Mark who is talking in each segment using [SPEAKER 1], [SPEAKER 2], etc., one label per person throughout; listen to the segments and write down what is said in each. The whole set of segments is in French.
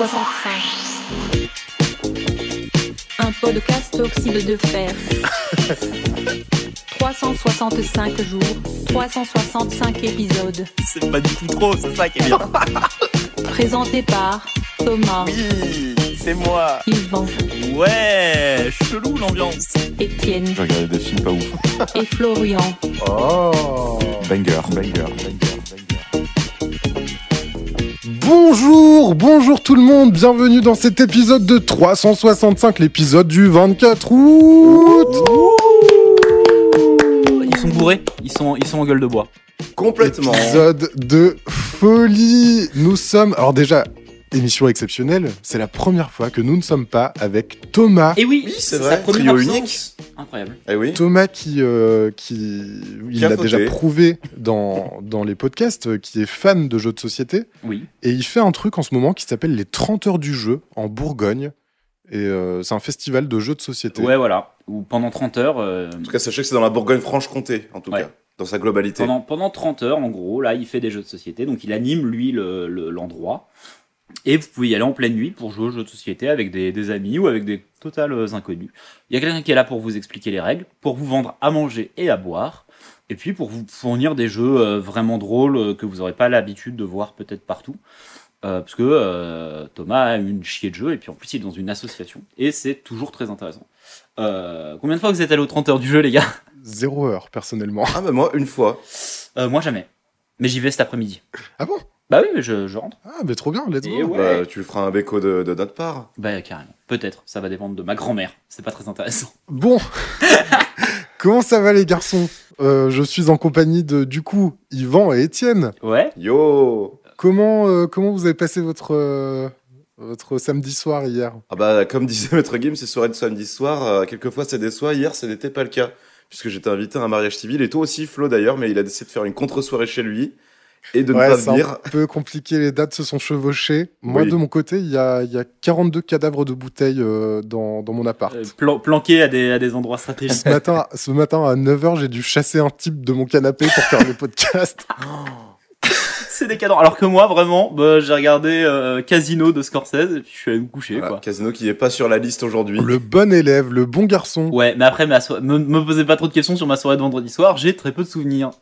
[SPEAKER 1] 365. Un podcast oxyde de fer. 365 jours, 365 épisodes.
[SPEAKER 2] C'est pas du tout trop, c'est ça qui est bien.
[SPEAKER 1] Présenté par Thomas,
[SPEAKER 2] Oui, c'est moi.
[SPEAKER 1] Yvan,
[SPEAKER 2] Ouais, chelou l'ambiance.
[SPEAKER 1] Étienne
[SPEAKER 3] J'ai regardé des films pas ouf.
[SPEAKER 1] et Florian.
[SPEAKER 3] Banger, banger, banger, banger.
[SPEAKER 4] Bonjour, bonjour tout le monde, bienvenue dans cet épisode de 365, l'épisode du 24 août.
[SPEAKER 2] Ils sont bourrés, ils sont, ils sont en gueule de bois.
[SPEAKER 5] Complètement.
[SPEAKER 4] Épisode de folie. Nous sommes, alors déjà, émission exceptionnelle, c'est la première fois que nous ne sommes pas avec Thomas.
[SPEAKER 2] Et oui,
[SPEAKER 5] Oui, c'est vrai,
[SPEAKER 2] sa première
[SPEAKER 5] trio
[SPEAKER 2] absence.
[SPEAKER 5] unique.
[SPEAKER 2] Incroyable.
[SPEAKER 5] Eh oui.
[SPEAKER 4] Thomas qui, euh, qui il
[SPEAKER 5] a
[SPEAKER 4] l'a déjà
[SPEAKER 5] fauté.
[SPEAKER 4] prouvé dans, dans les podcasts, euh, qui est fan de jeux de société.
[SPEAKER 2] Oui.
[SPEAKER 4] Et il fait un truc en ce moment qui s'appelle les 30 heures du jeu en Bourgogne. Et euh, c'est un festival de jeux de société.
[SPEAKER 2] Ouais, voilà. Ou pendant 30 heures. euh,
[SPEAKER 5] En tout cas, sachez que c'est dans la Bourgogne-Franche-Comté, en tout
[SPEAKER 2] Ouais.
[SPEAKER 5] cas, dans sa globalité.
[SPEAKER 2] pendant, pendant 30 heures, en gros, là, il fait des jeux de société. Donc, il anime, lui, le- le- l'endroit. et vous pouvez y aller en pleine nuit pour jouer aux jeux de société avec des, des amis ou avec des totales euh, inconnus. Il y a quelqu'un qui est là pour vous expliquer les règles, pour vous vendre à manger et à boire. Et puis pour vous fournir des jeux euh, vraiment drôles euh, que vous n'aurez pas l'habitude de voir peut-être partout. Euh, parce que euh, Thomas a une chier de jeux et puis en plus il est dans une association. Et c'est toujours très intéressant. Euh, combien de fois vous êtes allé aux 30 heures du jeu les gars
[SPEAKER 4] Zéro heure, personnellement.
[SPEAKER 5] Ah, bah moi, une fois.
[SPEAKER 2] Euh, moi jamais. Mais j'y vais cet après-midi.
[SPEAKER 4] Ah bon
[SPEAKER 2] Bah oui, mais je, je rentre.
[SPEAKER 4] Ah, mais trop bien, let's
[SPEAKER 2] Et
[SPEAKER 4] go.
[SPEAKER 2] ouais.
[SPEAKER 5] Bah, tu feras un béco de, de notre part.
[SPEAKER 2] Bah carrément. Peut-être. Ça va dépendre de ma grand-mère. C'est pas très intéressant.
[SPEAKER 4] Bon, comment ça va les garçons Euh, Je suis en compagnie de, du coup, Yvan et Étienne.
[SPEAKER 2] Ouais.
[SPEAKER 5] Yo
[SPEAKER 4] Comment, euh, comment vous avez passé votre, euh, votre samedi soir hier
[SPEAKER 5] Ah bah, comme disait Maître Game, ces soirées de samedi soir, euh, quelquefois c'est des soirs. Hier, ce n'était pas le cas, puisque j'étais invité à un mariage civil, et toi aussi, Flo d'ailleurs, mais il a décidé de faire une contre-soirée chez lui, et de
[SPEAKER 4] Ouais,
[SPEAKER 5] ne pas
[SPEAKER 4] c'est
[SPEAKER 5] venir.
[SPEAKER 4] un peu compliqué, les dates se sont chevauchées. Moi,
[SPEAKER 5] Oui.
[SPEAKER 4] de mon côté, il y a, il y a 42 cadavres de bouteilles euh, dans, dans mon appart.
[SPEAKER 2] Euh, plan- planqué à des, à des endroits stratégiques.
[SPEAKER 4] Ce matin, ce matin à 9h, j'ai dû chasser un type de mon canapé pour faire le podcast.
[SPEAKER 2] c'est décadent. Alors que moi, vraiment, bah, j'ai regardé euh, Casino de Scorsese et puis je suis allé me coucher,
[SPEAKER 5] Voilà,
[SPEAKER 2] quoi.
[SPEAKER 5] Ah, Casino qui n'est pas sur la liste aujourd'hui.
[SPEAKER 4] Le bon élève, le bon garçon.
[SPEAKER 2] Ouais, mais après, ma so- me, me posez pas trop de questions sur ma soirée de vendredi soir, j'ai très peu de souvenirs.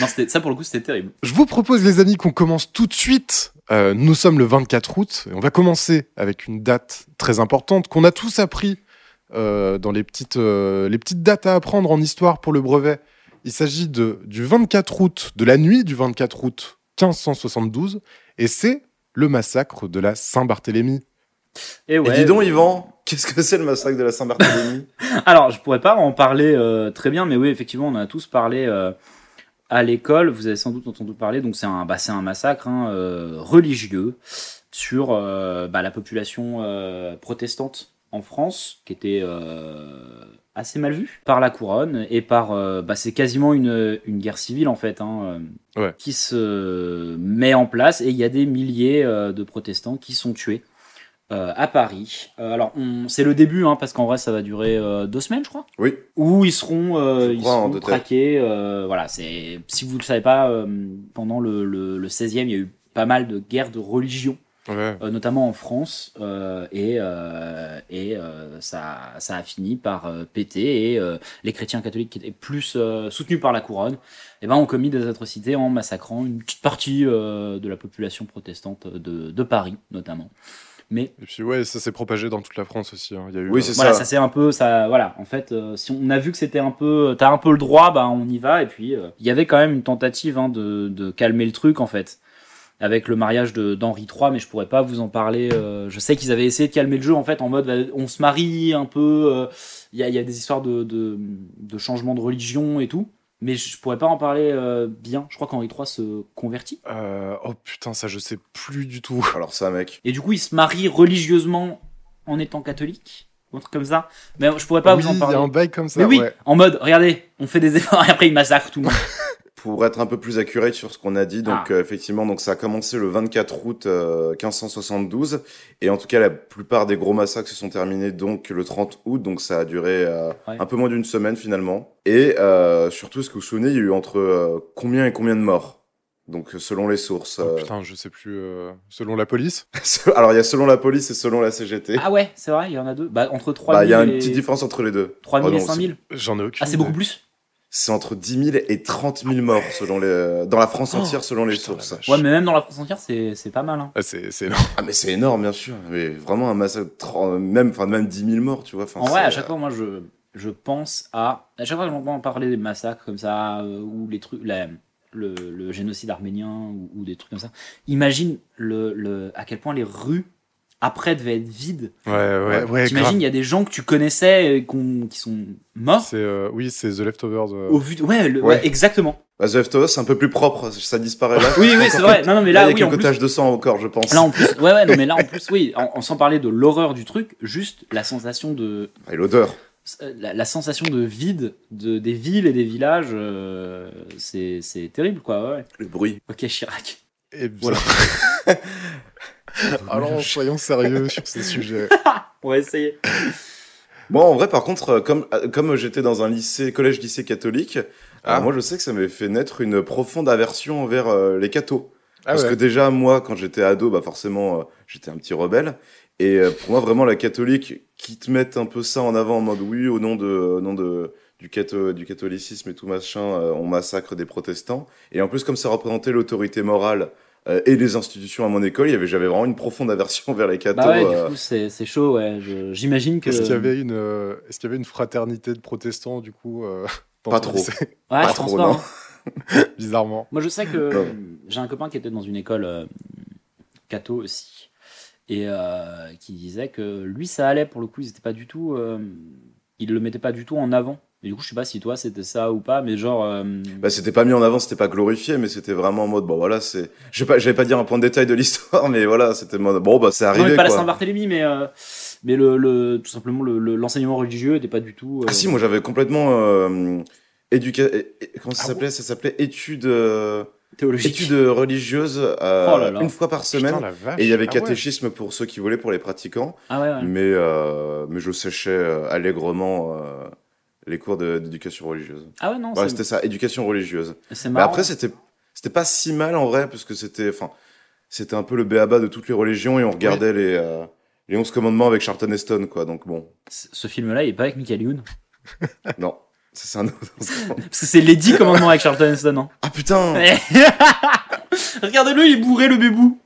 [SPEAKER 2] non, c'était- ça pour le coup, c'était terrible.
[SPEAKER 4] Je vous propose, les amis, qu'on commence tout de suite. Euh, nous sommes le 24 août et on va commencer avec une date très importante qu'on a tous appris euh, dans les petites, euh, les petites dates à apprendre en histoire pour le brevet. Il s'agit de, du 24 août, de la nuit du 24 août 1572, et c'est le massacre de la Saint-Barthélemy.
[SPEAKER 2] Et ouais.
[SPEAKER 5] et dis donc,
[SPEAKER 2] euh,
[SPEAKER 5] Yvan, qu'est-ce que c'est le massacre de la Saint-Barthélemy
[SPEAKER 2] Alors, je pourrais pas en parler euh, très bien, mais oui, effectivement, on en a tous parlé euh, à l'école. Vous avez sans doute entendu parler. Donc, c'est un, bah, c'est un massacre hein, euh, religieux sur euh, bah, la population euh, protestante en France, qui était euh, assez mal vue par la couronne et par. euh, bah, c'est quasiment une, une guerre civile en fait. hein, euh,
[SPEAKER 4] Ouais.
[SPEAKER 2] qui se met en place et il y a des milliers euh, de protestants qui sont tués euh, à Paris. Euh, alors, on- c'est le début, hein, parce qu'en vrai, ça va durer euh, deux semaines, je crois.
[SPEAKER 5] Oui,
[SPEAKER 2] Où ils seront, euh,
[SPEAKER 5] Je
[SPEAKER 2] ils
[SPEAKER 5] crois, en
[SPEAKER 2] seront
[SPEAKER 5] deux têtes.
[SPEAKER 2] traqués. euh, voilà, c'est si vous ne le savez pas, euh, pendant le, le, le 16e, il y a eu pas mal de guerres de religion, euh, notamment en France, euh, et, euh, et euh, ça, ça a fini par euh, péter. Et euh, les chrétiens catholiques qui étaient plus euh, soutenus par la couronne, eh ben, ont commis des atrocités en massacrant une petite partie euh, de la population protestante de, de Paris, notamment. Mais
[SPEAKER 4] Et puis ouais, ça s'est propagé dans toute la France aussi. hein. Il y a eu,
[SPEAKER 5] Oui,
[SPEAKER 4] euh,
[SPEAKER 5] c'est
[SPEAKER 2] voilà,
[SPEAKER 5] ça.
[SPEAKER 2] ça c'est un peu ça. Voilà, en fait, euh, si on a vu que c'était un peu, t'as un peu le droit, bah on y va. Et puis euh, il y avait quand même une tentative hein, de, de calmer le truc en fait, avec le mariage de d'Henri III, mais je pourrais pas vous en parler. euh, je sais qu'ils avaient essayé de calmer le jeu en fait, en mode bah, on se marie un peu. euh, Il y, a, il y a des histoires de, de de changement de religion et tout, mais je pourrais pas en parler euh, bien. Je crois qu'Henri III se convertit.
[SPEAKER 4] euh, oh putain, ça je sais plus du tout.
[SPEAKER 5] alors ça, mec.
[SPEAKER 2] Et du coup, il se marie religieusement en étant catholique, ou un truc comme ça. Mais je pourrais pas
[SPEAKER 4] Oui,
[SPEAKER 2] vous en
[SPEAKER 4] Il y
[SPEAKER 2] parler.
[SPEAKER 4] a un bail comme ça.
[SPEAKER 2] Mais oui,
[SPEAKER 4] ouais.
[SPEAKER 2] en mode, regardez, on fait des efforts et après il massacre tout le monde.
[SPEAKER 5] pour être un peu plus accurate sur ce qu'on a dit, donc
[SPEAKER 2] Ah.
[SPEAKER 5] euh, effectivement, donc ça a commencé le 24 août euh, 1572, et en tout cas la plupart des gros massacres se sont terminés donc le 30 août, donc ça a duré euh,
[SPEAKER 2] Ouais.
[SPEAKER 5] un peu moins d'une semaine finalement. Et euh, surtout, ce que vous vous souvenez, il y a eu entre euh, combien et combien de morts Donc selon les sources.
[SPEAKER 4] Oh,
[SPEAKER 5] euh,
[SPEAKER 4] putain, je sais plus. euh, selon la police
[SPEAKER 5] Alors il y a selon la police et selon la CGT.
[SPEAKER 2] Ah ouais, c'est vrai, il y en a deux. Bah, entre 3
[SPEAKER 5] bah,
[SPEAKER 2] 000
[SPEAKER 5] il y a une
[SPEAKER 2] et-
[SPEAKER 5] petite différence entre les deux.
[SPEAKER 2] 3 000
[SPEAKER 5] Oh
[SPEAKER 2] et
[SPEAKER 5] non,
[SPEAKER 2] 5 000.
[SPEAKER 4] J'en ai aucune.
[SPEAKER 2] Ah, c'est beaucoup
[SPEAKER 4] idée.
[SPEAKER 2] plus
[SPEAKER 5] C'est entre 10 000 et 30 000 morts selon les... euh, dans la France
[SPEAKER 2] Oh,
[SPEAKER 5] entière selon les
[SPEAKER 4] putain, la
[SPEAKER 5] sources.
[SPEAKER 4] vache.
[SPEAKER 2] Ouais, mais même dans la France entière, c'est c'est pas mal. Hein.
[SPEAKER 4] Ah, c'est c'est énorme.
[SPEAKER 5] Ah mais c'est énorme bien sûr. Mais vraiment un massacre, tro- même, enfin, même 10 000 morts tu vois. Enfin,
[SPEAKER 2] En vrai,
[SPEAKER 5] c'est- euh,
[SPEAKER 2] à chaque fois, moi, je, je pense à. À chaque fois que j'entends parler des massacres comme ça, euh, ou les trucs. la- le, le génocide arménien, ou, ou des trucs comme ça, imagine le, le, à quel point les rues après devaient être vides.
[SPEAKER 4] Ouais, ouais, ouais.
[SPEAKER 2] T'imagines,
[SPEAKER 4] grave.
[SPEAKER 2] il y a des gens que tu connaissais euh, qu'on- qui sont morts.
[SPEAKER 4] C'est euh, oui, c'est The Leftovers. euh.
[SPEAKER 2] Au vu de- ouais, le-
[SPEAKER 5] Ouais.
[SPEAKER 2] ouais, exactement.
[SPEAKER 5] Bah, The Leftovers, c'est un peu plus propre, ça disparaît là.
[SPEAKER 2] Oui, oui, c'est vrai. Non, non, mais
[SPEAKER 5] Là,
[SPEAKER 2] là,
[SPEAKER 5] il y a
[SPEAKER 2] oui, en
[SPEAKER 5] quelques
[SPEAKER 2] plus,
[SPEAKER 5] taches de sang encore, je pense.
[SPEAKER 2] Là en plus, ouais, ouais, non, mais là en plus, oui, en, en- sans parler de l'horreur du truc, juste la sensation de
[SPEAKER 5] Ah, Et l'odeur.
[SPEAKER 2] euh, la, la sensation de vide de, des villes et des villages, euh, c'est c'est terrible quoi. Ouais.
[SPEAKER 5] Le bruit.
[SPEAKER 2] Ok Chirac.
[SPEAKER 4] Et bien-
[SPEAKER 2] Voilà.
[SPEAKER 4] Alors, soyons sérieux sur ces sujets.
[SPEAKER 2] On va essayer.
[SPEAKER 5] Moi, en vrai, par contre, euh, comme, euh, comme j'étais dans un lycée, collège-lycée catholique,
[SPEAKER 4] Ah.
[SPEAKER 5] euh, moi, je sais que ça m'avait fait naître une profonde aversion envers euh, les cathos.
[SPEAKER 4] Ah
[SPEAKER 5] Parce que
[SPEAKER 4] ouais.
[SPEAKER 5] déjà, moi, quand j'étais ado, bah forcément, euh, j'étais un petit rebelle. Et euh, pour moi, vraiment, la catholique, qui te mettent un peu ça en avant en mode oui, au nom de, au nom de du, catho- du catholicisme et tout machin, euh, on massacre des protestants. Et en plus, comme ça représentait l'autorité morale euh, et les institutions à mon école, il y avait, j'avais vraiment une profonde aversion vers les cathos.
[SPEAKER 2] Bah ouais,
[SPEAKER 5] euh,
[SPEAKER 2] du coup c'est c'est chaud. Ouais. Je- J'imagine que.
[SPEAKER 4] Est-ce qu'il y avait une, euh, est-ce qu'il y avait une fraternité de protestants du coup euh, dans
[SPEAKER 5] Pas
[SPEAKER 4] ton
[SPEAKER 5] trop.
[SPEAKER 4] lycée
[SPEAKER 2] Ouais,
[SPEAKER 5] pas
[SPEAKER 2] je pense
[SPEAKER 5] trop,
[SPEAKER 2] pas,
[SPEAKER 5] non.
[SPEAKER 2] hein.
[SPEAKER 4] Bizarrement.
[SPEAKER 2] Moi, je sais que
[SPEAKER 5] Non.
[SPEAKER 2] euh, j'ai un copain qui était dans une école euh, catho aussi, et euh, qui disait que lui, ça allait pour le coup. Ils étaient pas du tout, euh, ils le mettaient pas du tout en avant. Et du coup, je sais pas si toi, c'était ça ou pas, mais genre, euh,
[SPEAKER 5] Bah, c'était pas mis en avant, c'était pas glorifié, mais c'était vraiment en mode, bon voilà, c'est. Je vais pas, j'allais pas dire un point de détail de l'histoire, mais voilà, c'était en mode, bon bah c'est
[SPEAKER 2] non,
[SPEAKER 5] arrivé.
[SPEAKER 2] mais pas la
[SPEAKER 5] quoi.
[SPEAKER 2] Saint-Barthélemy, mais euh, mais le, le- tout simplement le- le- l'enseignement religieux était pas du tout. euh,
[SPEAKER 5] Ah si, moi j'avais complètement. Euh, éduca... é- é- Comment ça
[SPEAKER 2] Ah
[SPEAKER 5] s'appelait Ça s'appelait études, euh,
[SPEAKER 2] théologique.
[SPEAKER 5] études religieuses euh,
[SPEAKER 2] Oh là là.
[SPEAKER 5] une fois par semaine.
[SPEAKER 4] Putain, la vache.
[SPEAKER 5] et il y avait
[SPEAKER 4] Ah ouais.
[SPEAKER 5] catéchisme pour ceux qui voulaient, pour les pratiquants.
[SPEAKER 2] Ah ouais, ouais.
[SPEAKER 5] Mais, euh, mais je séchais euh, allègrement euh, les cours de- d'éducation religieuse.
[SPEAKER 2] Ah ouais, non,
[SPEAKER 5] Voilà,
[SPEAKER 2] c'est-
[SPEAKER 5] c'était ça, éducation religieuse.
[SPEAKER 2] c'est
[SPEAKER 5] Mais
[SPEAKER 2] marrant.
[SPEAKER 5] après, c'était c'était pas si mal en vrai, parce que c'était enfin c'était un peu le béaba de toutes les religions et on regardait les euh, les 11 commandements avec Charlton Heston quoi. Donc bon,
[SPEAKER 2] C- ce film-là, il est pas avec Michael Youn.
[SPEAKER 5] non, ça, c'est un autre.
[SPEAKER 2] Parce que c'est les 10 commandements avec Charlton Heston. hein.
[SPEAKER 5] Ah putain.
[SPEAKER 2] Regardez-le, il est bourré le bébou.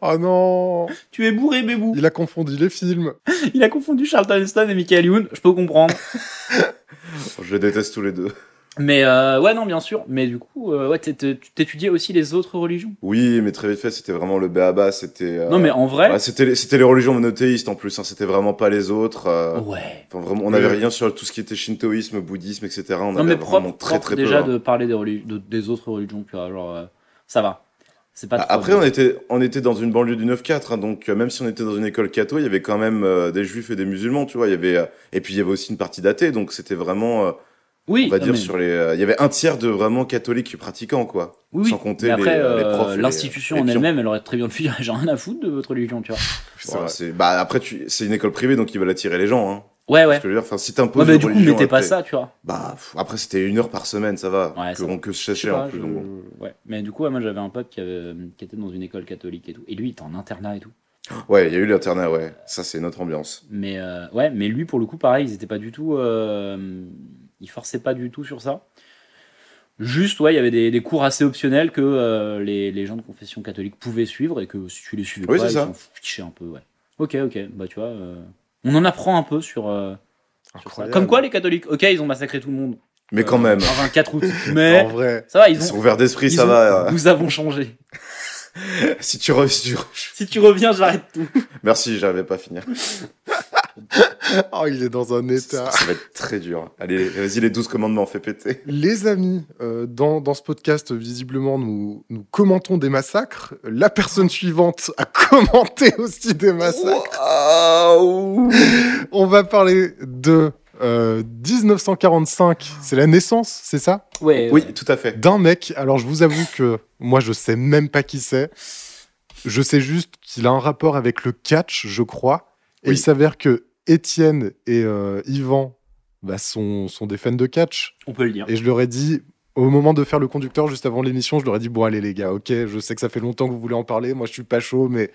[SPEAKER 4] Oh non
[SPEAKER 2] Tu es bourré, bébou.
[SPEAKER 4] Il a confondu les films.
[SPEAKER 2] Il a confondu Charlton Heston et Michael Youn, je peux comprendre.
[SPEAKER 5] Je les déteste tous les deux.
[SPEAKER 2] Mais euh, ouais, non, bien sûr. Mais du coup, euh, ouais, t'é- t'é- tu t'étudiais aussi les autres religions.
[SPEAKER 5] Oui, mais très vite fait, c'était vraiment le béaba, c'était. euh,
[SPEAKER 2] Non, mais en vrai,
[SPEAKER 5] ouais, c'était les- c'était les religions monothéistes en plus, hein, c'était vraiment pas les autres. euh,
[SPEAKER 2] ouais.
[SPEAKER 5] Enfin, vraiment, on n'avait
[SPEAKER 4] Oui.
[SPEAKER 5] rien sur tout ce qui était shintoïsme, bouddhisme, etc. On
[SPEAKER 2] Euh, Non,
[SPEAKER 5] avait
[SPEAKER 2] mais
[SPEAKER 5] vraiment
[SPEAKER 2] propre,
[SPEAKER 5] très
[SPEAKER 2] propre
[SPEAKER 5] très peu.
[SPEAKER 2] déjà
[SPEAKER 5] hein.
[SPEAKER 2] de parler des, relig- de- des autres religions, tu vois, genre, euh, ça va. C'est pas.
[SPEAKER 5] Ah,
[SPEAKER 2] trop-
[SPEAKER 5] Après, on était, on était dans une banlieue du 9-4, hein, donc euh, même si on était dans une école catho, il y avait quand même euh, des juifs et des musulmans, tu vois. Il y avait, euh, et puis il y avait aussi une partie d'athées, donc c'était vraiment, euh,
[SPEAKER 2] oui,
[SPEAKER 5] on va
[SPEAKER 2] non,
[SPEAKER 5] dire,
[SPEAKER 2] mais-
[SPEAKER 5] sur les. euh, il y avait un tiers de vraiment catholiques pratiquants, quoi.
[SPEAKER 2] oui, oui.
[SPEAKER 5] sans compter
[SPEAKER 2] Mais après,
[SPEAKER 5] les, euh, les
[SPEAKER 2] euh,
[SPEAKER 5] profs et les-
[SPEAKER 2] l'institution
[SPEAKER 5] les
[SPEAKER 2] en
[SPEAKER 5] pions.
[SPEAKER 2] elle-même, elle aurait très bien pu dire, j'ai rien à foutre de votre religion, tu vois.
[SPEAKER 4] C'est
[SPEAKER 5] Voilà,
[SPEAKER 4] vrai.
[SPEAKER 5] c'est- bah, après, tu... c'est une école privée, donc ils veulent attirer les gens. Hein.
[SPEAKER 2] Ouais,
[SPEAKER 5] Parce
[SPEAKER 2] ouais.
[SPEAKER 5] que je veux dire, enfin, si t'imposes
[SPEAKER 2] Ouais, mais
[SPEAKER 5] une
[SPEAKER 2] du coup,
[SPEAKER 5] religion
[SPEAKER 2] mettez
[SPEAKER 5] à
[SPEAKER 2] pas
[SPEAKER 5] tes-
[SPEAKER 2] ça, tu vois.
[SPEAKER 5] Bah, pff, après, c'était une heure par semaine, ça va.
[SPEAKER 2] Ouais,
[SPEAKER 5] que,
[SPEAKER 2] ça va.
[SPEAKER 5] on que se
[SPEAKER 2] Je
[SPEAKER 5] cherchait
[SPEAKER 2] sais
[SPEAKER 5] en
[SPEAKER 2] pas,
[SPEAKER 5] hein, plus.
[SPEAKER 2] je-
[SPEAKER 5] donc bon.
[SPEAKER 2] ouais. Mais du coup, ouais, moi j'avais un pote qui, avait- qui était dans une école catholique et tout. Et lui, il était en internat et tout.
[SPEAKER 5] Ouais, il y a eu l'internat, ouais. Ça, c'est notre ambiance.
[SPEAKER 2] Mais euh, ouais, mais lui pour le coup, pareil, ils étaient pas du tout, euh, ils forçaient pas du tout sur ça. Juste, ouais, il y avait des, des cours assez optionnels que euh, les, les gens de confession catholique pouvaient suivre et que si tu les suivais
[SPEAKER 5] Oui,
[SPEAKER 2] pas,
[SPEAKER 5] c'est
[SPEAKER 2] ils
[SPEAKER 5] ça.
[SPEAKER 2] s'en fichaient un peu, ouais. Ok, ok, bah tu vois, euh, on en apprend un peu sur, euh, sur ça.
[SPEAKER 4] Incroyable.
[SPEAKER 2] Comme quoi les catholiques, ok, ils ont massacré tout le monde.
[SPEAKER 5] Mais
[SPEAKER 2] euh,
[SPEAKER 5] quand même,
[SPEAKER 2] Un 24 août,
[SPEAKER 4] En
[SPEAKER 2] mais
[SPEAKER 4] vrai.
[SPEAKER 2] ça va, ils
[SPEAKER 5] ils
[SPEAKER 2] ont.
[SPEAKER 5] sont ouverts d'esprit,
[SPEAKER 2] ils
[SPEAKER 5] ça
[SPEAKER 2] ont-
[SPEAKER 5] va. euh,
[SPEAKER 2] Nous avons changé.
[SPEAKER 5] si tu re- si tu re-
[SPEAKER 2] Si tu reviens, j'arrête tout.
[SPEAKER 5] Merci, j'avais pas fini.
[SPEAKER 4] Oh, il est dans un
[SPEAKER 5] Ça,
[SPEAKER 4] état.
[SPEAKER 5] ça va être très dur. Allez, vas-y, les 12 commandements, fais péter.
[SPEAKER 4] Les amis, euh, dans, dans ce podcast, visiblement, nous, nous commentons des massacres. La personne suivante a commenté aussi des massacres.
[SPEAKER 5] Waouh
[SPEAKER 4] On va parler de euh, 1945. C'est la naissance, c'est ça
[SPEAKER 2] Ouais.
[SPEAKER 5] Oui, tout à fait.
[SPEAKER 4] D'un mec. Alors, je vous avoue que moi, je sais même pas qui c'est. Je sais juste qu'il a un rapport avec le catch, je crois. Et
[SPEAKER 5] Oui.
[SPEAKER 4] il s'avère que Étienne et euh, Yvan bah, sont, sont des fans de catch.
[SPEAKER 2] on peut le dire.
[SPEAKER 4] Et je leur ai dit, Au moment de faire le conducteur, juste avant l'émission, je leur ai dit Bon, allez, les gars, ok, je sais que ça fait longtemps que vous voulez en parler. Moi, je suis pas chaud, mais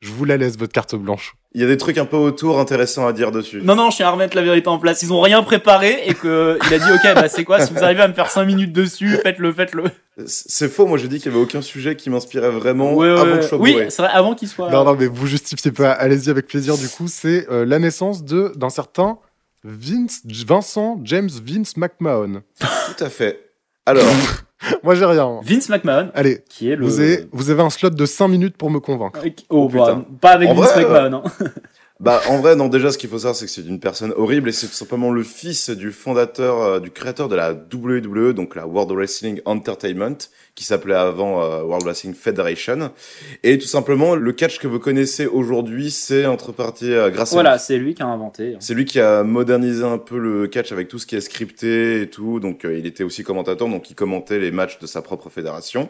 [SPEAKER 4] je vous la laisse, votre carte blanche.
[SPEAKER 5] Il y a des trucs un peu autour intéressants à dire dessus.
[SPEAKER 2] Non, non, je tiens à remettre la vérité en place. Ils ont rien préparé et que il a dit, ok, bah, c'est quoi, si vous arrivez à me faire 5 minutes dessus, faites-le, faites-le.
[SPEAKER 5] C'est faux, moi j'ai dit qu'il n'y avait aucun sujet qui m'inspirait vraiment
[SPEAKER 2] Ouais, ouais,
[SPEAKER 5] avant
[SPEAKER 2] ouais.
[SPEAKER 5] que je sois
[SPEAKER 2] oui,
[SPEAKER 5] bourré.
[SPEAKER 2] c'est vrai, avant qu'il soit.
[SPEAKER 4] Non, non, mais vous justifiez pas. Allez-y avec plaisir, du coup. C'est euh, la naissance de d'un certain Vince, Vincent James Vince McMahon.
[SPEAKER 5] Tout à fait. Alors,
[SPEAKER 4] Moi, j'ai rien.
[SPEAKER 2] Vince McMahon,
[SPEAKER 4] Allez,
[SPEAKER 2] qui est le.
[SPEAKER 4] vous, avez, vous avez un slot de 5 minutes pour me convaincre.
[SPEAKER 2] Oh,
[SPEAKER 5] Oh, putain.
[SPEAKER 2] bah, pas avec
[SPEAKER 5] En
[SPEAKER 2] Vince
[SPEAKER 5] vrai, euh,
[SPEAKER 2] McMahon, hein.
[SPEAKER 5] bah en vrai, non, déjà ce qu'il faut savoir, c'est que c'est une personne horrible et c'est tout simplement le fils du fondateur, euh, du créateur de la WWE, donc la World Wrestling Entertainment, qui s'appelait avant euh, World Wrestling Federation. Et tout simplement, le catch que vous connaissez aujourd'hui, c'est entre parties euh, grâce à
[SPEAKER 2] Voilà, c'est lui qui a inventé. hein.
[SPEAKER 5] C'est lui qui a modernisé un peu le catch avec tout ce qui est scripté et tout. Donc, euh, il était aussi commentateur, donc il commentait les matchs de sa propre fédération.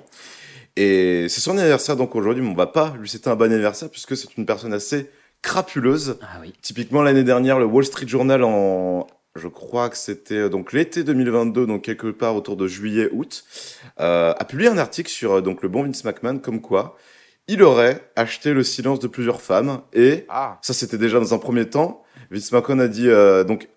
[SPEAKER 5] Et c'est son anniversaire, donc aujourd'hui, mais on va pas lui c'était un bon anniversaire puisque c'est une personne assez crapuleuse.
[SPEAKER 2] Ah oui.
[SPEAKER 5] Typiquement, l'année dernière, le Wall Street Journal en, je crois que c'était euh, donc l'été 2022, donc quelque part autour de juillet-août, euh, a publié un article sur euh, donc le bon Vince McMahon comme quoi il aurait acheté le silence de plusieurs femmes et
[SPEAKER 4] Ah.
[SPEAKER 5] ça, c'était déjà dans un premier temps. Vince McMahon a dit, euh, donc,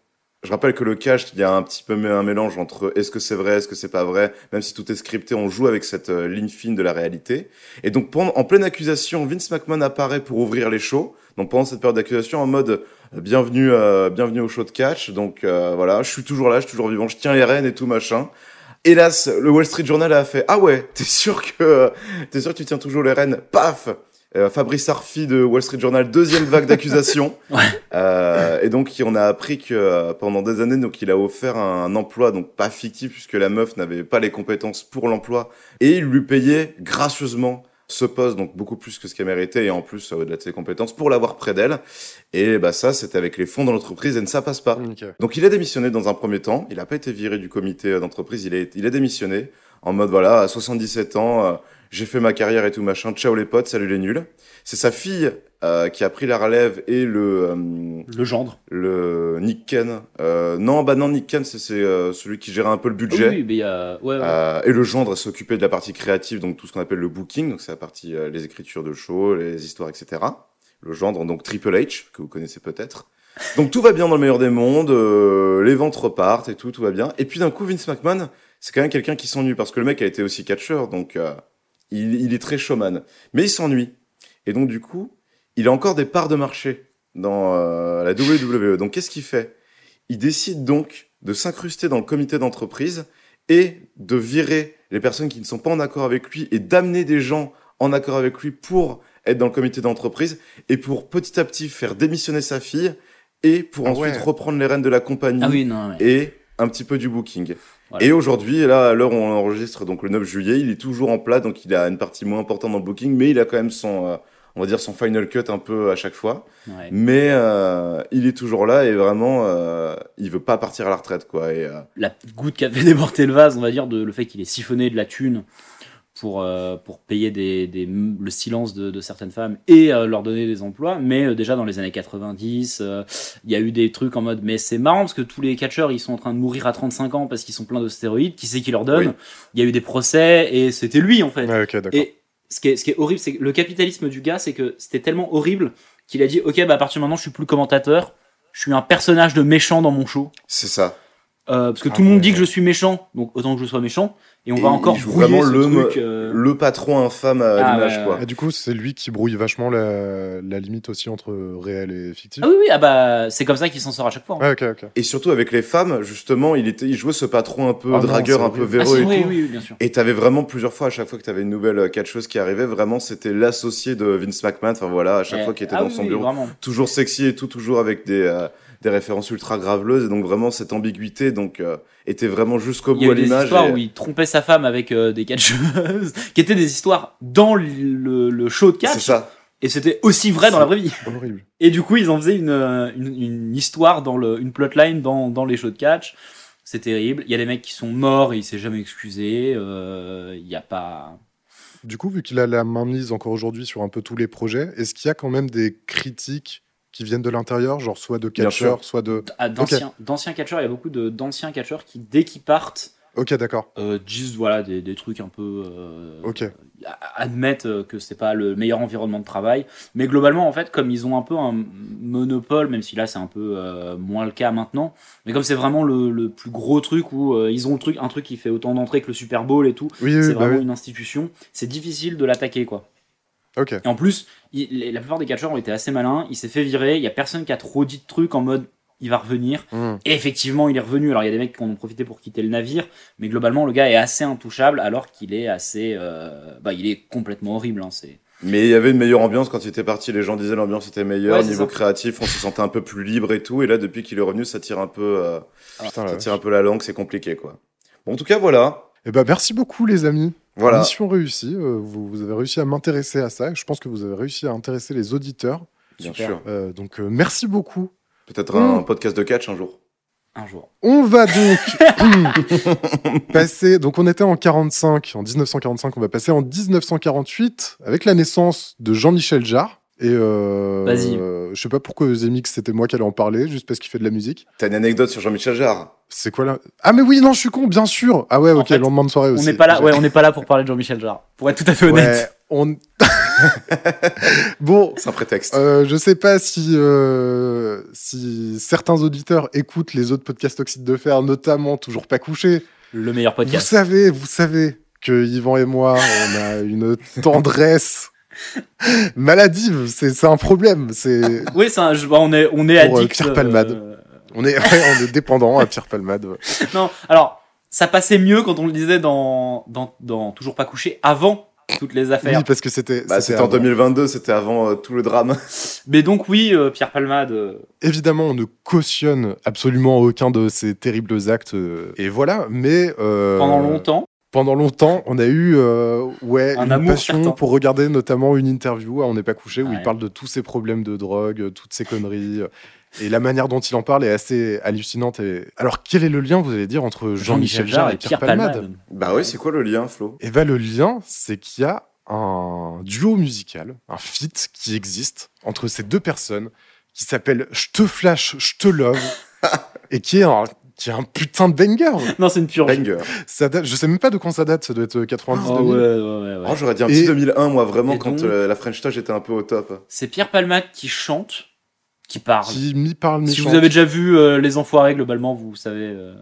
[SPEAKER 5] je rappelle que le cash, il y a un petit peu un mélange entre est-ce que c'est vrai, est-ce que c'est pas vrai. Même si tout est scripté, on joue avec cette euh, ligne fine de la réalité. Et donc, pendant- en pleine accusation, Vince McMahon apparaît pour ouvrir les shows. Donc, pendant cette période d'accusation, en mode, euh, bienvenue, euh, bienvenue au show de catch. Donc, euh, voilà, je suis toujours là, je suis toujours vivant, je tiens les rênes et tout, machin. Hélas, le Wall Street Journal a fait, ah ouais, t'es sûr que, euh, t'es sûr que tu tiens toujours les rênes? Paf! Euh, Fabrice Arfi de Wall Street Journal, deuxième vague d'accusations.
[SPEAKER 2] Ouais.
[SPEAKER 5] Euh, et donc, on a appris que euh, pendant des années, donc, il a offert un emploi, donc pas fictif, puisque la meuf n'avait pas les compétences pour l'emploi, et il lui payait gracieusement ce poste, donc beaucoup plus que ce qu'elle méritait, et en plus, euh, au-delà de ses compétences, pour l'avoir près d'elle. Et bah ça, c'était avec les fonds de l'entreprise, et ne ça passe pas.
[SPEAKER 4] Nickel.
[SPEAKER 5] Donc il a démissionné dans un premier temps, il n'a pas été viré du comité euh, d'entreprise, il a, il a démissionné en mode voilà, à 77 ans, euh, j'ai fait ma carrière et tout machin, ciao les potes, salut les nuls. C'est sa fille euh, qui a pris la relève et le, euh,
[SPEAKER 2] Le gendre.
[SPEAKER 5] le Nick Ken. Euh, non, bah non, Nick Ken, c'est c'est, euh, celui qui gérait un peu le
[SPEAKER 2] Ah
[SPEAKER 5] budget.
[SPEAKER 2] Oui, mais il y a. Ouais, ouais.
[SPEAKER 5] Euh, et le gendre s'occupait de la partie créative, donc tout ce qu'on appelle le booking, donc c'est la partie euh, les écritures de show, les histoires, etc. Le gendre, donc Triple H, que vous connaissez peut-être. Donc tout va bien dans le meilleur des mondes, euh, les ventes repartent et tout, tout va bien. Et puis d'un coup, Vince McMahon, c'est quand même quelqu'un qui s'ennuie, parce que le mec a été aussi catcheur, donc euh, il, il est très showman. Mais il s'ennuie. Et donc du coup, il a encore des parts de marché dans euh, la WWE. Donc qu'est-ce qu'il fait Il décide donc de s'incruster dans le comité d'entreprise et de virer les personnes qui ne sont pas en accord avec lui et d'amener des gens en accord avec lui pour être dans le comité d'entreprise et pour petit à petit faire démissionner sa fille et pour
[SPEAKER 4] Ah
[SPEAKER 5] ensuite
[SPEAKER 4] ouais.
[SPEAKER 5] reprendre les rênes de la compagnie
[SPEAKER 2] Ah oui, non, ouais.
[SPEAKER 5] et un petit peu du booking.
[SPEAKER 2] Voilà.
[SPEAKER 5] Et aujourd'hui, là, à l'heure où on enregistre, donc le 9 juillet, il est toujours en plat, donc il a une partie moins importante dans le booking, mais il a quand même son, euh, on va dire son final cut un peu à chaque fois.
[SPEAKER 2] Ouais.
[SPEAKER 5] Mais euh, il est toujours là et vraiment, euh, il veut pas partir à la retraite, quoi. Et, euh,
[SPEAKER 2] la petite goutte qui a fait déborder le vase, on va dire, de le fait qu'il ait siphonné de la thune pour, euh, pour payer des, des- le silence de, de certaines femmes et euh, leur donner des emplois. Mais euh, déjà dans les années 90, euh, il y a eu des trucs en mode, mais c'est marrant parce que tous les catcheurs, ils sont en train de mourir à 35 ans parce qu'ils sont pleins de stéroïdes. Qui c'est qui leur donne
[SPEAKER 5] Oui.
[SPEAKER 2] Il y a eu des procès et c'était lui en fait.
[SPEAKER 4] Ouais, ok, d'accord.
[SPEAKER 2] Et ce qui est, ce qui est horrible, c'est que le capitalisme du gars, c'est que c'était tellement horrible qu'il a dit, ok, bah à partir de maintenant, je suis plus commentateur, je suis un personnage de méchant dans mon show.
[SPEAKER 5] c'est ça.
[SPEAKER 2] Euh, parce que
[SPEAKER 4] Ah
[SPEAKER 2] tout le monde
[SPEAKER 4] ouais.
[SPEAKER 2] dit que je suis méchant, donc autant que je sois méchant. Et on
[SPEAKER 5] Et
[SPEAKER 2] va
[SPEAKER 5] il
[SPEAKER 2] encore
[SPEAKER 5] joue
[SPEAKER 2] brouiller
[SPEAKER 5] vraiment
[SPEAKER 2] ce
[SPEAKER 5] le
[SPEAKER 2] truc.
[SPEAKER 5] me-
[SPEAKER 2] euh,
[SPEAKER 5] Le patron infâme à
[SPEAKER 2] Ah,
[SPEAKER 5] l'image,
[SPEAKER 2] ouais,
[SPEAKER 5] quoi.
[SPEAKER 2] ouais.
[SPEAKER 4] Et du coup, c'est lui qui brouille vachement la, la limite aussi entre réel et fictif.
[SPEAKER 2] Ah oui, oui, ah bah c'est comme ça qu'il s'en sort à chaque fois. hein.
[SPEAKER 4] Ouais, ok, ok.
[SPEAKER 5] Et surtout avec les femmes, justement, il, était, il jouait ce patron un peu
[SPEAKER 4] Ah non,
[SPEAKER 5] dragueur,
[SPEAKER 4] c'est
[SPEAKER 5] un peu
[SPEAKER 4] horrible.
[SPEAKER 2] Ah,
[SPEAKER 5] véreux
[SPEAKER 2] si,
[SPEAKER 5] et
[SPEAKER 2] oui,
[SPEAKER 5] tout.
[SPEAKER 2] oui, oui, bien sûr.
[SPEAKER 5] Et t'avais vraiment plusieurs fois, à chaque fois que t'avais une nouvelle euh, catcheuse qui arrivait, vraiment, c'était l'associé de Vince McMahon. Enfin voilà, à chaque
[SPEAKER 2] Eh,
[SPEAKER 5] fois qu'il était
[SPEAKER 2] ah
[SPEAKER 5] dans
[SPEAKER 2] oui,
[SPEAKER 5] son
[SPEAKER 2] oui,
[SPEAKER 5] bureau.
[SPEAKER 2] Vraiment.
[SPEAKER 5] Toujours sexy et tout, toujours avec des, euh, des références ultra graveleuses. Et donc vraiment, cette ambiguïté donc, euh, était vraiment jusqu'au
[SPEAKER 2] Il y a
[SPEAKER 5] bout à
[SPEAKER 2] eu des
[SPEAKER 5] l'image.
[SPEAKER 2] histoires
[SPEAKER 5] et-
[SPEAKER 2] où il trompait sa femme avec euh, des catcheuses, qui étaient des histoires dans le, le- le show de
[SPEAKER 5] C'est
[SPEAKER 2] catch,
[SPEAKER 5] ça.
[SPEAKER 2] et c'était aussi vrai dans la vraie vie.
[SPEAKER 4] Horrible.
[SPEAKER 2] Et du coup, ils en faisaient une, euh, une, une histoire dans le, une plotline dans, dans les shows de catch. C'est terrible. Il y a des mecs qui sont morts et il s'est jamais excusé. euh, Il n'y a pas.
[SPEAKER 4] Du coup, vu qu'il a la main mise encore aujourd'hui sur un peu tous les projets, est-ce qu'il y a quand même des critiques qui viennent de l'intérieur, genre soit de
[SPEAKER 5] Bien
[SPEAKER 4] catcheurs, soit de.
[SPEAKER 2] Ah, d'anciens d'anciens catcheurs, il y a beaucoup de- d'anciens catcheurs qui, dès qu'ils partent,
[SPEAKER 4] Ok, d'accord.
[SPEAKER 2] Euh, juste voilà des, des trucs un peu euh,
[SPEAKER 4] Ok.
[SPEAKER 2] à- admettre euh, que c'est pas le meilleur environnement de travail mais globalement en fait comme ils ont un peu un monopole même si là c'est un peu euh, moins le cas maintenant mais comme c'est vraiment le, le plus gros truc où euh, ils ont le truc un truc qui fait autant d'entrées que le Super Bowl et tout
[SPEAKER 4] Oui,
[SPEAKER 2] c'est
[SPEAKER 4] oui, bah
[SPEAKER 2] vraiment
[SPEAKER 4] oui.
[SPEAKER 2] une institution c'est difficile de l'attaquer quoi
[SPEAKER 4] Ok.
[SPEAKER 2] et en plus, il- les- la plupart des catcheurs ont été assez malins. Il s'est fait virer. Il y a personne qui a trop dit de trucs en mode il va revenir.
[SPEAKER 4] Hmm.
[SPEAKER 2] Et effectivement, il est revenu. Alors il y a des mecs qui en ont profité pour quitter le navire, mais globalement, le gars est assez intouchable alors qu'il est assez, euh, bah, il est complètement horrible. Hein, c'est
[SPEAKER 5] Mais il y avait une meilleure ambiance quand il était parti. Les gens disaient l'ambiance était meilleure,
[SPEAKER 2] Ouais, c'est
[SPEAKER 5] niveau
[SPEAKER 2] ça.
[SPEAKER 5] créatif, on se sentait un peu plus libre et tout. Et là, depuis qu'il est revenu, ça tire un peu, euh,
[SPEAKER 4] Putain, là.
[SPEAKER 5] ça tire un peu la langue, c'est compliqué quoi. Bon, en tout cas, voilà,
[SPEAKER 4] Eh ben, merci beaucoup, les amis.
[SPEAKER 5] voilà.
[SPEAKER 4] Mission réussie. euh, vous, vous avez réussi à m'intéresser à ça. Je pense que vous avez réussi à intéresser les auditeurs.
[SPEAKER 5] Bien
[SPEAKER 2] Super.
[SPEAKER 5] sûr.
[SPEAKER 4] Euh, donc, euh, merci beaucoup.
[SPEAKER 5] Peut-être
[SPEAKER 4] Mm.
[SPEAKER 5] un podcast de catch un jour.
[SPEAKER 2] un jour.
[SPEAKER 4] On va donc passer. Donc, on était en 45, en 1945. On va passer en 1948 avec la naissance de Jean-Michel Jarre. Et euh,
[SPEAKER 2] Vas-y.
[SPEAKER 4] euh, je sais pas pourquoi Zemix, c'était moi qui allais en parler, juste parce qu'il fait de la musique.
[SPEAKER 5] T'as une anecdote sur Jean-Michel Jarre
[SPEAKER 4] C'est quoi là Ah mais oui, non, je suis con, bien sûr. Ah ouais,
[SPEAKER 2] En
[SPEAKER 4] ok,
[SPEAKER 2] fait,
[SPEAKER 4] lendemain de soirée aussi.
[SPEAKER 2] On n'est pas là. Ouais, on n'est pas là pour parler de Jean-Michel Jarre. Pour être tout à fait honnête.
[SPEAKER 4] on... bon,
[SPEAKER 5] C'est un prétexte.
[SPEAKER 4] euh, je sais pas si, euh, si certains auditeurs écoutent les autres podcasts Oxyde de Fer, notamment Toujours pas couché.
[SPEAKER 2] Le meilleur
[SPEAKER 4] Vous
[SPEAKER 2] podcast.
[SPEAKER 4] savez, vous savez que Yvan et moi, on a une tendresse maladive. C'est c'est un problème. C'est
[SPEAKER 2] Oui, c'est un. je- bah, on est, on est
[SPEAKER 4] Pour, euh,
[SPEAKER 2] addict.
[SPEAKER 4] Pierre Palmade. on est ouais, on est dépendant à Pierre Palmade. ouais.
[SPEAKER 2] Non, alors ça passait mieux quand on le disait dans, dans, dans Toujours pas couché avant toutes les
[SPEAKER 4] Oui,
[SPEAKER 2] affaires.
[SPEAKER 4] parce que c'était
[SPEAKER 5] Bah, c'était en
[SPEAKER 4] avant.
[SPEAKER 5] 2022, c'était avant euh, tout le drame.
[SPEAKER 2] Mais donc oui, euh, Pierre Palmade. euh,
[SPEAKER 4] Évidemment, on ne cautionne absolument aucun de ces terribles actes. euh, et voilà, mais euh,
[SPEAKER 2] pendant longtemps.
[SPEAKER 4] pendant longtemps, on a eu euh, ouais,
[SPEAKER 2] Un
[SPEAKER 4] une
[SPEAKER 2] amour
[SPEAKER 4] passion
[SPEAKER 2] certain.
[SPEAKER 4] pour regarder notamment une interview à On n'est pas couché où
[SPEAKER 2] Ouais.
[SPEAKER 4] il parle de tous ses problèmes de drogue, euh, toutes ses conneries. euh, Et la manière dont il en parle est assez hallucinante. Et... Alors, quel est le lien, vous allez dire, entre Jean-Michel Jarre et Pierre Palmade,
[SPEAKER 5] Bah oui, c'est quoi le lien, Flo
[SPEAKER 4] Eh ben, le lien, c'est qu'il y a un duo musical, un feat qui existe entre ces deux personnes qui s'appelle Je te flash, je te love et qui est un, qui est un putain de banger.
[SPEAKER 2] Non, c'est une purge.
[SPEAKER 5] Banger.
[SPEAKER 4] Ça date, je sais même pas de quand ça date, ça doit être 90
[SPEAKER 2] Oh, ouais, ouais, ouais, ouais.
[SPEAKER 5] Oh, j'aurais dit un
[SPEAKER 4] Et-
[SPEAKER 5] petit 2001, moi, vraiment,
[SPEAKER 2] Et
[SPEAKER 5] quand
[SPEAKER 2] donc-
[SPEAKER 5] euh, la French Touch était un peu au top.
[SPEAKER 2] C'est Pierre Palmade qui chante, qui parle.
[SPEAKER 4] qui m'y parle
[SPEAKER 2] si
[SPEAKER 4] mi
[SPEAKER 2] vous avez déjà vu euh, Les Enfoirés, globalement, vous savez. euh,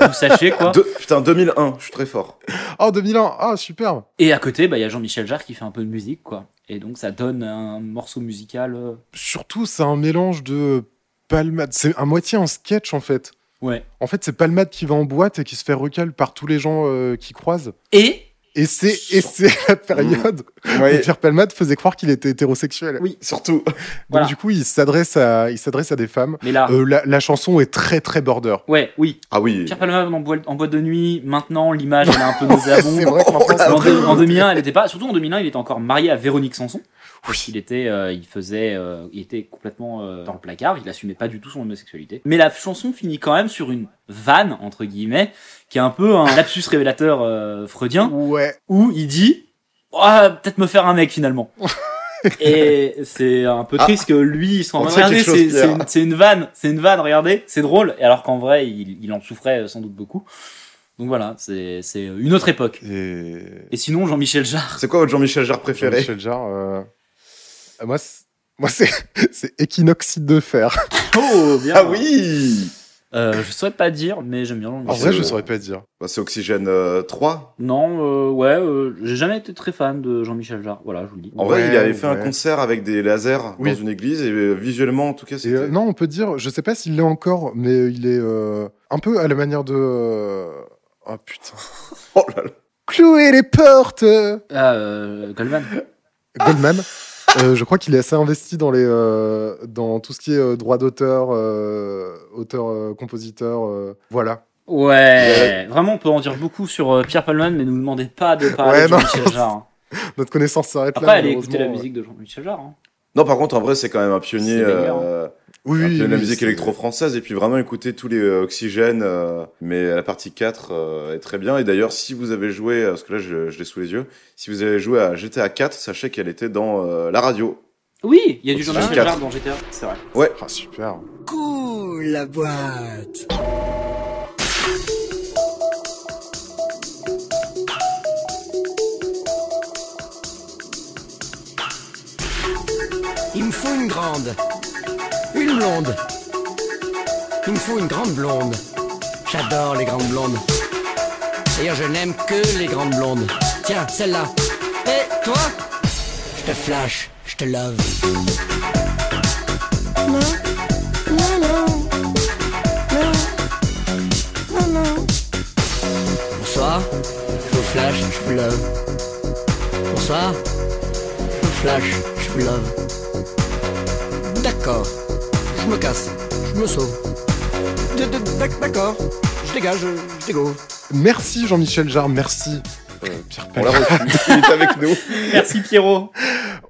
[SPEAKER 2] vous sachez quoi.
[SPEAKER 5] Deux- putain, 2001, je suis très fort.
[SPEAKER 4] Oh 2001, ah superbe.
[SPEAKER 2] Et à côté, bah, il y a Jean-Michel Jarre qui fait un peu de musique, quoi. Et donc, ça donne un morceau musical. euh,
[SPEAKER 4] Surtout c'est un mélange de palmade, c'est à moitié un sketch en fait.
[SPEAKER 2] Ouais.
[SPEAKER 4] En fait, c'est Palmade qui va en boîte et qui se fait recal par tous les gens euh, qui croisent.
[SPEAKER 2] Et
[SPEAKER 4] Et c'est et c'est la période où
[SPEAKER 5] Ouais,
[SPEAKER 4] Pierre Palmade faisait croire qu'il était hétérosexuel.
[SPEAKER 5] surtout.
[SPEAKER 4] Donc
[SPEAKER 2] Voilà. Ah.
[SPEAKER 4] du coup, il s'adresse à, il s'adresse à des femmes.
[SPEAKER 2] Mais là.
[SPEAKER 4] Euh, la, la chanson est très très border.
[SPEAKER 2] Ouais, oui.
[SPEAKER 5] Ah oui.
[SPEAKER 2] Pierre Palmade en, boîte- en boîte de nuit, maintenant, l'image, elle est un peu nauséabonde.
[SPEAKER 4] C'est vrai que maintenant, c'est
[SPEAKER 2] en,
[SPEAKER 4] vrai.
[SPEAKER 2] deux- en 2001, elle n'était pas. Surtout en 2001, il était encore marié à Véronique Sanson.
[SPEAKER 4] Oui.
[SPEAKER 2] Il était, euh, il faisait, euh, il était complètement euh, dans le placard. Il assumait pas du tout son homosexualité. Mais la chanson finit quand même sur une vanne entre guillemets, qui est un peu un lapsus révélateur euh, freudien,
[SPEAKER 4] Ouais.
[SPEAKER 2] où il dit, Ah, peut-être me faire un mec finalement. Et c'est un peu triste que lui, il soit en
[SPEAKER 5] Ah. On
[SPEAKER 2] mode,
[SPEAKER 5] sait quelque
[SPEAKER 2] Regardez,
[SPEAKER 5] chose,
[SPEAKER 2] c'est c'est
[SPEAKER 5] Pierre.
[SPEAKER 2] une, c'est une vanne, c'est une vanne. Regardez, c'est drôle. Et alors qu'en vrai, il, il en souffrait euh, sans doute beaucoup. Donc voilà, c'est c'est une autre époque.
[SPEAKER 4] Et
[SPEAKER 2] Et sinon, Jean-Michel Jarre.
[SPEAKER 5] C'est quoi votre Jean-Michel Jarre préféré
[SPEAKER 4] Michel Jarre. euh, euh, Moi, c'est- moi c'est c'est équinoxyde de fer.
[SPEAKER 2] Oh, bien.
[SPEAKER 5] Ah oui
[SPEAKER 2] Euh, Je saurais pas dire, mais j'aime bien l'anglais.
[SPEAKER 4] En vrai, je
[SPEAKER 5] Euh,
[SPEAKER 4] saurais pas dire.
[SPEAKER 5] Bah, C'est Oxygène euh, 3.
[SPEAKER 2] Non, euh, ouais, euh, j'ai jamais été très fan de Jean-Michel Jarre. Voilà, je vous le dis.
[SPEAKER 5] En vrai,
[SPEAKER 4] Ouais,
[SPEAKER 5] il avait fait un
[SPEAKER 4] ouais.
[SPEAKER 5] concert avec des lasers
[SPEAKER 4] Oui.
[SPEAKER 5] dans une église et euh, visuellement, en tout cas,
[SPEAKER 4] Et,
[SPEAKER 5] c'était.
[SPEAKER 4] euh, non, on peut dire, je sais pas s'il l'est encore, mais il est euh, un peu à la manière de. euh, Oh putain.
[SPEAKER 5] Oh là là.
[SPEAKER 4] Clouer les portes.
[SPEAKER 2] Ah, euh, Goldman.
[SPEAKER 4] Goldman. Euh, je crois qu'il est assez investi dans, les, euh, dans tout ce qui est euh, droit d'auteur, euh, auteur, euh, compositeur. euh, voilà.
[SPEAKER 2] Ouais. Vraiment, on peut en dire beaucoup sur euh, Pierre Palman, mais ne nous demandez pas de parler
[SPEAKER 4] Ouais,
[SPEAKER 2] de Jean-Michel Jarre. hein.
[SPEAKER 4] Notre connaissance s'arrête là.
[SPEAKER 2] Après, allez écouter la
[SPEAKER 4] malheureusement.
[SPEAKER 2] musique de Jean-Michel Jarre. hein.
[SPEAKER 5] Non, par contre, en vrai, c'est quand même un pionnier.
[SPEAKER 2] C'est banger, hein.
[SPEAKER 5] euh, un
[SPEAKER 4] Oui, oui,
[SPEAKER 5] pionnier de la
[SPEAKER 4] oui,
[SPEAKER 5] musique
[SPEAKER 4] c'est-
[SPEAKER 5] électro-française et puis vraiment écouter tous les euh, oxygènes euh, mais la partie 4 euh, est très bien et d'ailleurs si vous avez joué euh, parce que là je, je l'ai sous les yeux si vous avez joué à GTA 4 sachez qu'elle était dans euh, la radio
[SPEAKER 2] Oui, il y a du
[SPEAKER 5] Ah,
[SPEAKER 2] Jean-Michel
[SPEAKER 5] quatre.
[SPEAKER 2] Jarre dans GTA. C'est vrai.
[SPEAKER 4] Ah, super.
[SPEAKER 6] Cool la boîte Il me faut une grande. Une blonde. Il me faut une grande blonde. J'adore les grandes blondes. D'ailleurs, je n'aime que les grandes blondes. Tiens, celle-là. Et toi Je te flash, je te love.
[SPEAKER 7] Non, non, non, non, non, non.
[SPEAKER 6] Bonsoir, je vous flash, je vous love. Bonsoir, je vous flash, je vous love. D'accord, je me casse, je me sauve. D- d- d'ac- D'accord, je dégage, je je dégove.
[SPEAKER 4] Merci Jean-Michel Jarre, merci euh, Pierre
[SPEAKER 5] On
[SPEAKER 4] Palma.
[SPEAKER 5] l'a reçu, il est avec nous.
[SPEAKER 2] Merci Pierrot.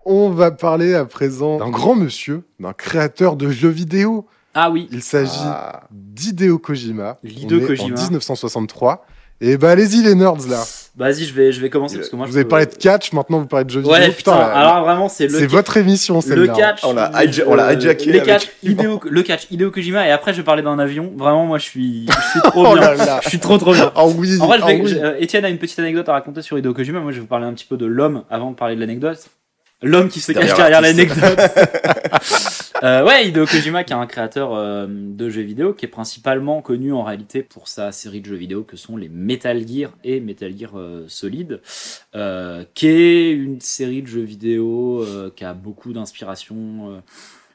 [SPEAKER 4] On va parler à présent d'un grand monsieur, d'un créateur de jeux vidéo.
[SPEAKER 2] Ah oui.
[SPEAKER 4] Il s'agit
[SPEAKER 5] Ah,
[SPEAKER 4] d'Hideo Kojima.
[SPEAKER 2] Hideo
[SPEAKER 4] On est
[SPEAKER 2] Kojima.
[SPEAKER 4] En 1963. Et bah allez-y les nerds là.
[SPEAKER 2] Vas-y, je vais, je vais commencer
[SPEAKER 5] Il-
[SPEAKER 2] parce que moi
[SPEAKER 4] Vous
[SPEAKER 2] je
[SPEAKER 4] avez
[SPEAKER 2] peux-
[SPEAKER 4] parlé de catch, maintenant vous parlez de jeux
[SPEAKER 2] Ouais,
[SPEAKER 4] vidéo.
[SPEAKER 2] putain.
[SPEAKER 4] Putain, là,
[SPEAKER 2] alors vraiment, c'est
[SPEAKER 4] c'est
[SPEAKER 2] le
[SPEAKER 4] votre émission
[SPEAKER 2] le
[SPEAKER 4] celle-là.
[SPEAKER 2] catch.
[SPEAKER 5] On l'a hijack- on l'a
[SPEAKER 2] Euh,
[SPEAKER 5] hijacké
[SPEAKER 2] Les
[SPEAKER 5] avec-
[SPEAKER 2] catch, Hideo, le catch, Hideo Kojima, et après je vais parler d'un avion. Vraiment, moi je suis, je suis trop
[SPEAKER 4] Oh là
[SPEAKER 2] bien.
[SPEAKER 4] là.
[SPEAKER 2] Je suis trop trop bien.
[SPEAKER 4] Ah oui.
[SPEAKER 2] En vrai, je
[SPEAKER 4] ah
[SPEAKER 2] vais-
[SPEAKER 4] oui.
[SPEAKER 2] je- euh, Étienne a une petite anecdote à raconter sur Hideo Kojima. Moi, je vais vous parler un petit peu de l'homme avant de parler de l'anecdote. L'homme qui se cache derrière
[SPEAKER 5] Derrière l'artiste.
[SPEAKER 2] l'anecdote. Euh, ouais, Hideo Kojima, qui est un créateur euh, de jeux vidéo, qui est principalement connu en réalité pour sa série de jeux vidéo que sont les Metal Gear et Metal Gear euh, Solid, euh, qui est une série de jeux vidéo euh, qui a beaucoup d'inspiration euh,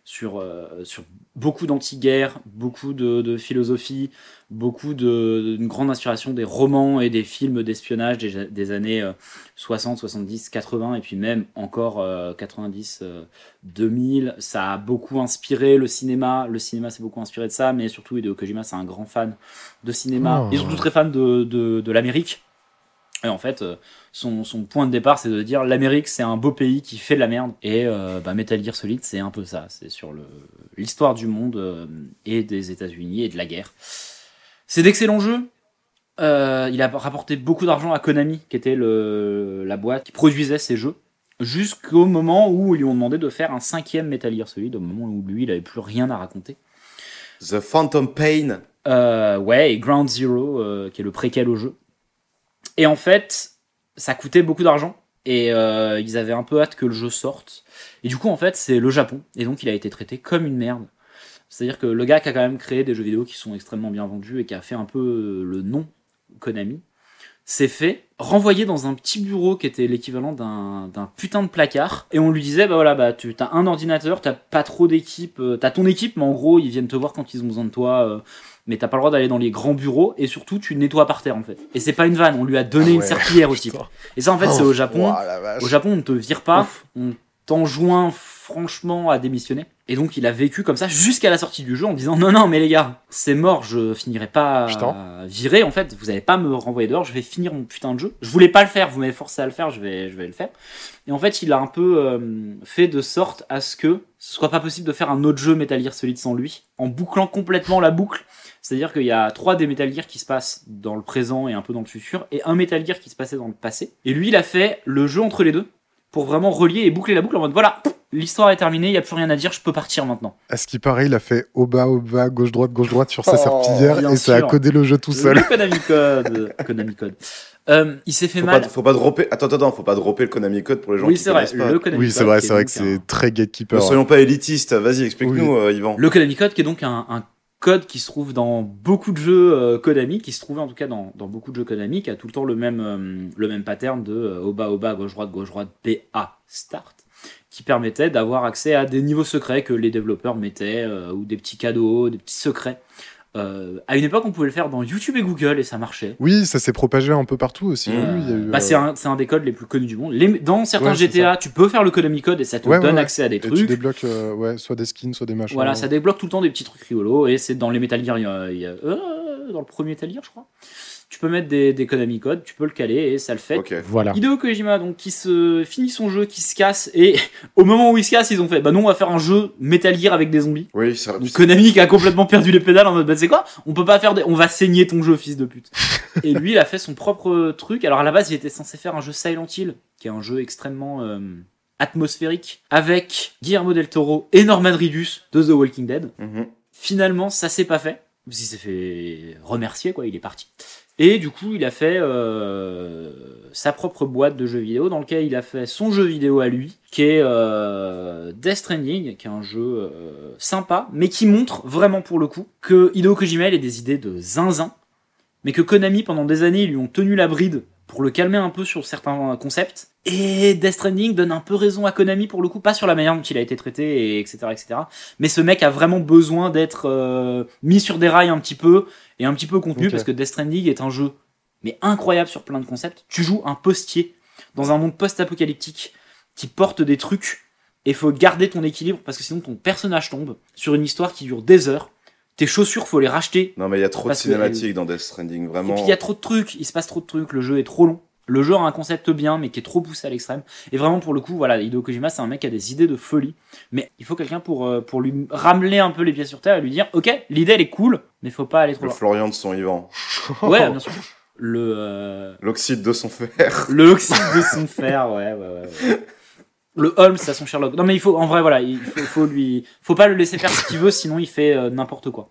[SPEAKER 2] sur, euh, sur beaucoup d'anti-guerre, beaucoup de, de philosophie, beaucoup de, d'une grande inspiration des romans et des films d'espionnage des, des années euh, 60, 70, 80 et puis même encore euh, 90, euh, 2000. Ça a beaucoup inspiré le cinéma. Le cinéma s'est beaucoup inspiré de ça, mais surtout Hideo Kojima, c'est un grand fan de cinéma
[SPEAKER 4] Oh.
[SPEAKER 2] et surtout très fan de, de, de l'Amérique. Et en fait, euh, son, son point de départ, c'est de dire l'Amérique, c'est un beau pays qui fait de la merde. Et euh, bah, Metal Gear Solid, c'est un peu ça. C'est sur le- l'histoire du monde euh, et des États-Unis et de la guerre. C'est d'excellents jeux. Euh, il a rapporté beaucoup d'argent à Konami, qui était le, la boîte qui produisait ces jeux, jusqu'au moment où ils lui ont demandé de faire un cinquième Metal Gear Solid, au moment où lui, il avait plus rien à raconter.
[SPEAKER 5] The Phantom Pain.
[SPEAKER 2] Euh, ouais, et Ground Zero, euh, qui est le préquel au jeu. Et en fait, ça coûtait beaucoup d'argent. Et euh, ils avaient un peu hâte que le jeu sorte. Et du coup, en fait, c'est le Japon. Et donc, il a été traité comme une merde. C'est-à-dire que le gars qui a quand même créé des jeux vidéo qui sont extrêmement bien vendus et qui a fait un peu euh, le nom Konami, s'est fait renvoyer dans un petit bureau qui était l'équivalent d'un d'un putain de placard. Et on lui disait, bah voilà, bah tu as un ordinateur, t'as pas trop d'équipe, euh, t'as ton équipe, mais en gros, ils viennent te voir quand ils ont besoin de toi. euh, mais t'as pas le droit d'aller dans les grands bureaux et surtout tu nettoies par terre en fait. Et c'est pas une vanne, on lui a donné
[SPEAKER 4] Ah
[SPEAKER 2] une
[SPEAKER 4] ouais,
[SPEAKER 2] serpillière aussi.
[SPEAKER 4] putain. Oh,
[SPEAKER 2] Et ça en fait c'est au Japon.
[SPEAKER 4] Ouah, la vache.
[SPEAKER 2] Au Japon, on ne te vire pas, on t'enjoint franchement à démissionner. Et donc, il a vécu comme ça jusqu'à la sortie du jeu en disant non, non, mais les gars, c'est mort, je finirai pas
[SPEAKER 4] Putain.
[SPEAKER 2] virer. En fait, vous n'allez pas me renvoyer dehors, je vais finir mon putain de jeu. Je voulais pas le faire, vous m'avez forcé à le faire, je vais, je vais le faire. Et en fait, il a un peu euh, fait de sorte à ce que ce soit pas possible de faire un autre jeu Metal Gear Solid sans lui, en bouclant complètement la boucle. C'est-à-dire qu'il y a trois des Metal Gear qui se passent dans le présent et un peu dans le futur, et un Metal Gear qui se passait dans le passé. Et lui, il a fait le jeu entre les deux pour vraiment relier et boucler la boucle en mode voilà, l'histoire est terminée, il n'y a plus rien à dire, je peux partir maintenant.
[SPEAKER 4] À ce qui paraît, il a fait au bas, au bas, gauche, droite, gauche, droite sur sa
[SPEAKER 5] Oh,
[SPEAKER 4] serpillière
[SPEAKER 2] bien
[SPEAKER 4] et ça a
[SPEAKER 2] sûr.
[SPEAKER 4] codé le jeu tout seul.
[SPEAKER 2] Le Konami Code. Konami Code. Euh, il s'est fait
[SPEAKER 5] Faut pas,
[SPEAKER 2] mal.
[SPEAKER 5] faut pas dropper. Attends, attends, attends, faut pas dropper le Konami Code pour les gens
[SPEAKER 2] Oui,
[SPEAKER 5] qui
[SPEAKER 2] c'est vrai.
[SPEAKER 5] connaissent pas.
[SPEAKER 2] Le Konami
[SPEAKER 4] Oui, c'est
[SPEAKER 2] Code,
[SPEAKER 4] vrai,
[SPEAKER 2] qui
[SPEAKER 4] c'est
[SPEAKER 2] est
[SPEAKER 4] vrai
[SPEAKER 2] donc hein.
[SPEAKER 4] que
[SPEAKER 2] un-
[SPEAKER 4] c'est très
[SPEAKER 5] Ne
[SPEAKER 4] gatekeeper. hein.
[SPEAKER 5] soyons pas élitistes. Vas-y, explique-nous, euh, Yvan.
[SPEAKER 2] Le Konami Code, qui est donc un, un code qui se trouve dans beaucoup de jeux euh, Konami, qui se trouvait en tout cas dans, dans beaucoup de jeux Konami, qui a tout le temps le même, euh, le même pattern de euh, au bas, au bas, gauche, droite, gauche, droite, PA, start, qui permettait d'avoir accès à des niveaux secrets que les développeurs mettaient, euh, ou des petits cadeaux, des petits secrets. Euh, à une époque, on pouvait le faire dans YouTube et Google et ça marchait.
[SPEAKER 4] Oui, ça s'est propagé un peu partout aussi.
[SPEAKER 5] Mmh.
[SPEAKER 4] Oui, oui, il y a eu,
[SPEAKER 2] Bah,
[SPEAKER 4] euh,
[SPEAKER 2] c'est un, c'est un des codes les plus connus du monde. Les- dans certains
[SPEAKER 4] Ouais, c'est
[SPEAKER 2] GTA, tu peux faire le Konami Code et ça te
[SPEAKER 4] Ouais, ouais,
[SPEAKER 2] donne
[SPEAKER 4] ouais.
[SPEAKER 2] accès à des
[SPEAKER 4] et
[SPEAKER 2] trucs.
[SPEAKER 4] tu débloques euh, ouais, soit des skins, soit des machins. hein.
[SPEAKER 2] Voilà, ça débloque tout le temps des petits trucs rigolos. Et c'est dans les Metal Gear, il y a, il y a- euh, dans le premier Metal Gear, je crois. Tu peux mettre des, des Konami codes, tu peux le caler et ça le fait.
[SPEAKER 5] Ok.
[SPEAKER 4] Voilà.
[SPEAKER 2] Hideo Kojima, donc, qui se finit son jeu, qui se casse. Et au moment où il se casse, ils ont fait Bah non, on va faire un jeu Metal Gear avec des zombies.
[SPEAKER 5] Oui, ça.
[SPEAKER 2] Donc, Konami qui a complètement perdu les pédales en mode Bah c'est quoi On peut pas faire des. On va saigner ton jeu, fils de pute. et lui, il a fait son propre truc. Alors à la base, il était censé faire un jeu Silent Hill, qui est un jeu extrêmement. euh, atmosphérique avec Guillermo del Toro et Norman Reedus de The Walking Dead
[SPEAKER 5] Mhm.
[SPEAKER 2] finalement ça s'est pas fait il s'est fait remercier quoi il est parti Et du coup, il a fait euh, sa propre boîte de jeux vidéo dans lequel il a fait son jeu vidéo à lui, qui est euh, Death Stranding, qui est un jeu euh, sympa, mais qui montre vraiment pour le coup que Hideo Kojima il a des idées de zinzin, mais que Konami pendant des années ils lui ont tenu la bride pour le calmer un peu sur certains concepts. Et Death Stranding donne un peu raison à Konami pour le coup, pas sur la manière dont il a été traité, et etc., etc. Mais ce mec a vraiment besoin d'être euh, mis sur des rails un petit peu et un petit peu contenu
[SPEAKER 4] Ok.
[SPEAKER 2] parce que Death Stranding est un jeu mais incroyable sur plein de concepts. Tu joues un postier dans un monde post-apocalyptique qui porte des trucs et faut garder ton équilibre parce que sinon ton personnage tombe sur une histoire qui dure des heures. Tes chaussures, faut les racheter
[SPEAKER 5] Non, mais il y a trop
[SPEAKER 2] Parce
[SPEAKER 5] de
[SPEAKER 2] que-
[SPEAKER 5] cinématiques dans Death Stranding,
[SPEAKER 2] et
[SPEAKER 5] vraiment.
[SPEAKER 2] puis il y a trop de trucs, il se passe trop de trucs, le jeu est trop long. Le jeu a un concept bien, mais qui est trop poussé à l'extrême. Et vraiment, pour le coup, voilà, Hideo Kojima, c'est un mec qui a des idées de folie. Mais il faut quelqu'un pour, euh, pour lui ramener un peu les pieds sur terre et lui dire Ok, l'idée, elle est cool, mais faut pas aller trop
[SPEAKER 5] Le
[SPEAKER 2] loin.
[SPEAKER 5] Florian de son Yvan,
[SPEAKER 2] Ouais, bien sûr. Le, euh,
[SPEAKER 5] l'oxyde de son fer.
[SPEAKER 2] le oxyde de son fer, ouais, ouais, ouais. ouais. Le Holmes à son Sherlock. Non, mais il faut, en vrai, voilà, il faut, faut lui, faut pas le laisser faire ce qu'il veut, sinon il fait euh, n'importe quoi.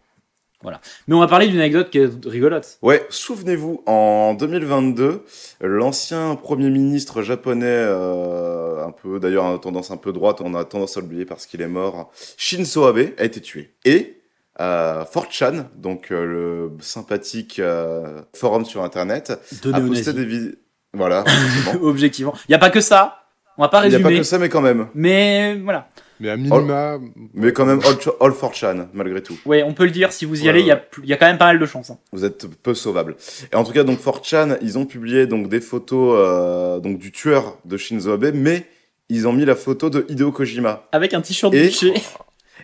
[SPEAKER 2] Voilà. Mais on va parler d'une anecdote qui est rigolote.
[SPEAKER 5] Ouais, souvenez-vous, en 2022, l'ancien premier ministre japonais, euh, un peu, d'ailleurs, à tendance un peu droite, on a tendance à l'oublier parce qu'il est mort, Shinzo Abe a été tué. Et euh, 4chan, donc euh, le sympathique euh, forum sur Internet,
[SPEAKER 2] De
[SPEAKER 5] a
[SPEAKER 2] néo-nazis.
[SPEAKER 5] posté des vidéos. Voilà, exactement.
[SPEAKER 2] objectivement. Il n'y a pas que ça. On va pas
[SPEAKER 5] Il n'y a pas
[SPEAKER 2] résumer.
[SPEAKER 5] que ça, mais quand même.
[SPEAKER 2] Mais voilà.
[SPEAKER 4] Mais à minima.
[SPEAKER 5] Mais quand même, all, all 4chan, malgré tout.
[SPEAKER 2] Ouais, on peut le dire. Si vous y
[SPEAKER 5] Ouais,
[SPEAKER 2] allez, il y, a
[SPEAKER 5] ouais.
[SPEAKER 2] plus- il y a quand même pas mal de chances. hein.
[SPEAKER 5] Vous êtes peu sauvable. Et en tout cas, donc 4chan, ils ont publié donc des photos euh, donc du tueur de Shinzo Abe, mais ils ont mis la photo de Hideo Kojima.
[SPEAKER 2] Avec un t-shirt
[SPEAKER 5] Et-
[SPEAKER 2] bouché.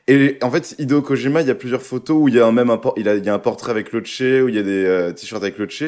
[SPEAKER 5] Et en fait, Hideo Kojima, il y a plusieurs photos où il y a un même un por- il, a, il y a un portrait avec Loche, où il y a des euh, t-shirts avec Loche.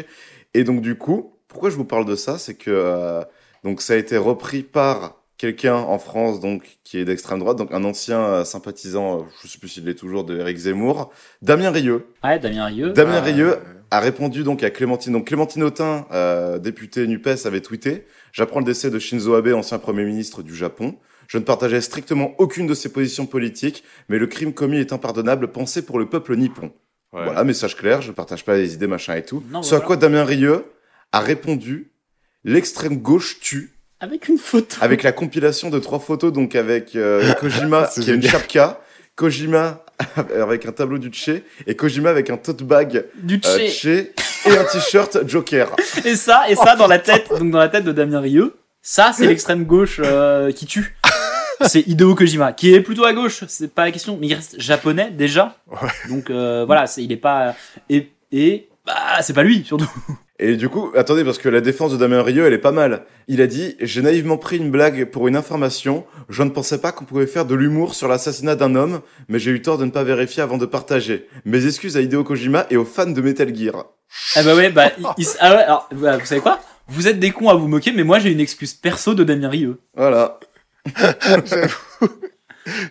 [SPEAKER 5] Et donc du coup, pourquoi je vous parle de ça, c'est que euh, donc ça a été repris par quelqu'un en France donc qui est d'extrême droite, donc un ancien euh, sympathisant, euh, je sais plus s'il l'est toujours, de Eric Zemmour, Damien Rieu.
[SPEAKER 2] Ouais, Damien Rieu.
[SPEAKER 5] Damien Rieu a répondu donc à Clémentine. Donc Clémentine Autain, euh, députée NUPES, avait tweeté « J'apprends le décès de Shinzo Abe, ancien Premier ministre du Japon. Je ne partageais strictement aucune de ses positions politiques, mais le crime commis est impardonnable, pensé pour le peuple nippon. Voilà, message clair, je ne partage pas les idées, machin et tout.
[SPEAKER 2] Non,
[SPEAKER 5] Ce
[SPEAKER 2] voilà.
[SPEAKER 5] à quoi Damien Rieu a répondu « L'extrême gauche tue »
[SPEAKER 2] Avec une photo.
[SPEAKER 5] avec la compilation de trois photos, donc avec euh, Kojima
[SPEAKER 4] C'est
[SPEAKER 5] qui a une chapka, Kojima avec un tableau du Tché, et Kojima avec un tote bag
[SPEAKER 2] Du
[SPEAKER 5] euh,
[SPEAKER 2] tché.
[SPEAKER 5] Tché et un t-shirt Joker.
[SPEAKER 2] et ça, et
[SPEAKER 5] Oh,
[SPEAKER 2] ça dans la tête. Donc dans la tête de Damien Rieu. Ça, c'est l'extrême gauche euh, qui tue. C'est Hideo Kojima, qui est plutôt à gauche, c'est pas la question, mais il reste japonais déjà.
[SPEAKER 4] Ouais.
[SPEAKER 2] Donc euh, voilà, c'est- il est pas. Et, et bah, c'est pas lui, surtout.
[SPEAKER 5] Et du coup, attendez, parce que la défense de Damien Rieu, elle est pas mal. Il a dit J'ai naïvement pris une blague pour une information. Je ne pensais pas qu'on pouvait faire de l'humour sur l'assassinat d'un homme, mais j'ai eu tort de ne pas vérifier avant de partager. Mes excuses à Hideo Kojima et aux fans de Metal Gear.
[SPEAKER 2] Ah bah ouais, bah, il- il s- ah ouais, alors, bah, vous savez quoi Vous êtes des cons à vous moquer, mais moi j'ai une excuse perso de Damien Rieu.
[SPEAKER 5] Voilà.
[SPEAKER 4] Je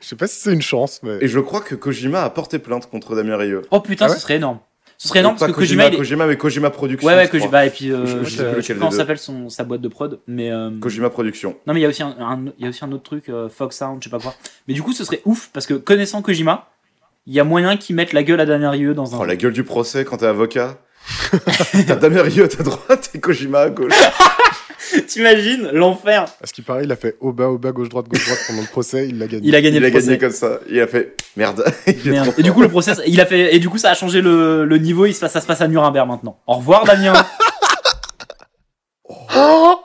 [SPEAKER 4] sais pas si c'est une chance, mais.
[SPEAKER 5] Et je crois que Kojima a porté plainte contre Damien Rieu.
[SPEAKER 2] Oh putain,
[SPEAKER 4] Ah ouais
[SPEAKER 2] ce serait énorme. Ce serait énorme
[SPEAKER 5] Et
[SPEAKER 2] parce
[SPEAKER 5] pas
[SPEAKER 2] que Kojima, il est...
[SPEAKER 5] Kojima, mais Kojima Productions.
[SPEAKER 2] Ouais, ouais,
[SPEAKER 5] je crois.
[SPEAKER 2] Kojima, et puis euh,
[SPEAKER 5] Je sais
[SPEAKER 2] je,
[SPEAKER 5] plus lequel
[SPEAKER 2] je sais
[SPEAKER 5] des
[SPEAKER 2] pas comment
[SPEAKER 5] deux.
[SPEAKER 2] s'appelle son, sa boîte de prod, mais... euh,
[SPEAKER 5] Kojima Productions.
[SPEAKER 2] Non mais il y a aussi un, un- il y a aussi un autre truc, euh, Fox Sound, je sais pas quoi. Mais du coup, ce serait ouf, parce que connaissant Kojima, il y a moyen qu'il mette la gueule à Damien Rieu dans un...
[SPEAKER 5] Oh, la gueule du procès quand t'es avocat. t'as Damien Rieu à ta droite et Kojima à gauche.
[SPEAKER 2] T'imagines l'enfer
[SPEAKER 4] À ce qui paraît, il a fait au bas, au bas, gauche, droite, gauche, droite pendant le procès, il l'a gagné.
[SPEAKER 2] Il a gagné
[SPEAKER 5] il
[SPEAKER 2] le
[SPEAKER 5] a
[SPEAKER 2] procès.
[SPEAKER 5] gagné comme ça. Il a fait merde. Il est
[SPEAKER 2] Merde.
[SPEAKER 5] trop
[SPEAKER 2] Et du
[SPEAKER 5] fort.
[SPEAKER 2] coup, le process, il a fait, et du coup, ça a changé le, le niveau, il se passe, ça se passe à Nuremberg maintenant. Au revoir, Damien.
[SPEAKER 5] Oh.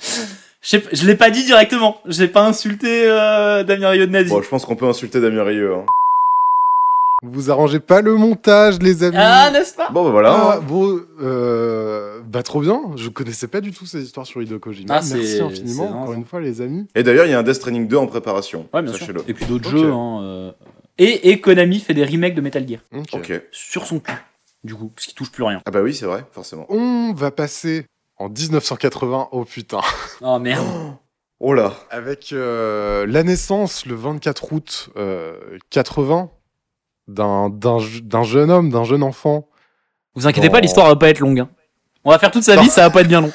[SPEAKER 2] Je, sais p- je l'ai pas dit directement. J'ai pas insulté euh, Damien Rieu de Nazi.
[SPEAKER 5] Bon, je pense qu'on peut insulter Damien Rieu. hein.
[SPEAKER 4] Vous arrangez pas le montage, les amis.
[SPEAKER 2] ah, n'est-ce pas
[SPEAKER 5] Bon, bah voilà.
[SPEAKER 4] Ah, bon, euh, bah trop bien. Je connaissais pas du tout ces histoires sur Hideo Kojima.
[SPEAKER 2] Ah, c'est-
[SPEAKER 4] Merci
[SPEAKER 2] c'est
[SPEAKER 4] infiniment,
[SPEAKER 2] dingue.
[SPEAKER 4] encore une fois, les amis.
[SPEAKER 5] Et d'ailleurs, il y a un Death Stranding 2 en préparation.
[SPEAKER 2] Ouais, bien sûr.
[SPEAKER 5] Sachez-le.
[SPEAKER 2] Et puis d'autres
[SPEAKER 4] Ok.
[SPEAKER 2] jeux. Hein, euh. et, et Konami fait des remakes de Metal Gear
[SPEAKER 4] Ok.
[SPEAKER 5] Ok.
[SPEAKER 2] sur son cul. Du coup, parce qu'il touche plus rien.
[SPEAKER 5] Ah bah oui, c'est vrai, forcément.
[SPEAKER 4] On va passer en 1980. Oh putain.
[SPEAKER 2] Oh merde.
[SPEAKER 5] Oh là.
[SPEAKER 4] Avec euh, la naissance le 24 août euh, 80 d'un d'un je- d'un jeune homme, d'un jeune enfant.
[SPEAKER 2] Vous inquiétez
[SPEAKER 4] Bon.
[SPEAKER 5] Oh.
[SPEAKER 2] pas, l'histoire va pas être longue. hein. On va faire toute sa vie, ça va pas être bien long.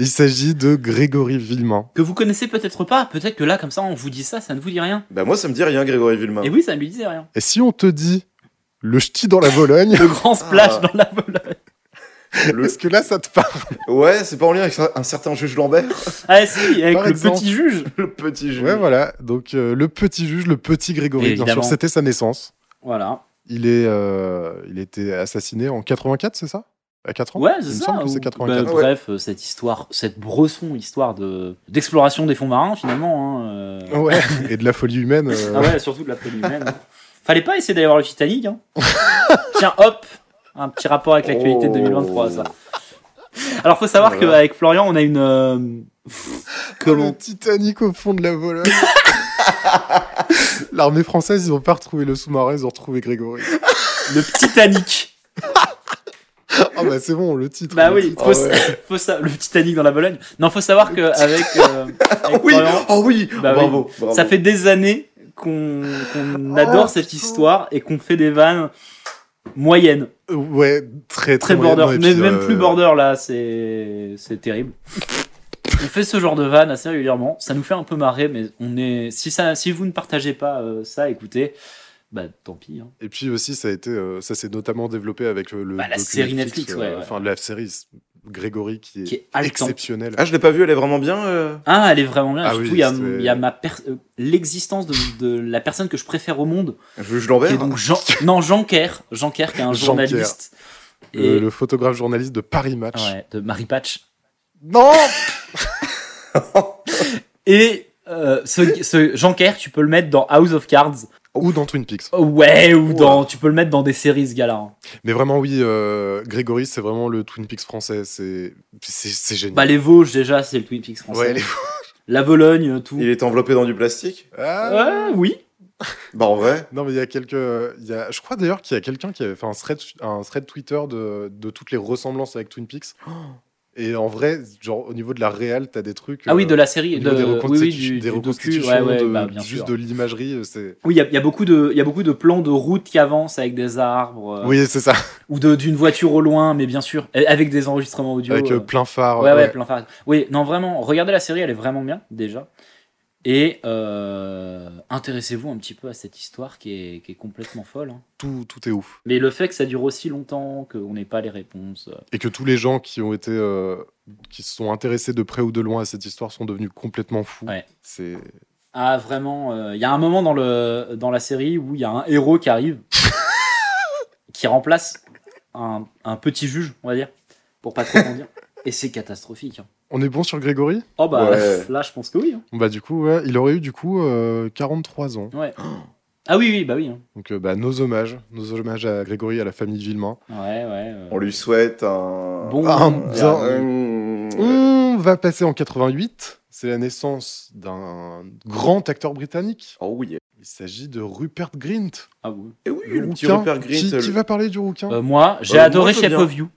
[SPEAKER 4] Il s'agit de Grégory Villemin.
[SPEAKER 2] Que vous connaissez peut-être pas. Peut-être que là, comme ça, on vous dit ça, ça ne vous dit rien.
[SPEAKER 5] Bah moi, ça me dit rien, Grégory Villemin.
[SPEAKER 2] Et oui, ça ne lui disait rien.
[SPEAKER 4] Et si on te dit le ch'ti dans la Vologne.
[SPEAKER 2] Le grand splash
[SPEAKER 5] Ah.
[SPEAKER 2] dans la Vologne.
[SPEAKER 5] Le-
[SPEAKER 4] Est-ce que là, ça te parle
[SPEAKER 5] Ouais, c'est pas en lien avec un certain juge Lambert,
[SPEAKER 2] Ah si, avec
[SPEAKER 4] Par
[SPEAKER 2] le
[SPEAKER 4] exemple.
[SPEAKER 2] petit juge.
[SPEAKER 5] le petit juge.
[SPEAKER 4] Ouais, voilà. Donc, euh, le petit juge, le petit Grégory, bien
[SPEAKER 2] Évidemment.
[SPEAKER 4] sûr, c'était sa naissance.
[SPEAKER 2] Voilà.
[SPEAKER 4] Il, est, euh, il était assassiné en 84, c'est ça À 4 ans
[SPEAKER 2] Ouais,
[SPEAKER 4] Il
[SPEAKER 2] c'est
[SPEAKER 4] me
[SPEAKER 2] ça.
[SPEAKER 4] semble que
[SPEAKER 2] ou-
[SPEAKER 4] c'est 84.
[SPEAKER 2] bah,
[SPEAKER 5] ouais.
[SPEAKER 2] Bref, euh, cette histoire, cette bresson histoire de d'exploration des fonds marins finalement. hein, euh.
[SPEAKER 4] Ouais, et de la folie humaine. euh,
[SPEAKER 2] Ah ouais, surtout de la folie humaine. hein. Fallait pas essayer d'aller voir le Titanic. hein. Tiens, hop, un petit rapport avec l'actualité
[SPEAKER 4] Oh.
[SPEAKER 2] de 2023, ça. Alors, faut savoir
[SPEAKER 5] Voilà.
[SPEAKER 2] qu'avec Florian, on a une. euh, Comment
[SPEAKER 4] Le Titanic au fond de la Vologne. L'armée française, ils ont pas retrouvé le sous-marin, ils ont retrouvé Grégory.
[SPEAKER 2] Le Titanic.
[SPEAKER 4] Ah bah c'est bon, le titre.
[SPEAKER 2] Bah
[SPEAKER 4] le
[SPEAKER 2] oui,
[SPEAKER 4] titre.
[SPEAKER 2] faut, sa- faut sa- le Titanic dans la Bologne. Non, faut savoir qu'avec euh, avec
[SPEAKER 5] Oui,
[SPEAKER 2] Florian,
[SPEAKER 5] oh oui,
[SPEAKER 2] Bah oui.
[SPEAKER 5] bravo, bravo.
[SPEAKER 2] ça fait des années qu'on qu'on
[SPEAKER 4] Oh,
[SPEAKER 2] adore cette
[SPEAKER 4] putain.
[SPEAKER 2] histoire et qu'on fait des vannes moyennes,
[SPEAKER 4] Euh, Ouais, très très,
[SPEAKER 2] très
[SPEAKER 4] moyen, non,
[SPEAKER 2] border,
[SPEAKER 4] et
[SPEAKER 2] mais
[SPEAKER 4] puis,
[SPEAKER 2] même
[SPEAKER 4] euh,
[SPEAKER 2] plus border là, c'est c'est terrible. On fait ce genre de vannes assez régulièrement, ça nous fait un peu marrer, mais on est si ça, si vous ne partagez pas euh, ça, écoutez, bah tant pis. hein.
[SPEAKER 4] Et puis aussi, ça a été, euh, ça s'est notamment développé avec euh, le.
[SPEAKER 2] Bah, la
[SPEAKER 4] docu
[SPEAKER 2] série Netflix, ouais,
[SPEAKER 4] euh,
[SPEAKER 2] ouais.
[SPEAKER 4] Enfin, la série s- Grégory qui est,
[SPEAKER 2] Qui est haletant.
[SPEAKER 4] exceptionnelle.
[SPEAKER 5] Ah, je l'ai pas vu, elle est vraiment bien. euh.
[SPEAKER 2] Ah, elle est vraiment bien. et
[SPEAKER 4] Ah
[SPEAKER 2] surtout,
[SPEAKER 4] oui,
[SPEAKER 2] il y a,
[SPEAKER 4] c'est-
[SPEAKER 2] il y a ma per- euh, l'existence de, de la personne que je préfère au monde,
[SPEAKER 5] Juge
[SPEAKER 2] qui est
[SPEAKER 5] Lambert.
[SPEAKER 2] donc Jean, non Jean Kerr, Jean Kerr qui est un
[SPEAKER 4] Jean
[SPEAKER 2] journaliste
[SPEAKER 4] le,
[SPEAKER 2] et
[SPEAKER 4] Euh, le photographe journaliste de Paris Match.
[SPEAKER 2] ouais, de Marie Patch.
[SPEAKER 4] Non
[SPEAKER 2] Et euh, ce, ce Jean Kerr, tu peux le mettre dans House of Cards.
[SPEAKER 4] Ou dans Twin Peaks.
[SPEAKER 2] Ouais, ou dans, tu peux le mettre dans des séries, ce gars-là. hein.
[SPEAKER 4] Mais vraiment, oui, euh, Grégory, c'est vraiment le Twin Peaks français. C'est c'est- c'est génial.
[SPEAKER 2] Bah, les Vosges, déjà, c'est le Twin Peaks français.
[SPEAKER 4] Ouais, les-
[SPEAKER 2] La Vologne, euh, tout.
[SPEAKER 5] Il est enveloppé dans du plastique.
[SPEAKER 4] Ah.
[SPEAKER 2] Ouais, oui.
[SPEAKER 5] Bah, en vrai.
[SPEAKER 4] Non, mais il y a quelques. il Y a, je crois d'ailleurs qu'il y a quelqu'un qui avait fait un thread, un thread Twitter de, de toutes les ressemblances avec Twin Peaks.
[SPEAKER 2] Oh.
[SPEAKER 4] Et en vrai, genre, au niveau de la réelle, t'as des trucs.
[SPEAKER 2] Ah oui,
[SPEAKER 4] euh,
[SPEAKER 2] de la
[SPEAKER 4] au
[SPEAKER 2] série. De,
[SPEAKER 4] niveau des,
[SPEAKER 2] oui, oui,
[SPEAKER 4] reconstitu-
[SPEAKER 2] du,
[SPEAKER 4] des
[SPEAKER 2] du docu.
[SPEAKER 4] reconstitutions,
[SPEAKER 2] Ouais, ouais,
[SPEAKER 4] de-
[SPEAKER 2] bah, bien sûr.
[SPEAKER 4] juste de l'imagerie. euh, c'est-
[SPEAKER 2] Oui, il y a, il y a beaucoup de, il y a beaucoup de plans de routes qui avancent avec des arbres. euh,
[SPEAKER 4] Oui, c'est ça,
[SPEAKER 2] Ou de- d'une voiture au loin, mais bien sûr, euh, avec des enregistrements audio.
[SPEAKER 4] avec
[SPEAKER 2] euh,
[SPEAKER 4] euh, plein phare.
[SPEAKER 5] Oh,
[SPEAKER 2] Ouais, ouais,
[SPEAKER 4] ouais.
[SPEAKER 2] plein phare. Oui, non, vraiment, regardez la série, elle est vraiment bien, déjà. Et euh, intéressez-vous un petit peu à cette histoire qui est, qui est complètement folle. hein.
[SPEAKER 4] Tout, tout est ouf.
[SPEAKER 2] Mais le fait que ça dure aussi longtemps, qu'on n'ait pas les réponses. euh,
[SPEAKER 4] Et que tous les gens qui ont été. euh, qui se sont intéressés de près ou de loin à cette histoire sont devenus complètement fous.
[SPEAKER 2] Ouais.
[SPEAKER 4] C'est.
[SPEAKER 2] Ah, vraiment, euh, il y a un moment dans, le, dans la série où il y a un héros qui arrive, qui remplace un, un petit juge, on va dire, pour pas trop en dire. Et c'est catastrophique. hein.
[SPEAKER 4] On est bon sur Grégory
[SPEAKER 2] Oh bah
[SPEAKER 5] Ouais.
[SPEAKER 2] là, je pense que oui. hein.
[SPEAKER 4] Bah, du coup, ouais, il aurait eu du coup euh, 43 ans.
[SPEAKER 2] Ouais. Ah oui, oui, bah oui. hein.
[SPEAKER 4] Donc, euh, bah, nos hommages. Nos hommages à Grégory, à la famille Villemain.
[SPEAKER 2] Ouais, ouais. euh,
[SPEAKER 5] On lui souhaite un.
[SPEAKER 2] Bon.
[SPEAKER 4] Ah,
[SPEAKER 2] bien. Mmh.
[SPEAKER 5] Euh,
[SPEAKER 4] On va passer en 88. C'est la naissance d'un grand acteur britannique.
[SPEAKER 5] Oh oui.
[SPEAKER 4] Il s'agit de Rupert Grint.
[SPEAKER 2] ah oui.
[SPEAKER 5] Et oui,
[SPEAKER 4] Le
[SPEAKER 5] le petit
[SPEAKER 4] rouquin.
[SPEAKER 5] repère Grint.
[SPEAKER 4] Qui, qui
[SPEAKER 5] le-
[SPEAKER 4] va parler du rouquin
[SPEAKER 2] Euh, moi, j'ai
[SPEAKER 5] Euh, moi,
[SPEAKER 2] adoré
[SPEAKER 5] je veux
[SPEAKER 2] Shape
[SPEAKER 5] bien.
[SPEAKER 2] of You.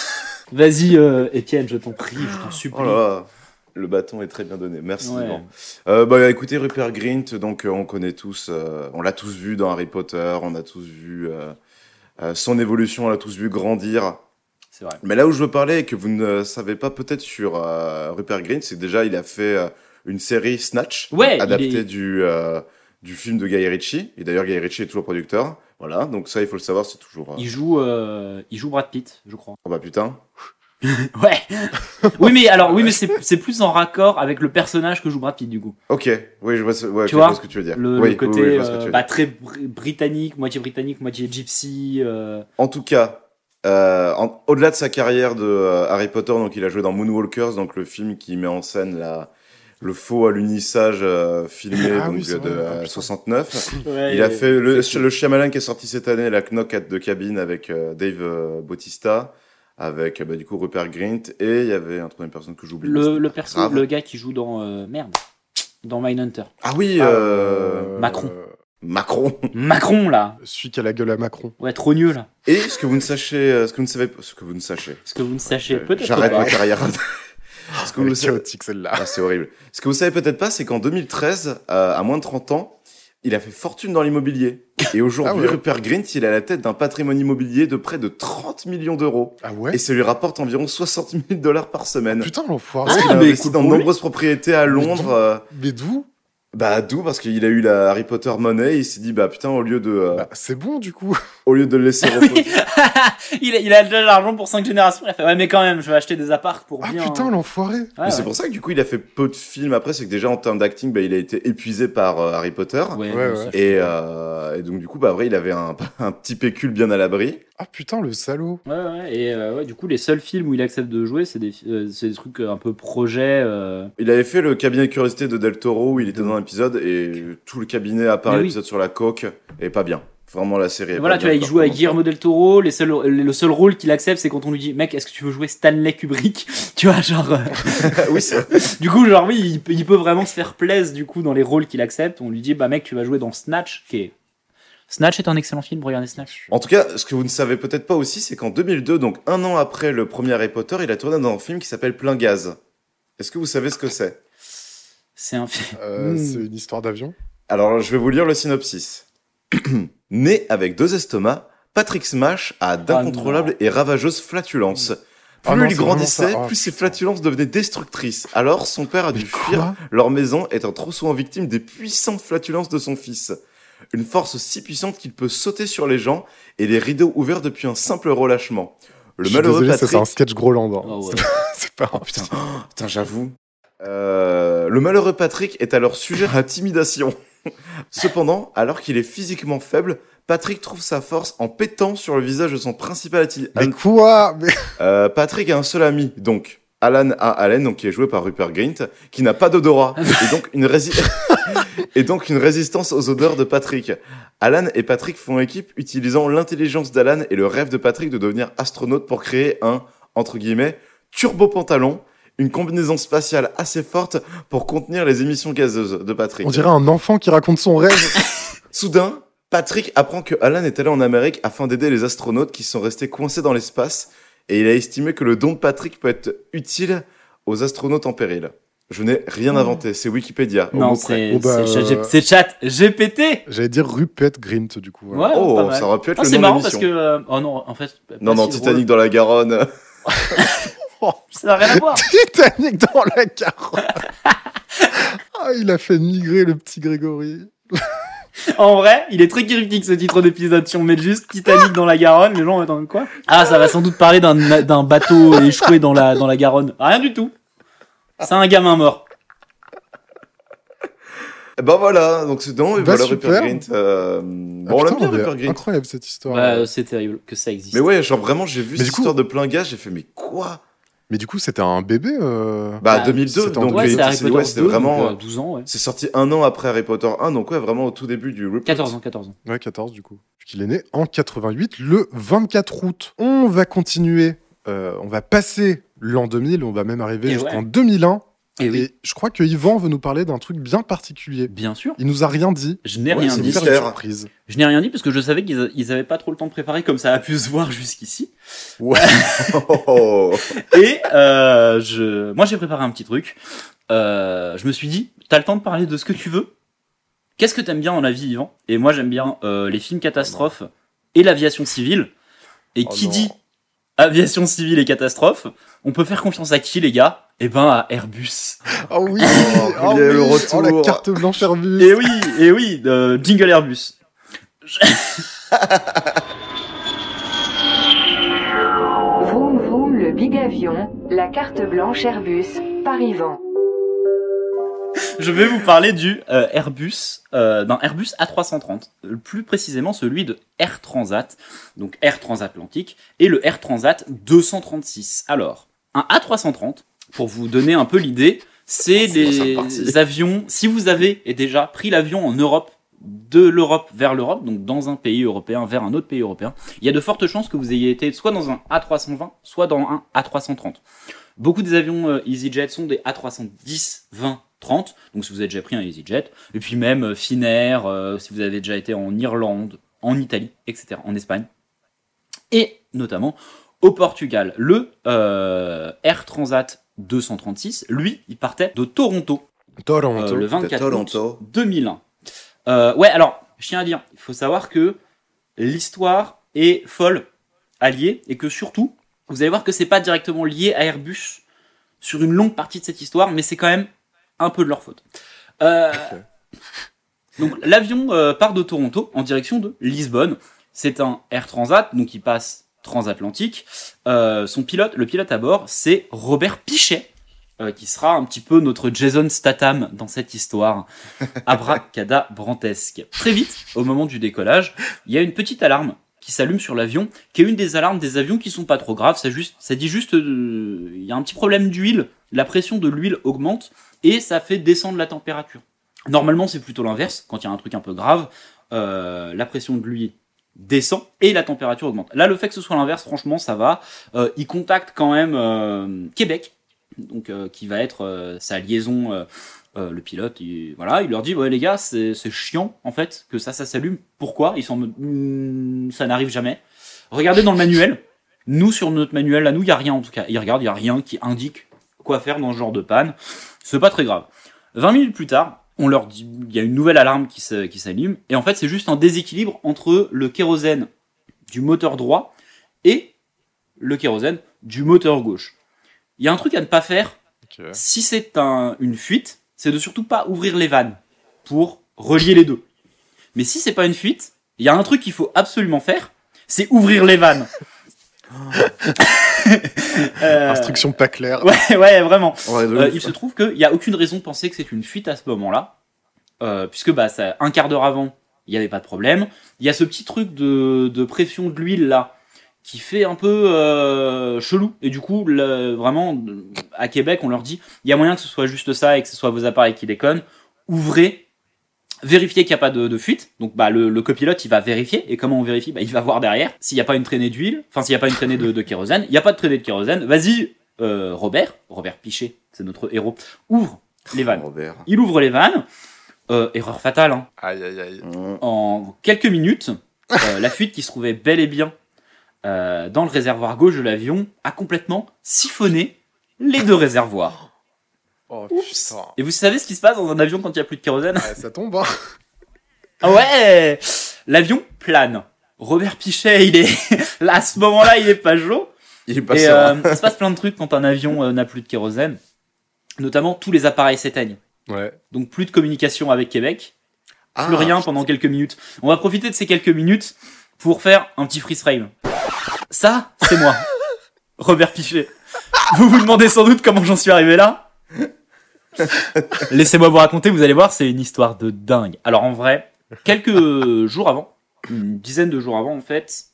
[SPEAKER 2] Vas-y, euh, Étienne, je t'en prie, je t'en supplie.
[SPEAKER 5] Oh là là, le bâton est très bien donné. Merci.
[SPEAKER 2] Ouais.
[SPEAKER 5] Yvan. Euh, bah écoutez, Rupert Grint, donc euh, on connaît tous, euh, on l'a tous vu dans Harry Potter, on a tous vu euh, euh, son évolution, on l'a tous vu grandir.
[SPEAKER 2] C'est vrai.
[SPEAKER 5] Mais là où je veux parler et que vous ne savez pas peut-être sur euh, Rupert Grint, c'est que déjà il a fait euh, une série Snatch,
[SPEAKER 2] Ouais, il
[SPEAKER 5] adaptée
[SPEAKER 2] est-
[SPEAKER 5] du euh, du film de Guy Ritchie. Et d'ailleurs Guy Ritchie est toujours producteur. Voilà, donc ça il faut le savoir, c'est toujours. euh,
[SPEAKER 2] Il joue, euh, il joue Brad Pitt, je crois.
[SPEAKER 5] Oh bah putain.
[SPEAKER 2] Ouais. oui, mais alors, oui, mais c'est c'est plus en raccord avec le personnage que joue Brad Pitt du coup.
[SPEAKER 5] Ok, oui, je vois ce, ouais,
[SPEAKER 2] Tu
[SPEAKER 5] je vois
[SPEAKER 2] vois,
[SPEAKER 5] ce que tu veux dire.
[SPEAKER 2] Le,
[SPEAKER 5] oui,
[SPEAKER 2] le côté
[SPEAKER 5] oui, oui, je vois ce que
[SPEAKER 2] euh,
[SPEAKER 5] tu veux
[SPEAKER 2] bah,
[SPEAKER 5] dire.
[SPEAKER 2] très br- britannique, moitié britannique, moitié gypsy. euh,
[SPEAKER 5] En tout cas, euh, en- au-delà de sa carrière de euh, Harry Potter, donc il a joué dans Moonwalkers, donc le film qui met en scène la, le faux alunissage euh, filmé
[SPEAKER 4] Ah
[SPEAKER 5] donc,
[SPEAKER 4] oui, c'est
[SPEAKER 5] euh, de
[SPEAKER 4] vrai,
[SPEAKER 5] euh,
[SPEAKER 4] putain.
[SPEAKER 5] 69.
[SPEAKER 2] ouais, euh,
[SPEAKER 5] Il a
[SPEAKER 2] ouais.
[SPEAKER 5] fait le, le Shyamalan qui est sorti cette année, la Knock at de Cabine avec euh, Dave euh, Bautista, avec euh, bah, du coup Rupert Grint, et il y avait un troisième personne que j'oublie. mais c'est
[SPEAKER 2] le, le
[SPEAKER 5] pas
[SPEAKER 2] perso,
[SPEAKER 5] grave.
[SPEAKER 2] le gars qui joue dans euh, merde, dans Mindhunter.
[SPEAKER 5] Ah oui, euh,
[SPEAKER 2] Macron.
[SPEAKER 5] Macron.
[SPEAKER 2] Macron là,
[SPEAKER 4] Celui qui a la gueule à Macron.
[SPEAKER 2] ouais, trop nul là.
[SPEAKER 5] Et ce que vous ne sachez, euh, ce que vous ne savez, pas- ce que vous ne sachez.
[SPEAKER 2] Ce que vous ne sachez
[SPEAKER 5] Euh,
[SPEAKER 2] peut-être
[SPEAKER 5] J'arrête
[SPEAKER 2] pas. Ah,
[SPEAKER 5] ma carrière. ce que
[SPEAKER 4] Elle
[SPEAKER 5] vous
[SPEAKER 4] est
[SPEAKER 5] ne savez-
[SPEAKER 4] chaotique celle-là.
[SPEAKER 5] Ah, c'est horrible. Ce que vous savez peut-être pas, c'est qu'en 2013, euh, à moins de 30 ans, il a fait fortune dans l'immobilier. Et aujourd'hui,
[SPEAKER 4] Ah ouais.
[SPEAKER 5] Rupert Grint, il est à la tête d'un patrimoine immobilier de près de 30 millions d'euros.
[SPEAKER 4] Ah ouais
[SPEAKER 5] Et ça lui rapporte environ 60 000 dollars par semaine.
[SPEAKER 4] Putain, l'enfoiré.
[SPEAKER 5] Parce qu'il
[SPEAKER 2] Ah,
[SPEAKER 5] a
[SPEAKER 2] mais
[SPEAKER 5] investi
[SPEAKER 2] cool
[SPEAKER 5] dans de
[SPEAKER 2] pour lui.
[SPEAKER 5] nombreuses propriétés à Londres. euh,
[SPEAKER 4] Mais d'où
[SPEAKER 5] Bah d'où parce qu'il a eu la Harry Potter monnaie, il s'est dit bah putain au lieu de euh,
[SPEAKER 4] Bah, c'est bon du coup.
[SPEAKER 5] au lieu de le laisser reposer.
[SPEAKER 2] il, a, il a déjà l'argent pour 5 générations. Il a fait, ouais, mais quand même, je vais acheter des apparts pour
[SPEAKER 4] Ah
[SPEAKER 2] bien. hein.
[SPEAKER 4] putain, l'enfoiré.
[SPEAKER 2] Ouais,
[SPEAKER 5] Mais c'est
[SPEAKER 2] Ah ouais.
[SPEAKER 5] pour ça que du coup il a fait peu de films après, c'est que déjà en termes d'acting bah, il a été épuisé par euh, Harry Potter.
[SPEAKER 2] Ouais,
[SPEAKER 4] Ouais,
[SPEAKER 2] non,
[SPEAKER 4] ouais.
[SPEAKER 2] ça, je-
[SPEAKER 5] Et, euh, et donc du coup bah après il avait un, un petit pécule bien à l'abri.
[SPEAKER 4] Ah putain, le salaud.
[SPEAKER 2] Ouais, ouais, et euh, ouais, du coup, les seuls films où il accepte de jouer, c'est des, euh, c'est des trucs euh, un peu projet. euh,
[SPEAKER 5] Il avait fait le cabinet de curiosité de Del Toro où il était dans un épisode et tout le cabinet à part
[SPEAKER 2] Mm. Mais oui.
[SPEAKER 5] l'épisode sur la coque est pas bien. Vraiment la série. est
[SPEAKER 2] Voilà,
[SPEAKER 5] pas
[SPEAKER 2] tu vois,
[SPEAKER 5] bien,
[SPEAKER 2] il
[SPEAKER 5] par
[SPEAKER 2] joue avec
[SPEAKER 5] contre.
[SPEAKER 2] Guillermo del Toro. Les seuls, le seul rôle qu'il accepte, c'est quand on lui dit, mec, est-ce que tu veux jouer Stanley Kubrick Tu vois, genre. euh,
[SPEAKER 5] oui, c'est
[SPEAKER 2] du coup, genre, oui, il peut, il peut vraiment se faire plaisir, du coup, dans les rôles qu'il accepte. On lui dit, bah, mec, tu vas jouer dans Snatch, qui est. Snatch est un excellent film, regardez Snatch.
[SPEAKER 5] En tout cas, ce que vous ne savez peut-être pas aussi, c'est qu'en 2002, donc un an après le premier Harry Potter, il a tourné dans un film qui s'appelle Plein Gaz. Est-ce que vous savez ce que c'est
[SPEAKER 2] C'est un film.
[SPEAKER 4] Euh,
[SPEAKER 2] Mm.
[SPEAKER 4] C'est une histoire d'avion.
[SPEAKER 5] Alors, je vais vous lire le synopsis. né avec deux estomacs, Patrick Smash a d'incontrôlables et ravageuses flatulences. Plus
[SPEAKER 4] Ah non,
[SPEAKER 5] il
[SPEAKER 4] c'est vraiment
[SPEAKER 5] grandissait,
[SPEAKER 4] ça. Ah,
[SPEAKER 5] plus ses
[SPEAKER 4] putain.
[SPEAKER 5] flatulences devenaient destructrices. Alors, son père a dû fuir
[SPEAKER 4] Quoi
[SPEAKER 5] Leur maison étant trop souvent victime des puissantes flatulences de son fils. Une force si puissante qu'il peut sauter sur les gens et les rideaux ouverts depuis un simple relâchement.
[SPEAKER 4] Je
[SPEAKER 5] Le
[SPEAKER 4] suis
[SPEAKER 5] malheureux
[SPEAKER 4] désolé, ça
[SPEAKER 5] Patrick.
[SPEAKER 4] c'est un sketch Groland. hein.
[SPEAKER 2] Oh, ouais.
[SPEAKER 4] C'est pas. Oh, putain.
[SPEAKER 5] Putain, j'avoue. Euh, le malheureux Patrick est alors sujet à intimidation. Cependant, alors qu'il est physiquement faible, Patrick trouve sa force en pétant sur le visage de son principal atti-
[SPEAKER 4] Mais quoi Mais-
[SPEAKER 5] Euh, Patrick a un seul ami, donc Alan A. Allen, donc qui est joué par Rupert Grint, qui n'a pas d'odorat et donc une rési- et donc une résistance aux odeurs de Patrick. Alan et Patrick font équipe utilisant l'intelligence d'Alan et le rêve de Patrick de devenir astronaute pour créer un entre guillemets turbo pantalon, une combinaison spatiale assez forte pour contenir les émissions gazeuses de Patrick.
[SPEAKER 4] On dirait un enfant qui raconte son rêve.
[SPEAKER 5] Soudain, Patrick apprend que Alan est allé en Amérique afin d'aider les astronautes qui sont restés coincés dans l'espace et il a estimé que le don de Patrick peut être utile aux astronautes en péril. Je n'ai rien inventé, c'est Wikipédia. au
[SPEAKER 2] Hmm. Non,
[SPEAKER 5] mot près.
[SPEAKER 2] c'est
[SPEAKER 4] Oh,
[SPEAKER 2] c'est
[SPEAKER 4] bah,
[SPEAKER 2] chat-
[SPEAKER 4] euh,
[SPEAKER 2] c'est chat GPT.
[SPEAKER 4] J'allais dire Rupert Grint du coup.
[SPEAKER 2] Ouais,
[SPEAKER 4] voilà.
[SPEAKER 2] pas
[SPEAKER 5] Oh,
[SPEAKER 2] mal.
[SPEAKER 5] ça aurait pu être
[SPEAKER 2] Ah,
[SPEAKER 5] le
[SPEAKER 2] c'est
[SPEAKER 5] nom
[SPEAKER 2] marrant
[SPEAKER 5] de
[SPEAKER 2] parce
[SPEAKER 5] l'émission.
[SPEAKER 2] que. euh, oh non, en fait. pas
[SPEAKER 5] Non, non,
[SPEAKER 2] si
[SPEAKER 5] Titanic dans la Garonne.
[SPEAKER 2] drôle. Ça n'a rien à voir.
[SPEAKER 4] Titanic dans la carotte. ah, il a fait migrer le petit Grégory.
[SPEAKER 2] En vrai, il est très cryptique ce titre d'épisode. Si on met juste Titanic dans la Garonne, les gens vont attendre quoi Ah, ça va sans doute parler d'un d'un bateau échoué dans la, dans la Garonne. Rien du tout. C'est un gamin mort.
[SPEAKER 5] Ben voilà, donc c'est non, et
[SPEAKER 4] Bah,
[SPEAKER 5] voilà
[SPEAKER 4] super.
[SPEAKER 5] Rupert Grint. euh,
[SPEAKER 4] Ah,
[SPEAKER 5] bon, on l'aime
[SPEAKER 4] putain,
[SPEAKER 5] bien
[SPEAKER 4] mais
[SPEAKER 5] Rupert Grint.
[SPEAKER 4] Incroyable cette histoire.
[SPEAKER 2] Bah, c'est terrible que ça existe.
[SPEAKER 5] Mais ouais, genre vraiment, j'ai vu
[SPEAKER 4] Mais
[SPEAKER 5] cette
[SPEAKER 4] du coup-
[SPEAKER 5] histoire de plein gaz, j'ai fait mais quoi
[SPEAKER 4] Mais du coup, c'était un bébé. euh,
[SPEAKER 2] Bah,
[SPEAKER 5] Bah, 2002,
[SPEAKER 4] c'était en
[SPEAKER 5] donc
[SPEAKER 4] ouais,
[SPEAKER 5] les-
[SPEAKER 2] c'est Harry
[SPEAKER 5] c'est-
[SPEAKER 2] Potter
[SPEAKER 5] ouais, c'était
[SPEAKER 2] 2,
[SPEAKER 5] vraiment.
[SPEAKER 2] donc, euh, 12 ans, ouais.
[SPEAKER 5] C'est sorti un an après Harry Potter 1, donc ouais, vraiment au tout début du Rupert.
[SPEAKER 2] 14 ans, 14 ans.
[SPEAKER 4] Ouais, 14 du coup. Puisqu'il est né en 88, le 24 août. On va continuer. euh, on va passer l'an 2000. On va même arriver
[SPEAKER 2] Et
[SPEAKER 4] jusqu'en
[SPEAKER 2] ouais.
[SPEAKER 4] 2001.
[SPEAKER 2] Et oui,
[SPEAKER 4] Et je crois que Yvan veut nous parler d'un truc bien particulier.
[SPEAKER 2] bien sûr.
[SPEAKER 4] Il nous a rien dit.
[SPEAKER 2] Je n'ai
[SPEAKER 5] Ouais,
[SPEAKER 2] rien
[SPEAKER 5] c'est
[SPEAKER 4] Il
[SPEAKER 2] dit.
[SPEAKER 4] nous a fait
[SPEAKER 5] mystère.
[SPEAKER 4] une surprise.
[SPEAKER 2] Je n'ai rien dit parce que je savais qu'ils ils avaient pas trop le temps de préparer comme ça a pu se voir jusqu'ici.
[SPEAKER 5] Oh, oh, oh.
[SPEAKER 2] Et euh, je, moi j'ai préparé un petit truc. Euh, je me suis dit, t'as le temps de parler de ce que tu veux. Qu'est-ce que t'aimes bien dans la vie, Yvan Et moi j'aime bien euh, les films catastrophes et l'aviation civile. Et
[SPEAKER 4] Oh
[SPEAKER 2] qui
[SPEAKER 4] non.
[SPEAKER 2] dit aviation civile et catastrophe, on peut faire confiance à qui les gars Eh ben à Airbus.
[SPEAKER 4] Oh oui,
[SPEAKER 5] Oh,
[SPEAKER 4] oh,
[SPEAKER 5] il y a
[SPEAKER 4] oui,
[SPEAKER 5] le
[SPEAKER 4] oh,
[SPEAKER 5] retour.
[SPEAKER 4] la carte blanche Airbus.
[SPEAKER 2] Et oui, et oui, euh, jingle Airbus.
[SPEAKER 8] Vroom vroom le big avion, la carte blanche Airbus, Paris-Vent.
[SPEAKER 2] Je vais vous parler du euh, Airbus, euh, d'un Airbus A330, euh, plus précisément celui de Air Transat, donc Air Transatlantique, et le Air Transat 236. Alors, un A330, pour vous donner un peu l'idée, c'est
[SPEAKER 5] C'est dans cette
[SPEAKER 2] des
[SPEAKER 5] partie.
[SPEAKER 2] avions, si vous avez et déjà pris l'avion en Europe, de l'Europe vers l'Europe, donc dans un pays européen vers un autre pays européen, il y a de fortes chances que vous ayez été soit dans un A320, soit dans un A330. Beaucoup des avions euh, EasyJet sont des A310, 20, 30. Donc si vous avez déjà pris un EasyJet, et puis même euh, Finnair, euh, si vous avez déjà été en Irlande, en Italie, etc., en Espagne, et notamment au Portugal. Le euh, Air Transat 236, lui, il partait de Toronto euh,
[SPEAKER 4] Toronto.
[SPEAKER 2] le
[SPEAKER 5] de
[SPEAKER 2] 24 août
[SPEAKER 5] Toronto.
[SPEAKER 2] 2001. Euh, ouais, alors, je tiens à dire, il faut savoir que l'histoire est folle alliée et que surtout, vous allez voir que c'est pas directement lié à Airbus sur une longue partie de cette histoire, mais c'est quand même un peu de leur faute. Euh, Donc l'avion euh, part de Toronto en direction de Lisbonne. C'est un Air Transat, donc il passe transatlantique. Euh, son pilote, le pilote à bord, c'est Robert Pichet, euh, qui sera un petit peu notre Jason Statham dans cette histoire hein. abracadabrantesque. Très vite, au moment du décollage, il y a une petite alarme qui s'allume sur l'avion, qui est une des alarmes des avions qui sont pas trop graves. Ça, juste, ça dit juste, euh, il y a un petit problème d'huile, la pression de l'huile augmente et ça fait descendre la température. Normalement, c'est plutôt l'inverse. Quand il y a un truc un peu grave, euh, la pression de l'huile descend et la température augmente. Là, le fait que ce soit l'inverse, franchement, ça va. Euh, il contacte quand même euh, Québec, donc euh, qui va être euh, sa liaison. euh, euh, le pilote, il, voilà, il leur dit ouais les gars, c'est c'est chiant en fait que ça, ça s'allume. Pourquoi Ils sont en mode, Hmm, ça n'arrive jamais. Regardez dans le manuel. Nous sur notre manuel, à nous, il y a rien en tout cas. Ils regardent, il y a rien qui indique quoi faire dans ce genre de panne. C'est pas très grave. 20 minutes plus tard, on leur dit, il y a une nouvelle alarme qui se- qui s'allume, et en fait, c'est juste un déséquilibre entre le kérosène du moteur droit et le kérosène du moteur gauche. Il y a un truc à ne pas faire
[SPEAKER 4] Ok.
[SPEAKER 2] si c'est un- une fuite, c'est de surtout pas ouvrir les vannes pour relier les deux. Mais si c'est pas une fuite, il y a un truc qu'il faut absolument faire, c'est ouvrir les vannes. Euh,
[SPEAKER 4] Instruction pas claire.
[SPEAKER 2] Ouais, ouais, vraiment.
[SPEAKER 5] En vrai, de
[SPEAKER 2] Euh,
[SPEAKER 5] ouf. hein.
[SPEAKER 2] il se trouve qu'il n'y a aucune raison de penser que c'est une fuite à ce moment-là, euh, puisque bah, ça, un quart d'heure avant, il n'y avait pas de problème. Il y a ce petit truc de, de pression de l'huile là, qui fait un peu euh, chelou. Et du coup, le- vraiment, à Québec, on leur dit, il y a moyen que ce soit juste ça et que ce soit vos appareils qui déconnent. Ouvrez, vérifiez qu'il n'y a pas de, de fuite. Donc bah, le, le copilote, il va vérifier. Et comment on vérifie bah, Il va voir derrière s'il n'y a pas une traînée d'huile, enfin s'il n'y a pas une traînée de, de kérosène. Il n'y a pas de traînée de kérosène. Vas-y, euh, Robert, Robert Pichet, c'est notre héros, ouvre les vannes.
[SPEAKER 5] Robert.
[SPEAKER 2] Il ouvre les vannes. Euh, erreur fatale. hein.
[SPEAKER 4] Aïe, aïe, aïe.
[SPEAKER 5] Mmh.
[SPEAKER 2] En quelques minutes, euh, la fuite qui se trouvait bel et bien euh, dans le réservoir gauche de l'avion a complètement siphonné les deux réservoirs.
[SPEAKER 4] Oh putain.
[SPEAKER 2] Et vous savez ce qui se passe dans un avion quand il n'y a plus de kérosène
[SPEAKER 4] Ouais, ça tombe, hein.
[SPEAKER 2] Ah Ouais L'avion plane. Robert Pichet, il est là à ce moment-là, il est pas chaud.
[SPEAKER 5] Il est pas
[SPEAKER 2] Et
[SPEAKER 5] serein.
[SPEAKER 2] euh, il se passe plein de trucs quand un avion euh, n'a plus de kérosène. Notamment, tous les appareils s'éteignent.
[SPEAKER 4] Ouais.
[SPEAKER 2] Donc plus de communication avec Québec,
[SPEAKER 5] Ah,
[SPEAKER 2] plus rien pendant quelques minutes. On va profiter de ces quelques minutes pour faire un petit freeze frame. Ça, c'est moi, Robert Pichet. Vous vous demandez sans doute comment j'en suis arrivé là Laissez-moi vous raconter, vous allez voir, c'est une histoire de dingue. Alors en vrai, quelques jours avant, une dizaine de jours avant en fait,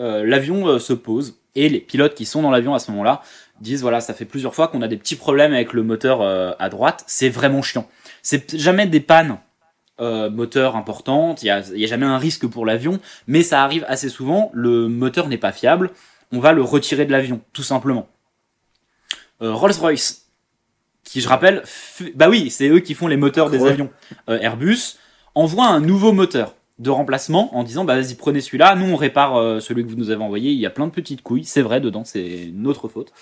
[SPEAKER 2] euh, l'avion euh, se pose et les pilotes qui sont dans l'avion à ce moment-là disent voilà, ça fait plusieurs fois qu'on a des petits problèmes avec le moteur euh, à droite, c'est vraiment chiant. C'est jamais des pannes euh, moteur importantes, il n'y a, il y a jamais un risque pour l'avion, mais ça arrive assez souvent, le moteur n'est pas fiable, on va le retirer de l'avion, tout simplement. Euh, Rolls-Royce, qui je rappelle, fait- bah oui, c'est eux qui font les moteurs des
[SPEAKER 5] Ouais.
[SPEAKER 2] avions. Euh, Airbus envoie un nouveau moteur de remplacement en disant bah vas-y prenez celui-là, nous on répare euh, celui que vous nous avez envoyé, il y a plein de petites couilles, c'est vrai dedans, c'est notre faute.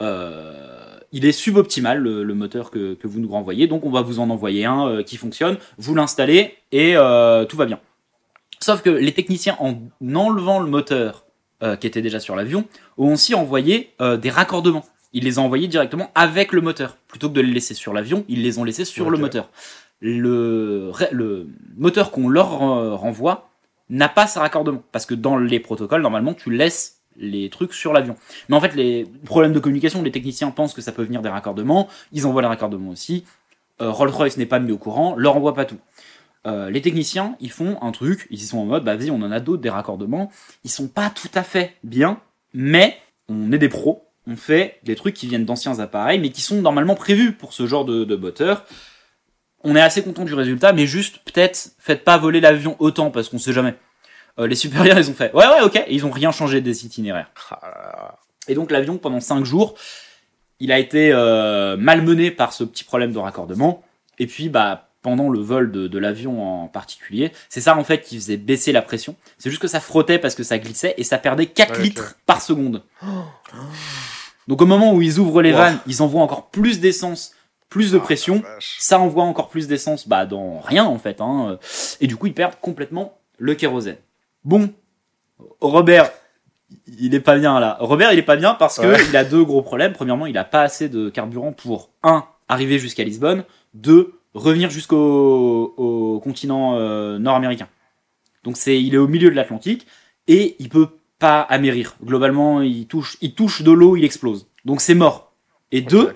[SPEAKER 2] Euh, il est suboptimal le, le moteur que, que vous nous renvoyez, donc on va vous en envoyer un euh, qui fonctionne, vous l'installez et euh, tout va bien. Sauf que les techniciens, en enlevant le moteur euh, qui était déjà sur l'avion, ont aussi envoyé euh, des raccordements. Ils les ont envoyés directement avec le moteur. Plutôt que de les laisser sur l'avion, ils les ont laissés sur le
[SPEAKER 4] Ok.
[SPEAKER 2] moteur. Le, re- le moteur qu'on leur euh, renvoie n'a pas ce raccordement. Parce que dans les protocoles, normalement, tu laisses les trucs sur l'avion. Mais en fait, les problèmes de communication, les techniciens pensent que ça peut venir des raccordements. Ils envoient les raccordements aussi. Euh, Rolls-Royce n'est pas mis au courant, leur envoie pas tout. Euh, les techniciens, ils font un truc, ils y sont en mode, bah vas-y, on en a d'autres, des raccordements. Ils sont pas tout à fait bien, mais on est des pros, on fait des trucs qui viennent d'anciens appareils, mais qui sont normalement prévus pour ce genre de, de moteur. On est assez content du résultat, mais juste, peut-être, faites pas voler l'avion autant, parce qu'on sait jamais. Euh, les supérieurs, ils ont fait, ouais, ouais, ok, et ils ont rien changé des itinéraires.
[SPEAKER 4] Ah là là.
[SPEAKER 2] Et donc l'avion, pendant 5 jours, il a été euh, malmené par ce petit problème de raccordement. Et puis, bah, pendant le vol de, de l'avion en particulier, c'est ça en fait qui faisait baisser la pression. C'est juste que ça frottait parce que ça glissait et ça perdait 4
[SPEAKER 4] Ouais, ok.
[SPEAKER 2] litres par seconde. Donc au moment où ils ouvrent les
[SPEAKER 5] Wow.
[SPEAKER 2] vannes, ils envoient encore plus d'essence, plus de pression.
[SPEAKER 4] Ah, Vache.
[SPEAKER 2] Ça envoie encore plus d'essence bah, dans rien en fait. Hein. Et du coup, ils perdent complètement le kérosène. Bon, Robert, il est pas bien là. Robert, il est pas bien parce que
[SPEAKER 4] Ouais.
[SPEAKER 2] il a deux gros problèmes. Premièrement, il a pas assez de carburant pour un arriver jusqu'à Lisbonne, deux revenir jusqu'au au continent euh, nord-américain. Donc c'est, il est au milieu de l'Atlantique et il peut pas amérir. Globalement, il touche, il touche de l'eau, il explose. Donc c'est mort. Et deux,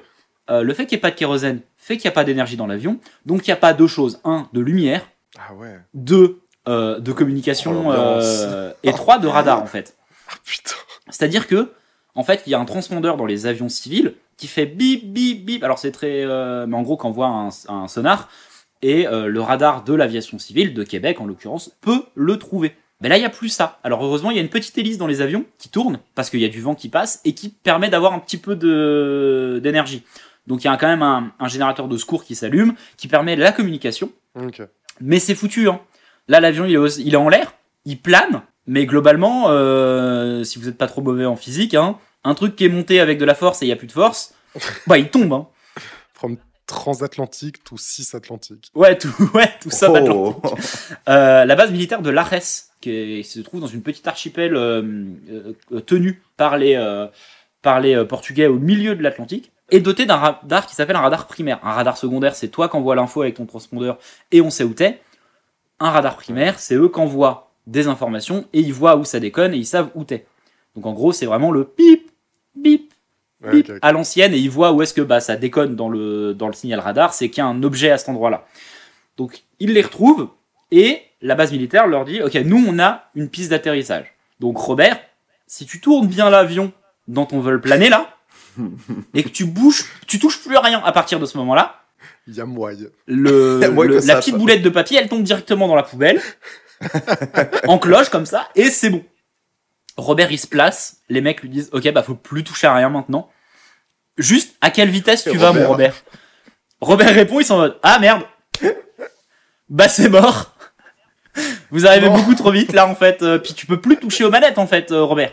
[SPEAKER 2] euh, le fait qu'il n'y ait pas de kérosène fait qu'il n'y a pas d'énergie dans l'avion. Donc il n'y a pas deux choses. Un, de lumière.
[SPEAKER 4] Ah ouais.
[SPEAKER 2] Deux, euh, de communication.
[SPEAKER 5] Oh, l'ambiance.
[SPEAKER 2] euh, et trois, de radar en fait.
[SPEAKER 4] Ah putain.
[SPEAKER 2] C'est-à-dire que, en fait, il y a un transpondeur dans les avions civils qui fait bip, bip, bip. Alors c'est très, euh, mais en gros, qu'envoie un, un sonar et euh, le radar de l'aviation civile de Québec, en l'occurrence, peut le trouver. Mais là, il y a plus ça. Alors heureusement, il y a une petite hélice dans les avions qui tourne parce qu'il y a du vent qui passe et qui permet d'avoir un petit peu de d'énergie. Donc il y a quand même un, un générateur de secours qui s'allume qui permet la communication.
[SPEAKER 4] Ok.
[SPEAKER 2] Mais c'est foutu, hein. Là, l'avion, il, est au- il est en l'air, il plane, mais globalement, euh, si vous n'êtes pas trop mauvais en physique, hein, un truc qui est monté avec de la force et il n'y a plus de force, bah, il tombe, hein.
[SPEAKER 4] From transatlantique to cis-atlantique.
[SPEAKER 2] Ouais, tout, ouais, tout ça, va de l'en-
[SPEAKER 5] Oh.
[SPEAKER 2] Euh, La base militaire de Lares, qui, est- se trouve dans une petite archipel euh, euh, euh, tenue par les, euh, par les euh, Portugais au milieu de l'Atlantique, est dotée d'un radar qui s'appelle un radar primaire. Un radar secondaire, c'est toi qui envoies l'info avec ton transpondeur et on sait où t'es. Un radar primaire, c'est eux qui envoient des informations et ils voient où ça déconne et ils savent où t'es. Donc en gros, c'est vraiment le pip, bip,
[SPEAKER 4] Ouais,
[SPEAKER 2] bip
[SPEAKER 4] ok, ok.
[SPEAKER 2] à l'ancienne et il voit où est-ce que bah, ça déconne dans le, dans le signal radar, c'est qu'il y a un objet à cet endroit-là. Donc ils les retrouvent et la base militaire leur dit Ok, nous on a une piste d'atterrissage. Donc Robert, si tu tournes bien l'avion dans ton vol plané là, et que tu bouges, tu touches plus à rien à partir de ce moment-là,
[SPEAKER 4] Il y a moyen.
[SPEAKER 2] le,
[SPEAKER 5] Ouais,
[SPEAKER 2] le-
[SPEAKER 5] que ça,
[SPEAKER 2] la petite
[SPEAKER 5] ça.
[SPEAKER 2] boulette de papier, elle tombe directement dans la poubelle, en cloche comme ça, et c'est bon. Robert, il se place, les mecs lui disent, ok, bah faut plus toucher à rien maintenant. Juste, à quelle vitesse tu
[SPEAKER 5] Et
[SPEAKER 2] vas, mon
[SPEAKER 5] Robert
[SPEAKER 2] Robert Robert répond, ils sont en mode, ah merde, bah c'est mort. Vous arrivez beaucoup trop vite là en fait, euh, puis tu peux plus toucher aux manettes en fait, euh, Robert.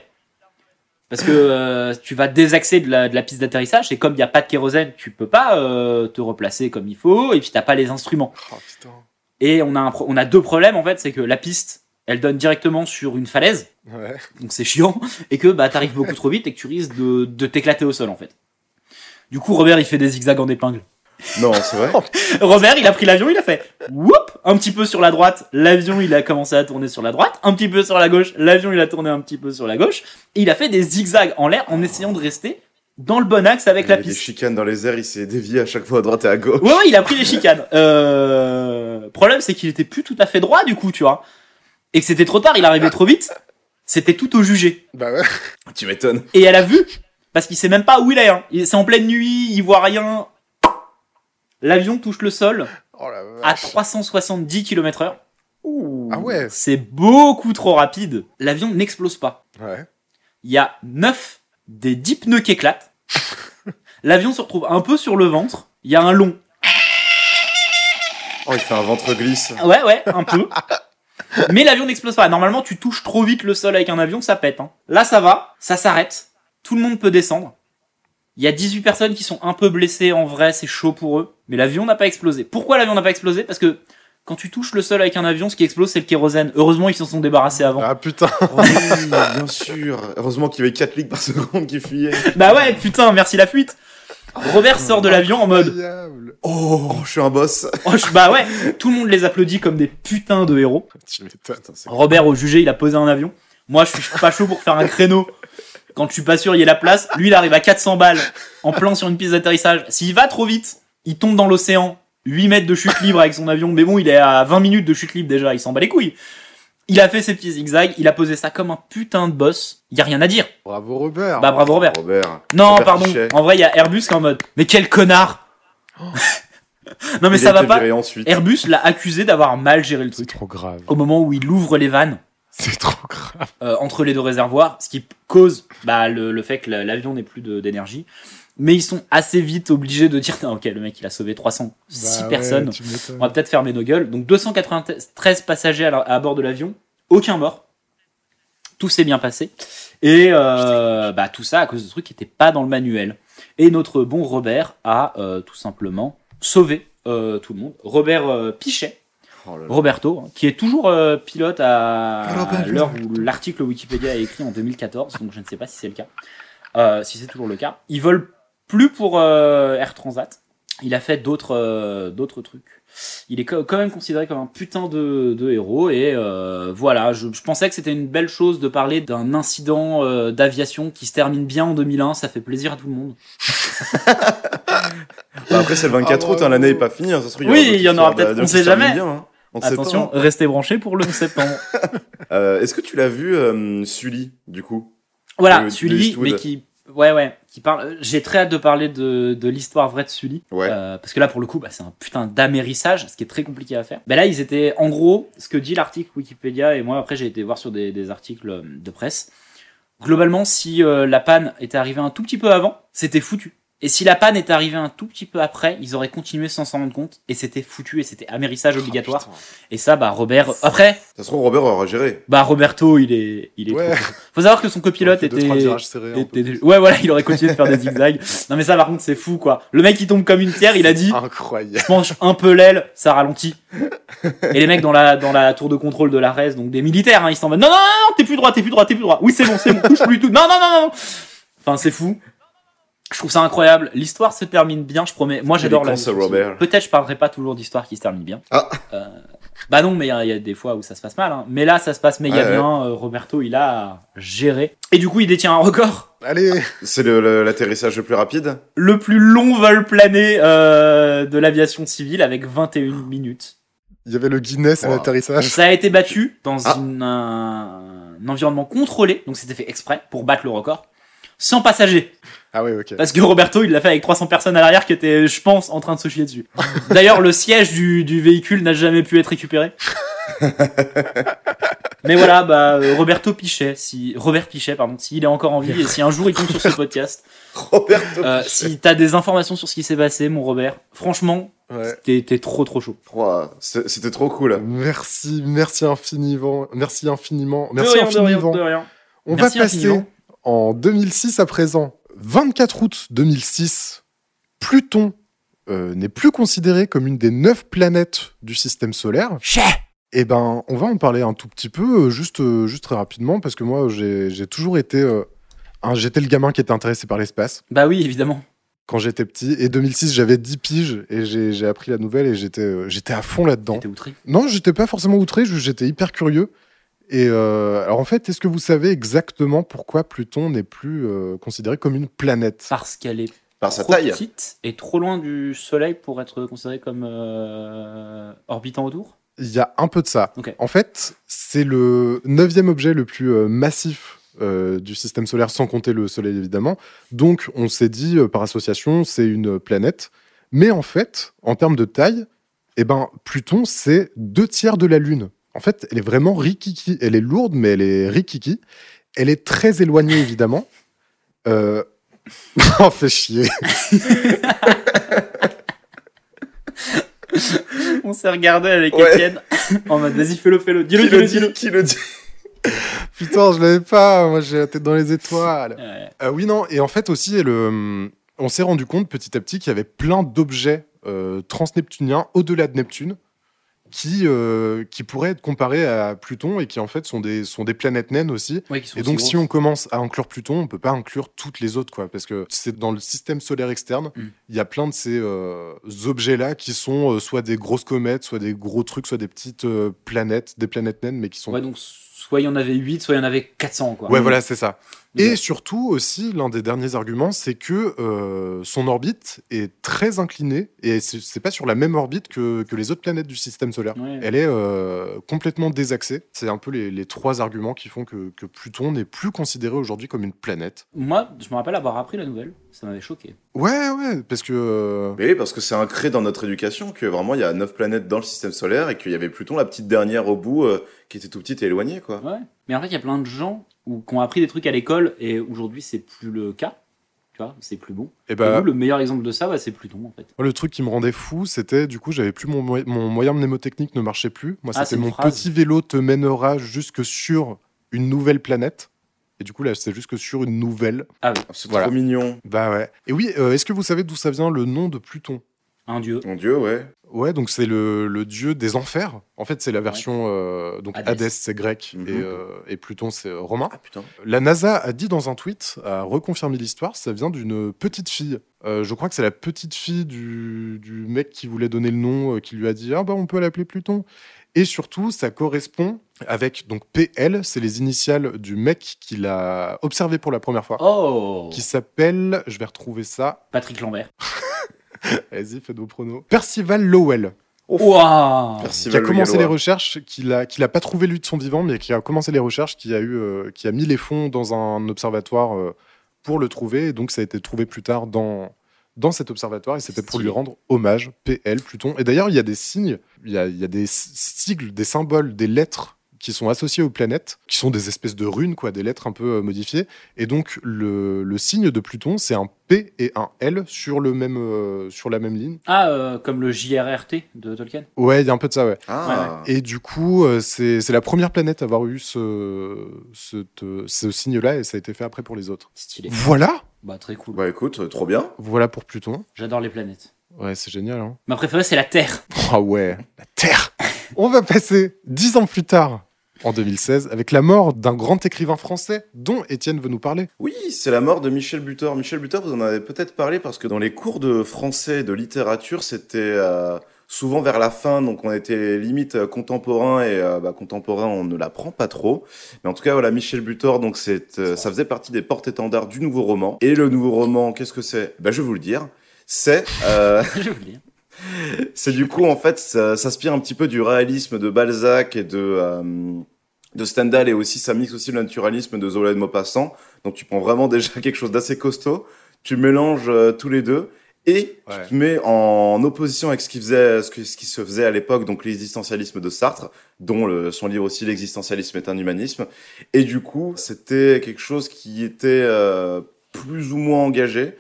[SPEAKER 2] Parce que euh, tu vas désaxer de la, de la piste d'atterrissage et comme il n'y a pas de kérosène, tu peux pas euh, te replacer comme il faut et puis t'as pas les instruments.
[SPEAKER 4] Oh putain.
[SPEAKER 2] Et on a, un pro- on a deux problèmes en fait, c'est que la piste, elle donne directement sur une falaise,
[SPEAKER 4] Ouais.
[SPEAKER 2] donc c'est chiant, et que bah t'arrives beaucoup trop vite et que tu risques de, de t'éclater au sol en fait. Du coup, Robert, il fait des zigzags en épingle.
[SPEAKER 5] Non, c'est vrai.
[SPEAKER 2] Robert, il a pris l'avion, il a fait whoop, un petit peu sur la droite, l'avion il a commencé à tourner sur la droite, un petit peu sur la gauche, l'avion il a tourné un petit peu sur la gauche, et il a fait des zigzags en l'air en essayant de rester dans le bon axe avec
[SPEAKER 5] Il y
[SPEAKER 2] la
[SPEAKER 5] a des
[SPEAKER 2] piste.
[SPEAKER 5] chicanes dans les airs, il s'est dévié à chaque fois à droite et à gauche.
[SPEAKER 2] Ouais, ouais, il a pris les chicanes. Euh... Problème, c'est qu'il était plus tout à fait droit du coup, tu vois, et que c'était trop tard, il arrivait trop vite. C'était tout au jugé.
[SPEAKER 4] Bah ouais.
[SPEAKER 5] Tu m'étonnes.
[SPEAKER 2] Et elle a vu, parce qu'il sait même pas où il est. Hein. Il- C'est en pleine nuit, il voit rien. L'avion touche le sol
[SPEAKER 4] Oh la
[SPEAKER 2] à
[SPEAKER 4] vache.
[SPEAKER 2] 370 km/h.
[SPEAKER 4] Ah ouais.
[SPEAKER 2] C'est beaucoup trop rapide. L'avion n'explose pas.
[SPEAKER 4] Ouais.
[SPEAKER 2] Il y a 9 des 10 pneus qui éclatent. L'avion se retrouve un peu sur le ventre. Il y a un long.
[SPEAKER 5] Oh, il fait un ventre glisse.
[SPEAKER 2] Ouais, ouais, un peu. Mais l'avion n'explose pas. Normalement, tu touches trop vite le sol avec un avion, ça pète. hein. Là, ça va, ça s'arrête. Tout le monde peut descendre. Il y a 18 personnes qui sont un peu blessées. En vrai, c'est chaud pour eux. Mais l'avion n'a pas explosé. Pourquoi l'avion n'a pas explosé Parce que quand tu touches le sol avec un avion, ce qui explose, c'est le kérosène. Heureusement, ils s'en sont débarrassés avant.
[SPEAKER 4] Ah putain.
[SPEAKER 5] Oh oui, bien sûr. Heureusement qu'il y avait 4 ligues par seconde qui fuyaient.
[SPEAKER 2] Bah ouais, putain, merci la fuite. Robert sort de l'avion en mode
[SPEAKER 4] Incroyable.
[SPEAKER 5] Oh, je suis un boss.
[SPEAKER 2] oh, je- bah ouais, tout le monde les applaudit comme des putains de héros.
[SPEAKER 4] Tu m'étonnes.
[SPEAKER 5] Putain, c'est-
[SPEAKER 2] Robert au jugé, il a posé un avion. Moi, je suis pas chaud pour faire un créneau quand je suis pas sûr il y ait la place. Lui, il arrive à 400 balles en plan sur une piste d'atterrissage. S'il va trop vite, il tombe dans l'océan. 8 mètres de chute libre avec son avion, mais bon, il est à 20 minutes de chute libre déjà, il s'en bat les couilles. Il a fait ses petits zigzags, il a posé ça comme un putain de boss. Y a rien à dire.
[SPEAKER 4] Bravo Robert.
[SPEAKER 2] Bah bravo Robert.
[SPEAKER 5] Robert.
[SPEAKER 2] Non,
[SPEAKER 5] Robert
[SPEAKER 2] pardon.
[SPEAKER 5] Pichet.
[SPEAKER 2] En vrai, il y a Airbus qui est en mode. Mais quel connard Non, mais
[SPEAKER 5] Il a
[SPEAKER 2] ça va
[SPEAKER 5] été
[SPEAKER 2] pas.
[SPEAKER 5] viré ensuite.
[SPEAKER 2] Airbus l'a accusé d'avoir mal géré le
[SPEAKER 4] C'est
[SPEAKER 2] truc.
[SPEAKER 4] trop grave.
[SPEAKER 2] Au moment où il ouvre les vannes
[SPEAKER 4] C'est trop grave.
[SPEAKER 2] euh, entre les deux réservoirs, ce qui cause bah, le, le fait que la- l'avion n'ait plus de- d'énergie. Mais ils sont assez vite obligés de dire Ok, le mec, il a sauvé 306
[SPEAKER 4] Bah ouais,
[SPEAKER 2] personnes.
[SPEAKER 4] tu m'étonnes.
[SPEAKER 2] On va peut-être fermer nos gueules. Donc 293 passagers à, la- à bord de l'avion, aucun mort. Tout s'est bien passé. Et euh, bah, tout ça à cause de trucs qui n'étaient pas dans le manuel. Et notre bon Robert a euh, tout simplement sauvé euh, tout le monde. Robert euh, Pichet,
[SPEAKER 5] Oh là là.
[SPEAKER 2] Roberto, hein, qui est toujours euh, pilote à
[SPEAKER 4] Robert.
[SPEAKER 2] l'heure où l'article Wikipédia a écrit en 2014, donc je ne sais pas si c'est le cas. Euh, si c'est toujours le cas. Ils volent plus pour euh, Air Transat. Il a fait d'autres euh, d'autres trucs. Il est co- quand même considéré comme un putain de, de héros et euh, voilà, je, je pensais que c'était une belle chose de parler d'un incident euh, d'aviation qui se termine bien en 2001, ça fait plaisir à tout le monde.
[SPEAKER 5] Bah, après, c'est le 24
[SPEAKER 4] Ah,
[SPEAKER 5] août, hein,
[SPEAKER 4] bravo.
[SPEAKER 5] l'année est pas finie. hein, ça se trouve,
[SPEAKER 2] Oui,
[SPEAKER 5] d'autres
[SPEAKER 2] il y en aura
[SPEAKER 5] histoires Bah, de-
[SPEAKER 2] peut-être,
[SPEAKER 5] de-
[SPEAKER 2] on
[SPEAKER 5] qui
[SPEAKER 2] sait
[SPEAKER 5] se terminent
[SPEAKER 2] jamais.
[SPEAKER 5] bien, hein. On sait pas,
[SPEAKER 2] Attention,
[SPEAKER 5] hein.
[SPEAKER 2] restez branchés pour le 11 septembre.
[SPEAKER 5] Euh, Est-ce que tu l'as vu, euh, Sully, du coup
[SPEAKER 2] voilà,
[SPEAKER 5] De- de
[SPEAKER 2] Sully
[SPEAKER 5] Eastwood.
[SPEAKER 2] mais qui ouais ouais, qui parle euh, j'ai très hâte de parler de, de l'histoire vraie de Sully.
[SPEAKER 5] Ouais.
[SPEAKER 2] Euh, parce que là, pour le coup, bah, c'est un putain d'amérissage, ce qui est très compliqué à faire. Bah, là, ils étaient, en gros, ce que dit l'article Wikipédia, et moi, après, j'ai été voir sur des, des articles euh, de presse. Globalement, si euh, la panne était arrivée un tout petit peu avant, c'était foutu. Et si la panne était arrivée un tout petit peu après, ils auraient continué sans s'en rendre compte, et c'était foutu, et c'était amérissage obligatoire.
[SPEAKER 4] Ah,
[SPEAKER 2] et ça, bah, Robert, après,
[SPEAKER 5] Ça se trouve, Robert aura géré.
[SPEAKER 2] bah, Roberto, il est, il est
[SPEAKER 4] Ouais.
[SPEAKER 2] trop- Faut savoir que son copilote
[SPEAKER 4] Deux,
[SPEAKER 2] était,
[SPEAKER 4] trois virages serrés, un peu.
[SPEAKER 2] était- ouais, voilà, il aurait continué de faire des zigzags. Non, mais ça, par contre, c'est fou, quoi. Le mec, il tombe comme une pierre, il a dit,
[SPEAKER 5] Ah.
[SPEAKER 4] Incroyable.
[SPEAKER 2] penche un peu l'aile, ça ralentit. Et les mecs dans la, dans la tour de contrôle de la RES, donc des militaires, hein, ils sont en mode non, non, non, non, t'es plus droit, t'es plus droit, t'es plus droit. Oui, c'est bon, c'est bon, touche plus du tout. Non, non, non, non. Enfin, c'est fou. Je trouve ça incroyable. L'histoire se termine bien, je promets. Moi, j'adore
[SPEAKER 5] Il est
[SPEAKER 2] la.
[SPEAKER 5] con, ce Robert.
[SPEAKER 2] Peut-être je parlerai pas toujours d'histoire qui se termine bien.
[SPEAKER 5] Ah.
[SPEAKER 2] Euh, bah non, mais il y, a- il y a des fois où ça se passe mal. hein. Mais là, ça se passe méga
[SPEAKER 5] Ouais, ouais.
[SPEAKER 2] bien. euh, Roberto, il a géré. Et du coup, il détient un record.
[SPEAKER 4] Allez.
[SPEAKER 5] C'est le- le- l'atterrissage le, plus rapide
[SPEAKER 2] Le plus long vol plané euh, de l'aviation civile avec 21 minutes.
[SPEAKER 4] Il y avait le Guinness à
[SPEAKER 5] Wow.
[SPEAKER 4] l'atterrissage.
[SPEAKER 2] Ça a été battu dans
[SPEAKER 5] Ah.
[SPEAKER 2] une- un, un environnement contrôlé, donc c'était fait exprès pour battre le record, sans passagers.
[SPEAKER 4] Ah ouais, ok.
[SPEAKER 2] Parce que Roberto, il l'a fait avec 300 personnes à l'arrière qui étaient, je pense, en train de se chier dessus. D'ailleurs, le siège du, du véhicule n'a jamais pu être récupéré. Mais voilà, bah, euh, Roberto Pichet, si, Robert Pichet, pardon, s'il est encore en vie et si un jour il tombe sur ce podcast,
[SPEAKER 5] Roberto
[SPEAKER 2] euh, si t'as des informations sur ce qui s'est passé, mon Robert, franchement,
[SPEAKER 4] Ouais.
[SPEAKER 2] t'es t'es trop trop chaud.
[SPEAKER 5] Ouah, c'est- C'était trop cool.
[SPEAKER 4] Merci, merci infiniment. Merci infiniment.
[SPEAKER 2] de
[SPEAKER 4] Merci
[SPEAKER 2] rien, de rien,
[SPEAKER 4] infiniment.
[SPEAKER 2] de rien.
[SPEAKER 4] On
[SPEAKER 2] Merci
[SPEAKER 4] va passer
[SPEAKER 2] infiniment.
[SPEAKER 4] en 2006 à présent. 24 août 2006, Pluton euh, n'est plus considéré comme une des neuf planètes du système solaire. Eh ben, on va en parler un tout petit peu, euh, juste, euh, juste très rapidement, parce que moi, j'ai j'ai toujours été... euh, un- j'étais le gamin qui était intéressé par l'espace
[SPEAKER 2] Bah oui, évidemment.
[SPEAKER 4] quand j'étais petit. Et 2006, j'avais 10 piges et j'ai j'ai appris la nouvelle et j'étais euh, j'étais à fond là-dedans.
[SPEAKER 2] T'étais outré.
[SPEAKER 4] Non, j'étais pas forcément outré, juste j'étais hyper curieux. Et euh, alors en fait, est-ce que vous savez exactement pourquoi Pluton n'est plus euh, considéré comme une planète
[SPEAKER 2] Parce qu'elle est
[SPEAKER 5] Par sa
[SPEAKER 2] trop
[SPEAKER 5] taille.
[SPEAKER 2] petite et trop loin du Soleil pour être considérée comme euh, orbitant autour.
[SPEAKER 4] Il y a un peu de ça.
[SPEAKER 2] Ok.
[SPEAKER 4] En fait, c'est le neuvième objet le plus euh, massif euh, du système solaire, sans compter le Soleil évidemment. Donc on s'est dit euh, par association, c'est une planète. Mais en fait, en termes de taille, eh ben, Pluton, c'est deux tiers de la Lune. En fait, elle est vraiment rikiki. Elle est lourde, mais elle est rikiki. Elle est très éloignée, évidemment. Euh... oh, fait chier.
[SPEAKER 2] On s'est regardé avec
[SPEAKER 5] Ouais.
[SPEAKER 2] Étienne en mode vas-y fais-le fais-le dis-le dis-le dis-le.
[SPEAKER 5] Qui le dit
[SPEAKER 4] Putain, je l'avais pas. Moi, j'ai la tête dans les étoiles.
[SPEAKER 2] Ouais.
[SPEAKER 4] Euh, oui, non. Et en fait, aussi, le, hum, on s'est rendu compte petit à petit qu'il y avait plein d'objets euh, transneptuniens au-delà de Neptune qui, euh, qui pourraient être comparés à Pluton et qui, en fait, sont des, sont des planètes naines aussi.
[SPEAKER 2] Ouais, qui sont
[SPEAKER 4] Et
[SPEAKER 2] aussi
[SPEAKER 4] donc,
[SPEAKER 2] gros.
[SPEAKER 4] si on commence à inclure Pluton, on peut pas inclure toutes les autres, quoi, parce que c'est dans le système solaire externe,
[SPEAKER 2] Mm.
[SPEAKER 4] il y a plein de ces euh, objets-là qui sont euh, soit des grosses comètes, soit des gros trucs, soit des petites euh, planètes, des planètes naines, mais qui sont.
[SPEAKER 2] Ouais, donc soit il y en avait 8, soit il y en avait 400 quoi.
[SPEAKER 4] Ouais, voilà, c'est ça.
[SPEAKER 2] Ouais.
[SPEAKER 4] Et surtout aussi, l'un des derniers arguments, c'est que euh, son orbite est très inclinée et c'est c'est pas sur la même orbite que, que les autres planètes du système solaire.
[SPEAKER 2] Ouais.
[SPEAKER 4] Elle est euh, complètement désaxée. C'est un peu les, les trois arguments qui font que, que Pluton n'est plus considéré aujourd'hui comme une planète.
[SPEAKER 2] Moi, je me rappelle avoir appris la nouvelle, ça m'avait choqué.
[SPEAKER 4] Ouais, ouais, parce que. euh,
[SPEAKER 5] Mais oui, parce que c'est ancré dans notre éducation que vraiment il y a neuf planètes dans le système solaire et qu'il y avait Pluton, la petite dernière au bout, euh, qui était tout petite et éloignée, quoi.
[SPEAKER 2] Ouais. Mais en fait, il y a plein de gens où- qui ont appris des trucs à l'école et aujourd'hui c'est plus le cas. Tu vois, c'est plus bon.
[SPEAKER 4] eh
[SPEAKER 2] Et
[SPEAKER 4] ben,
[SPEAKER 2] nous, le meilleur exemple de ça, bah, c'est Pluton en fait.
[SPEAKER 4] Moi, le truc qui me rendait fou, c'était du coup, j'avais plus mon, moy- mon moyen mnémotechnique ne marchait plus. Moi,
[SPEAKER 2] Ah, c'est
[SPEAKER 4] c'était
[SPEAKER 2] une
[SPEAKER 4] mon
[SPEAKER 2] phrase.
[SPEAKER 4] petit vélo te mènera jusque sur une nouvelle planète. Et du coup, là, c'est jusque sur une nouvelle.
[SPEAKER 5] Ah, C'est
[SPEAKER 4] Voilà.
[SPEAKER 5] trop mignon.
[SPEAKER 4] Bah ouais. Et oui, euh, est-ce que vous savez d'où ça vient le nom de Pluton
[SPEAKER 2] Un dieu.
[SPEAKER 5] Mon dieu, ouais.
[SPEAKER 4] Ouais, donc c'est le, le dieu des enfers. En fait, c'est la version. euh, donc
[SPEAKER 2] Hadès.
[SPEAKER 4] Hadès, c'est grec
[SPEAKER 5] Mhm.
[SPEAKER 4] et, euh, et Pluton, c'est euh, romain.
[SPEAKER 5] Ah putain.
[SPEAKER 4] La NASA a dit dans un tweet, a reconfirmé l'histoire, ça vient d'une petite fille. Euh, je crois que c'est la petite fille du, du mec qui voulait donner le nom, euh, qui lui a dit Ah bah on peut l'appeler Pluton. Et surtout, ça correspond avec donc PL, c'est les initiales du mec qui l'a observé pour la première fois.
[SPEAKER 2] Oh
[SPEAKER 4] Qui s'appelle, je vais retrouver ça,
[SPEAKER 2] Patrick Lambert.
[SPEAKER 4] vas-y, fais nos pronos. Percival Lowell,
[SPEAKER 2] Waouh
[SPEAKER 5] Merci,
[SPEAKER 4] Ah. qui a
[SPEAKER 5] Val
[SPEAKER 4] commencé les
[SPEAKER 5] Gallois.
[SPEAKER 4] recherches, qui l'a qui l'a pas trouvé lui de son vivant, mais qui a commencé les recherches, qui a, eu, euh, qui a mis les fonds dans un observatoire euh, pour le trouver. Et donc, ça a été trouvé plus tard dans, dans cet observatoire. Et c'était pour
[SPEAKER 2] Stylé.
[SPEAKER 4] lui rendre hommage, PL, Pluton. Et d'ailleurs, il y a des signes, il y a, il y a des s- sigles, des symboles, des lettres qui sont associés aux planètes, qui sont des espèces de runes, quoi, des lettres un peu euh, modifiées. Et donc, le, le signe de Pluton, c'est un P et un L sur, le même, euh, sur la même ligne.
[SPEAKER 2] Ah, euh, comme le JRRT de Tolkien
[SPEAKER 4] Ouais, il y a un peu de ça, ouais.
[SPEAKER 5] Ah.
[SPEAKER 4] Et du coup, euh, c'est c'est la première planète à avoir eu ce, cette, euh, ce signe-là et ça a été fait après pour les autres.
[SPEAKER 2] Stylé.
[SPEAKER 4] Voilà
[SPEAKER 2] Bah, très cool.
[SPEAKER 5] Bah écoute, euh, trop bien.
[SPEAKER 4] Voilà pour Pluton.
[SPEAKER 2] J'adore les planètes.
[SPEAKER 4] Ouais, c'est génial. Hein
[SPEAKER 2] Ma préférée, c'est la Terre.
[SPEAKER 4] ah ouais, la Terre On va passer dix ans plus tard, en 2016, avec la mort d'un grand écrivain français dont Étienne veut nous parler.
[SPEAKER 5] Oui, c'est la mort de Michel Butor. Michel Butor, vous en avez peut-être parlé parce que dans les cours de français et de littérature, c'était euh, souvent vers la fin, donc on était limite euh, contemporain et euh, bah, contemporain, on ne l'apprend pas trop. Mais en tout cas, voilà, Michel Butor, donc c'est, euh, ça faisait partie des porte-étendards du nouveau roman. Et le nouveau roman, qu'est-ce que c'est Bah, je vais vous le dire. C'est euh,
[SPEAKER 2] Je vous le dis.
[SPEAKER 5] c'est du coup, en fait, ça s'inspire un petit peu du réalisme de Balzac et de, euh, de Stendhal et aussi ça mixe aussi le naturalisme de Zola et de Maupassant. Donc tu prends vraiment déjà quelque chose d'assez costaud, tu mélanges euh, tous les deux et
[SPEAKER 4] Ouais.
[SPEAKER 5] tu te mets en opposition avec ce qui, faisait, ce, que- ce qui se faisait à l'époque, donc l'existentialisme de Sartre, dont le, son livre aussi, L'existentialisme est un humanisme. Et du coup, c'était quelque chose qui était euh, plus ou moins engagé.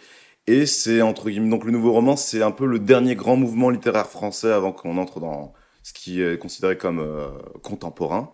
[SPEAKER 5] Et c'est entre guillemets, donc le nouveau roman, c'est un peu le dernier grand mouvement littéraire français avant qu'on entre dans ce qui est considéré comme euh, contemporain.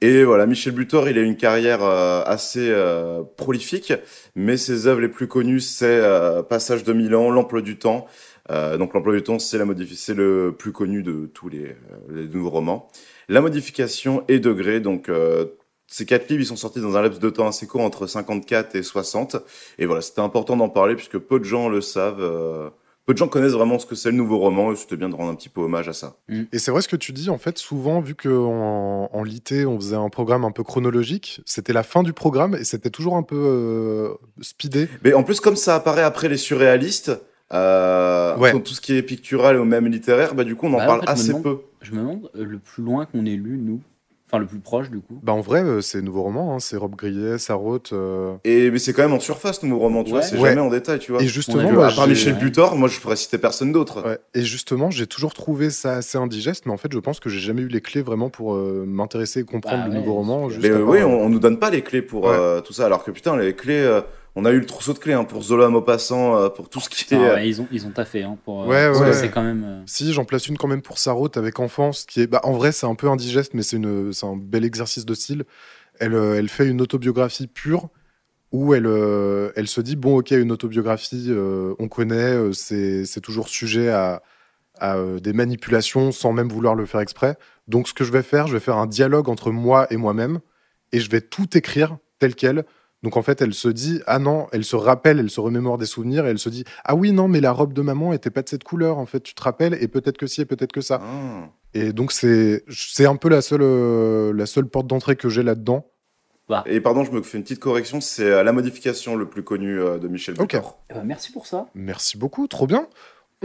[SPEAKER 5] Et voilà, Michel Butor, il a une carrière euh, assez euh, prolifique, mais ses œuvres les plus connues, c'est euh, Passage de Milan, L'emploi du temps. Euh, donc l'emploi du temps, c'est la modifi- c'est le plus connu de tous les, euh, les nouveaux romans. La modification et degré, donc euh, ces quatre livres, ils sont sortis dans un laps de temps assez court, entre 54 et 60. Et voilà, c'était important d'en parler puisque peu de gens le savent. euh, peu de gens connaissent vraiment ce que c'est le nouveau roman et c'était bien de rendre un petit peu hommage à ça.
[SPEAKER 4] Et c'est vrai ce que tu dis, en fait, souvent, vu qu'en en, en lité, on faisait un programme un peu chronologique, c'était la fin du programme et c'était toujours un peu euh, speedé.
[SPEAKER 5] Mais en plus, comme ça apparaît après les surréalistes, euh,
[SPEAKER 4] Ouais.
[SPEAKER 5] tout, tout ce qui est pictural ou même littéraire, bah du coup, on en
[SPEAKER 2] Bah, en
[SPEAKER 5] parle
[SPEAKER 2] fait, je me
[SPEAKER 5] assez
[SPEAKER 2] demande-
[SPEAKER 5] peu.
[SPEAKER 2] Je me demande euh, le plus loin qu'on ait lu, nous. Enfin, le plus proche, du coup.
[SPEAKER 4] Bah en vrai, euh, c'est nouveau roman, hein, c'est Rob Grillet, Sarote. euh,
[SPEAKER 5] Et mais c'est quand même en surface, nouveau roman, tu
[SPEAKER 2] Ouais.
[SPEAKER 5] vois, c'est
[SPEAKER 4] Ouais.
[SPEAKER 5] jamais en détail, tu vois.
[SPEAKER 4] Et
[SPEAKER 2] On a
[SPEAKER 4] justement,
[SPEAKER 2] vu
[SPEAKER 4] bah,
[SPEAKER 5] à part
[SPEAKER 4] j'ai-
[SPEAKER 5] Michel Butor, moi je pourrais citer personne d'autre.
[SPEAKER 4] ouais, et justement, j'ai toujours trouvé ça assez indigeste, mais en fait, je pense que j'ai jamais eu les clés vraiment pour euh, m'intéresser et comprendre
[SPEAKER 2] Bah
[SPEAKER 4] le
[SPEAKER 2] ouais,
[SPEAKER 4] nouveau roman.
[SPEAKER 2] c'est
[SPEAKER 4] juste
[SPEAKER 5] Mais euh,
[SPEAKER 4] à part,
[SPEAKER 5] oui,
[SPEAKER 4] euh,
[SPEAKER 5] on, on nous donne pas les clés pour
[SPEAKER 4] Ouais.
[SPEAKER 5] euh, tout ça, alors que putain, les clés, euh, on a eu le trousseau de clés hein, pour Zola Maupassant, euh, pour tout ce qui est.
[SPEAKER 2] Ah
[SPEAKER 5] euh,
[SPEAKER 2] ouais, ils ont, ils ont taffé, hein, pour. euh,
[SPEAKER 4] Ouais,
[SPEAKER 2] parce
[SPEAKER 4] ouais,
[SPEAKER 2] que
[SPEAKER 4] ouais.
[SPEAKER 2] C'est quand même. euh,
[SPEAKER 4] Si, j'en place une quand même pour Sarote avec Enfance, qui est. Bah, en vrai, c'est un peu indigeste, mais c'est une... c'est un bel exercice de style. Elle, euh, elle fait une autobiographie pure où elle, euh, elle se dit bon, ok, une autobiographie, euh, on connaît, euh, c'est c'est toujours sujet à, à, euh, des manipulations sans même vouloir le faire exprès. Donc, ce que je vais faire, je vais faire un dialogue entre moi et moi-même et je vais tout écrire tel quel. Donc en fait, elle se dit ah non, elle se rappelle, elle se remémore des souvenirs et elle se dit ah oui non mais la robe de maman était pas de cette couleur en fait tu te rappelles et peut-être que si et peut-être que ça.
[SPEAKER 5] ah.
[SPEAKER 4] Et donc c'est c'est un peu la seule euh, la seule porte d'entrée que j'ai là-dedans.
[SPEAKER 5] Et pardon, je me fais une petite correction, c'est euh, La Modification le plus connu euh, de Michel
[SPEAKER 4] Ok.
[SPEAKER 5] Butor.
[SPEAKER 2] eh ben, merci pour ça.
[SPEAKER 4] Merci beaucoup, trop bien.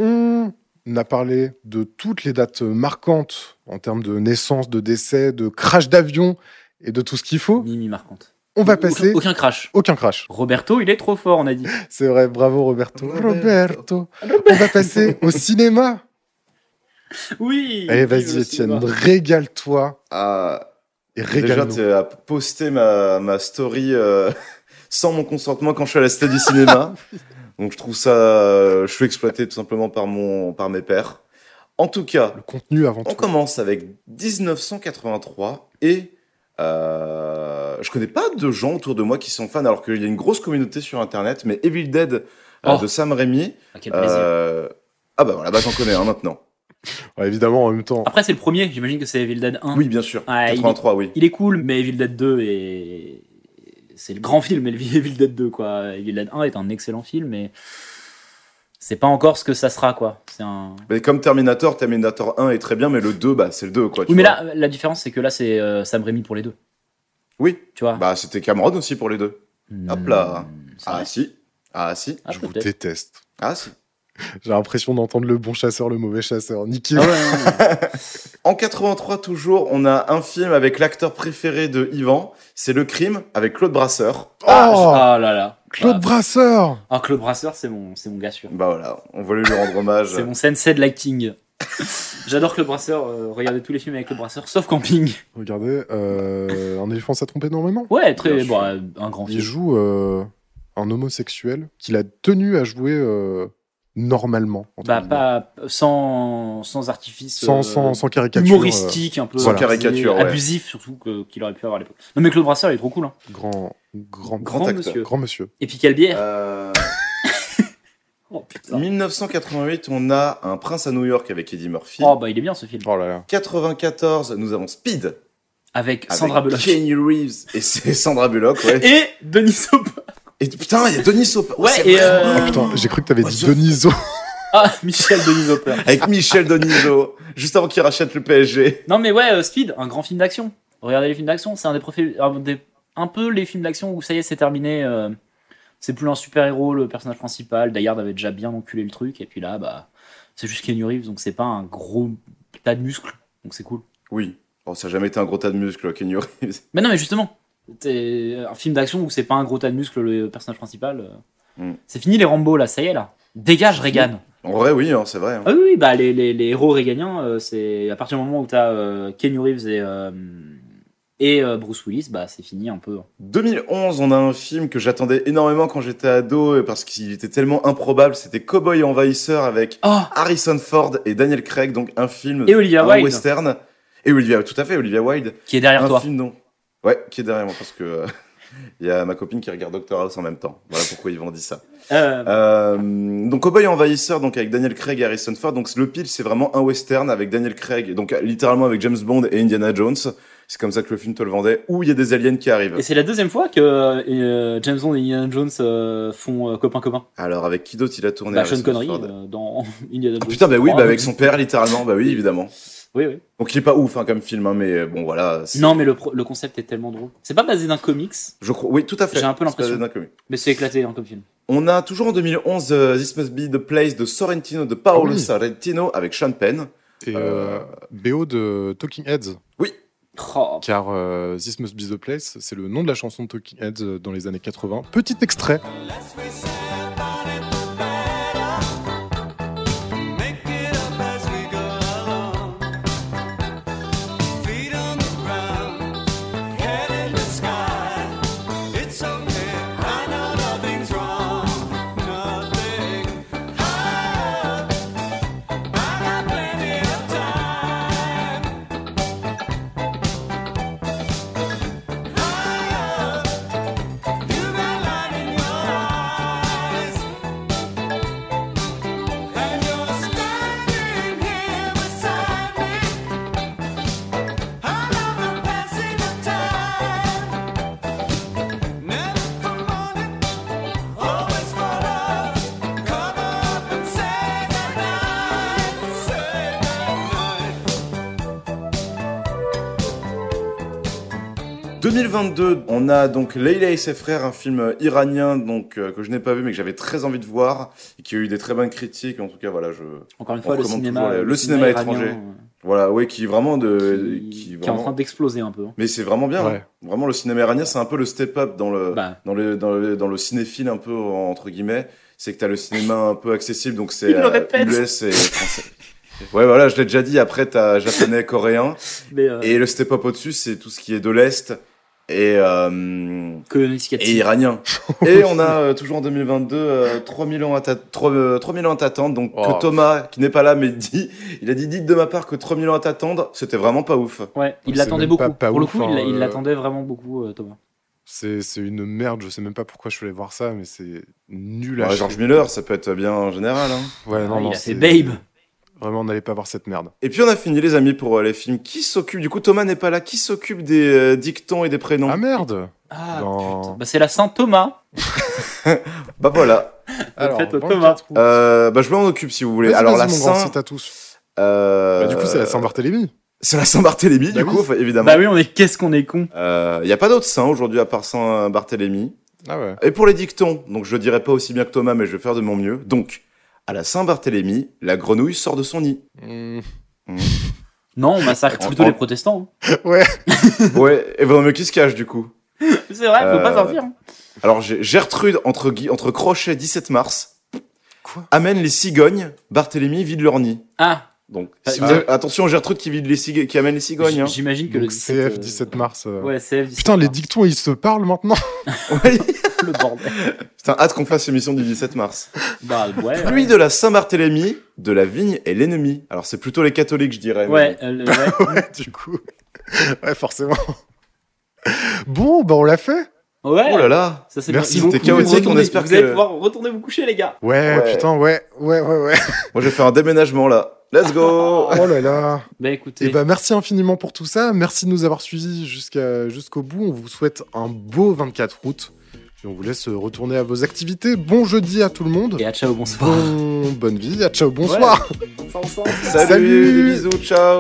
[SPEAKER 4] On a parlé de toutes les dates marquantes en termes de naissance, de décès, de crash d'avion et de tout ce qu'il faut.
[SPEAKER 2] Mimi marquante.
[SPEAKER 4] On va
[SPEAKER 2] Aucun-
[SPEAKER 4] passer
[SPEAKER 2] Aucun, crash.
[SPEAKER 4] aucun crash.
[SPEAKER 2] Roberto, il est trop fort, on a dit.
[SPEAKER 4] C'est vrai, bravo Roberto. Roberto. On va passer au cinéma.
[SPEAKER 2] Oui
[SPEAKER 4] Allez,
[SPEAKER 2] vive le
[SPEAKER 4] vas-y
[SPEAKER 2] cinéma.
[SPEAKER 4] Étienne, régale-toi.
[SPEAKER 5] Ah,
[SPEAKER 4] Et
[SPEAKER 5] Déjà,
[SPEAKER 4] régale-nous.
[SPEAKER 5] tu as posté ma, ma story euh, sans mon consentement quand je suis à la cité du cinéma. Donc, je trouve ça. euh, je suis exploité tout simplement par, mon, par mes pères. En tout cas,
[SPEAKER 4] Le contenu avant
[SPEAKER 5] on
[SPEAKER 4] tout.
[SPEAKER 5] commence avec 1983 et. Euh, je connais pas de gens autour de moi qui sont fans, alors qu'il y a une grosse communauté sur internet, mais Evil Dead euh,
[SPEAKER 2] Oh.
[SPEAKER 5] de Sam Raimi.
[SPEAKER 2] Ah, quel plaisir.
[SPEAKER 5] euh, Ah bah voilà, bah j'en connais un maintenant.
[SPEAKER 4] Ouais, évidemment, en même temps.
[SPEAKER 2] Après, c'est le premier, j'imagine que c'est Evil Dead 1.
[SPEAKER 5] Oui, bien sûr.
[SPEAKER 2] Hein. Ouais, il-
[SPEAKER 5] 83, oui.
[SPEAKER 2] Il est cool, mais Evil Dead 2 est. C'est le grand film, Evil Evil Dead 2, quoi. Evil Dead 1 est un excellent film, mais. C'est pas encore ce que ça sera, quoi. C'est un.
[SPEAKER 5] Mais comme Terminator, Terminator 1 est très bien, mais le 2, bah c'est le 2, quoi. tu
[SPEAKER 2] Oui, mais
[SPEAKER 5] vois.
[SPEAKER 2] là, la différence, c'est que là, c'est euh, Sam Raimi pour les deux.
[SPEAKER 5] Oui.
[SPEAKER 2] Tu vois
[SPEAKER 5] Bah c'était Cameron aussi pour les deux. hop là.
[SPEAKER 2] Hmm, c'est vrai.
[SPEAKER 5] Ah si. Ah si.
[SPEAKER 2] Ah,
[SPEAKER 4] je vous
[SPEAKER 2] peut-être.
[SPEAKER 4] déteste.
[SPEAKER 5] Ah si.
[SPEAKER 4] J'ai l'impression d'entendre le bon chasseur, le mauvais chasseur. Niquez.
[SPEAKER 2] Ah ouais, ouais, ouais.
[SPEAKER 5] En 83 toujours, on a un film avec l'acteur préféré de Yvan, c'est Le Crime avec Claude Brasseur.
[SPEAKER 2] Ah,
[SPEAKER 4] Oh,
[SPEAKER 2] je- ah là là.
[SPEAKER 4] Claude
[SPEAKER 2] Ah,
[SPEAKER 4] Brasseur
[SPEAKER 2] Ah, Claude Brasseur, c'est mon, c'est mon gars sûr.
[SPEAKER 5] Bah voilà, on voulait lui rendre hommage.
[SPEAKER 2] C'est mon sensei de l'acting. J'adore Claude Brasseur. euh, regardez tous les films avec Claude Brasseur, sauf Camping.
[SPEAKER 4] Regardez, euh, un éléphant s'est trompé énormément.
[SPEAKER 2] Ouais, très
[SPEAKER 5] Bien
[SPEAKER 2] bon,
[SPEAKER 5] sûr.
[SPEAKER 2] euh, un grand
[SPEAKER 4] Il
[SPEAKER 2] film.
[SPEAKER 4] joue euh, un homosexuel qu'il a tenu à jouer euh, normalement. entre
[SPEAKER 2] Bah,
[SPEAKER 4] guillemets.
[SPEAKER 2] pas sans, sans artifice.
[SPEAKER 4] sans,
[SPEAKER 2] euh,
[SPEAKER 4] sans, sans caricature.
[SPEAKER 2] Humoristique, un peu
[SPEAKER 4] Sans
[SPEAKER 2] abusé-
[SPEAKER 5] caricature, ouais.
[SPEAKER 2] abusif surtout que- qu'il aurait pu avoir à l'époque. Non mais Claude Brasseur il est trop cool, hein.
[SPEAKER 4] euh, grand, grand,
[SPEAKER 5] Grand acteur.
[SPEAKER 2] monsieur.
[SPEAKER 4] grand monsieur.
[SPEAKER 2] Et puis quelle bière
[SPEAKER 5] Euh,
[SPEAKER 2] Oh putain.
[SPEAKER 5] 1988, on a Un prince à New York avec Eddie Murphy.
[SPEAKER 2] Oh bah il est bien ce film.
[SPEAKER 4] Oh là là.
[SPEAKER 5] 94, nous avons Speed
[SPEAKER 2] Avec,
[SPEAKER 5] avec
[SPEAKER 2] Sandra Bullock
[SPEAKER 5] Kenny Reeves et c'est Sandra Bullock, ouais.
[SPEAKER 2] et Denis Hopper.
[SPEAKER 5] Et putain, il y a Denis Hopper.
[SPEAKER 2] Ouais,
[SPEAKER 5] c'est
[SPEAKER 2] et,
[SPEAKER 5] vrai.
[SPEAKER 2] euh,
[SPEAKER 4] Ah putain, j'ai cru que t'avais
[SPEAKER 5] What
[SPEAKER 4] dit
[SPEAKER 5] the
[SPEAKER 4] Deniso.
[SPEAKER 2] Ah Michel Denis Hopper.
[SPEAKER 5] Avec Michel Denisot, juste avant qu'il rachète le PSG.
[SPEAKER 2] Non mais ouais, euh, Speed, un grand film d'action. Regardez les films d'action, c'est un des profils, un, des- un peu les films d'action où ça y est, c'est terminé. euh, c'est plus un super héros, le personnage principal. Dayard avait déjà bien enculé le truc, et puis là, bah, c'est juste Kenny Reeves, donc c'est pas un gros tas de muscles, donc c'est cool.
[SPEAKER 5] Oui. Oh, ça n'a jamais été un gros tas de muscles, Kenny Reeves.
[SPEAKER 2] Mais non, mais justement, c'est un film d'action où c'est pas un gros tas de muscles, le personnage principal. euh,
[SPEAKER 5] Mm.
[SPEAKER 2] C'est fini les Rambo là, ça y est là. Dégage Reagan.
[SPEAKER 5] En vrai, oui, hein, c'est vrai. hein.
[SPEAKER 2] Ah oui, oui, bah les, les, les héros réganiens, euh, c'est à partir du moment où t'as euh, Kenny Reeves et, euh, et euh, Bruce Willis, bah c'est fini un peu.
[SPEAKER 5] 2011, on a un film que j'attendais énormément quand j'étais ado euh, parce qu'il était tellement improbable. C'était Cowboy Envahisseur avec
[SPEAKER 2] Oh
[SPEAKER 5] Harrison Ford et Daniel Craig, donc un film
[SPEAKER 2] Et Olivia
[SPEAKER 5] un
[SPEAKER 2] Wilde,
[SPEAKER 5] western. Et Olivia, tout à fait, Olivia Wilde.
[SPEAKER 2] qui est derrière
[SPEAKER 5] un
[SPEAKER 2] toi.
[SPEAKER 5] film dont... Ouais, qui est derrière moi parce que euh, il y a ma copine qui regarde Doctor House en même temps. Voilà pourquoi ils vont dire ça.
[SPEAKER 2] Euh,
[SPEAKER 5] Euh, donc Cowboy Envahisseur donc avec Daniel Craig et Harrison Ford donc le pitch c'est vraiment un western avec Daniel Craig donc littéralement avec James Bond et Indiana Jones c'est comme ça que le film te le vendait où il y a des aliens qui arrivent
[SPEAKER 2] et c'est la deuxième fois que euh, James Bond et Indiana Jones euh, font copain-copain.
[SPEAKER 5] alors avec qui d'autre il a tourné
[SPEAKER 2] Bah,
[SPEAKER 5] Harrison
[SPEAKER 2] Sean Connery
[SPEAKER 5] Ford
[SPEAKER 2] euh, dans Indiana
[SPEAKER 5] Ah,
[SPEAKER 2] Jones.
[SPEAKER 5] putain bah oui
[SPEAKER 2] 3,
[SPEAKER 5] bah avec
[SPEAKER 2] donc-
[SPEAKER 5] son père littéralement bah oui évidemment
[SPEAKER 2] Oui, oui.
[SPEAKER 5] donc il est pas ouf hein, comme film hein, mais bon voilà c'est-
[SPEAKER 2] Non, mais le, pro- le concept est tellement drôle. C'est pas basé d'un comics,
[SPEAKER 5] je crois oui tout à fait
[SPEAKER 2] J'ai un peu
[SPEAKER 5] C'est pas
[SPEAKER 2] l'impression.
[SPEAKER 5] d'un comique.
[SPEAKER 2] mais c'est éclaté hein, comme film.
[SPEAKER 5] on a toujours en 2011 euh, This Must Be the Place de Sorrentino de Paolo
[SPEAKER 4] Ah oui.
[SPEAKER 5] Sorrentino avec Sean Penn
[SPEAKER 4] Et
[SPEAKER 5] Euh,
[SPEAKER 4] euh, BO de Talking Heads.
[SPEAKER 2] Oh,
[SPEAKER 4] Car euh, This Must Be the Place, c'est le nom de la chanson de Talking Heads euh, dans les années 80. Petit extrait.
[SPEAKER 9] Night.
[SPEAKER 5] 2022, on a donc Leila et ses frères, un film iranien donc euh, que je n'ai pas vu mais que j'avais très envie de voir et qui a eu des très bonnes critiques. En tout cas, voilà, je
[SPEAKER 2] Encore une fois, le
[SPEAKER 5] recommande
[SPEAKER 2] cinéma,
[SPEAKER 5] toujours le- le cinéma étranger,
[SPEAKER 2] iranien,
[SPEAKER 5] voilà, ouais, qui est vraiment
[SPEAKER 2] euh,
[SPEAKER 5] de
[SPEAKER 2] qui,
[SPEAKER 5] qui,
[SPEAKER 2] qui est en
[SPEAKER 5] vraiment-
[SPEAKER 2] train d'exploser un peu. hein.
[SPEAKER 5] mais c'est vraiment bien.
[SPEAKER 4] Ouais.
[SPEAKER 5] hein. Vraiment, le cinéma iranien, c'est un peu le step up dans le
[SPEAKER 2] Bah,
[SPEAKER 5] dans le dans le dans le cinéphile un peu entre guillemets. C'est que t'as le cinéma un peu accessible, donc c'est
[SPEAKER 2] Il le répète.
[SPEAKER 5] US et français. Ouais, voilà, je l'ai déjà dit. Après, t'as japonais, coréen
[SPEAKER 2] mais euh,
[SPEAKER 5] et le step up au-dessus, c'est tout ce qui est de l'est et euh,
[SPEAKER 2] que l'initiative-
[SPEAKER 5] et iranien. et on a euh, toujours en 2022 euh, 3000 ans à ta- trois- euh, 3000 ans à t'attendre. Donc
[SPEAKER 4] Oh.
[SPEAKER 5] que Thomas, qui n'est pas là, mais dit, il a dit dites de ma part que 3000 ans à t'attendre, c'était vraiment pas ouf.
[SPEAKER 2] Ouais, il
[SPEAKER 4] c'est
[SPEAKER 2] l'attendait
[SPEAKER 4] même
[SPEAKER 2] beaucoup.
[SPEAKER 4] pas- pas
[SPEAKER 2] Pour le
[SPEAKER 4] ouf,
[SPEAKER 2] coup, il
[SPEAKER 4] hein,
[SPEAKER 2] l'a- il
[SPEAKER 4] euh,
[SPEAKER 2] l'attendait vraiment beaucoup, euh, Thomas.
[SPEAKER 4] C'est c'est une merde, je sais même pas pourquoi je suis allé voir ça, mais c'est nul à
[SPEAKER 5] Ouais,
[SPEAKER 4] chier.
[SPEAKER 5] George Miller, ça peut être bien en général. hein.
[SPEAKER 4] Ouais, Bah non,
[SPEAKER 2] Ah,
[SPEAKER 4] non,
[SPEAKER 2] il a fait
[SPEAKER 4] c'est-
[SPEAKER 2] Babe.
[SPEAKER 4] Vraiment, n'allez pas voir cette merde.
[SPEAKER 5] Et puis on a fini les amis pour euh, les films. Qui s'occupe Du coup, Thomas n'est pas là. Qui s'occupe des euh, dictons et des prénoms
[SPEAKER 4] Ah merde
[SPEAKER 2] Ah,
[SPEAKER 4] Dans-
[SPEAKER 2] putain. Bah, c'est la Saint Thomas.
[SPEAKER 5] Bah voilà.
[SPEAKER 2] fête au
[SPEAKER 4] 24
[SPEAKER 2] Thomas.
[SPEAKER 4] août.
[SPEAKER 5] Euh, bah je m'en occupe si vous voulez.
[SPEAKER 4] Vas-y,
[SPEAKER 5] Alors
[SPEAKER 4] vas-y,
[SPEAKER 5] la
[SPEAKER 4] mon grand,
[SPEAKER 5] Saint.
[SPEAKER 4] c'est à tous.
[SPEAKER 5] euh,
[SPEAKER 4] Bah, du coup, c'est la Saint-Barthélemy.
[SPEAKER 5] C'est la Saint-Barthélemy,
[SPEAKER 4] Bah
[SPEAKER 5] du
[SPEAKER 4] oui.
[SPEAKER 5] coup, enfin, évidemment.
[SPEAKER 2] Bah oui, on est qu'est-ce qu'on est con.
[SPEAKER 5] Il n'y a pas d'autre saint aujourd'hui à part Saint-Barthélemy.
[SPEAKER 4] Ah ouais.
[SPEAKER 5] Et pour les dictons, donc je dirais pas aussi bien que Thomas, mais je vais faire de mon mieux. Donc, à la Saint-Barthélemy, la grenouille sort de son nid.
[SPEAKER 4] Mm.
[SPEAKER 2] Non, on massacre plutôt
[SPEAKER 5] on-
[SPEAKER 2] les protestants.
[SPEAKER 5] ouais, et vaut mieux qu'il se cache, du coup.
[SPEAKER 2] hein. C'est vrai, faut
[SPEAKER 5] Euh,
[SPEAKER 2] pas sortir. hein.
[SPEAKER 5] Alors, j'ai Gertrude, entre, gui- entre crochets, 17 mars.
[SPEAKER 4] Quoi
[SPEAKER 5] Amène les cigognes, Barthélemy vide leur nid.
[SPEAKER 2] Ah,
[SPEAKER 5] Donc,
[SPEAKER 2] Ah,
[SPEAKER 5] si
[SPEAKER 2] ah.
[SPEAKER 5] vous avez- attention, Gertrude qui, vide les cig- qui amène les cigognes.
[SPEAKER 2] j-
[SPEAKER 5] hein.
[SPEAKER 2] j'imagine que le
[SPEAKER 4] Donc
[SPEAKER 2] 17,
[SPEAKER 4] CF
[SPEAKER 2] euh,
[SPEAKER 4] 17 mars. euh.
[SPEAKER 2] Ouais, CF 17
[SPEAKER 4] Putain, les
[SPEAKER 2] mars.
[SPEAKER 4] dictons, ils se parlent maintenant.
[SPEAKER 5] Ouais.
[SPEAKER 2] hein. Le bordel.
[SPEAKER 5] Putain, hâte qu'on fasse l'émission du 17 mars.
[SPEAKER 2] Bah ouais.
[SPEAKER 5] Pluie de la Saint-Barthélemy, de la vigne et l'ennemi. Alors, c'est plutôt les catholiques, je dirais. mais
[SPEAKER 2] Ouais, euh, le- ouais.
[SPEAKER 4] ouais, du coup. ouais, forcément. Bon, bah on l'a fait.
[SPEAKER 2] Ouais.
[SPEAKER 5] bon. Oh là là
[SPEAKER 2] Ça, c'est
[SPEAKER 4] Merci,
[SPEAKER 2] ils vont
[SPEAKER 4] c'était
[SPEAKER 2] pouvoir
[SPEAKER 5] chaotique, on
[SPEAKER 2] retourner.
[SPEAKER 5] espère
[SPEAKER 2] vous
[SPEAKER 5] que-
[SPEAKER 2] allez pouvoir retourner vous coucher, les gars.
[SPEAKER 4] Ouais,
[SPEAKER 5] Ouais.
[SPEAKER 4] putain, ouais, ouais, ouais, ouais.
[SPEAKER 5] Moi, je vais faire un déménagement, là. Let's go
[SPEAKER 4] Oh là là.
[SPEAKER 2] Bah
[SPEAKER 4] Et
[SPEAKER 2] écoutez,
[SPEAKER 4] bah merci infiniment pour tout ça. Merci de nous avoir suivis jusqu'à jusqu'au bout. On vous souhaite un beau 24 août. Et on vous laisse euh, retourner à vos activités. Bon jeudi à tout le monde.
[SPEAKER 2] et à ciao, bonsoir.
[SPEAKER 4] Bon, bonne vie. À ciao, bonsoir.
[SPEAKER 2] Ouais. Bonsoir, bonsoir.
[SPEAKER 5] Salut,
[SPEAKER 4] Salut.
[SPEAKER 5] des bisous, ciao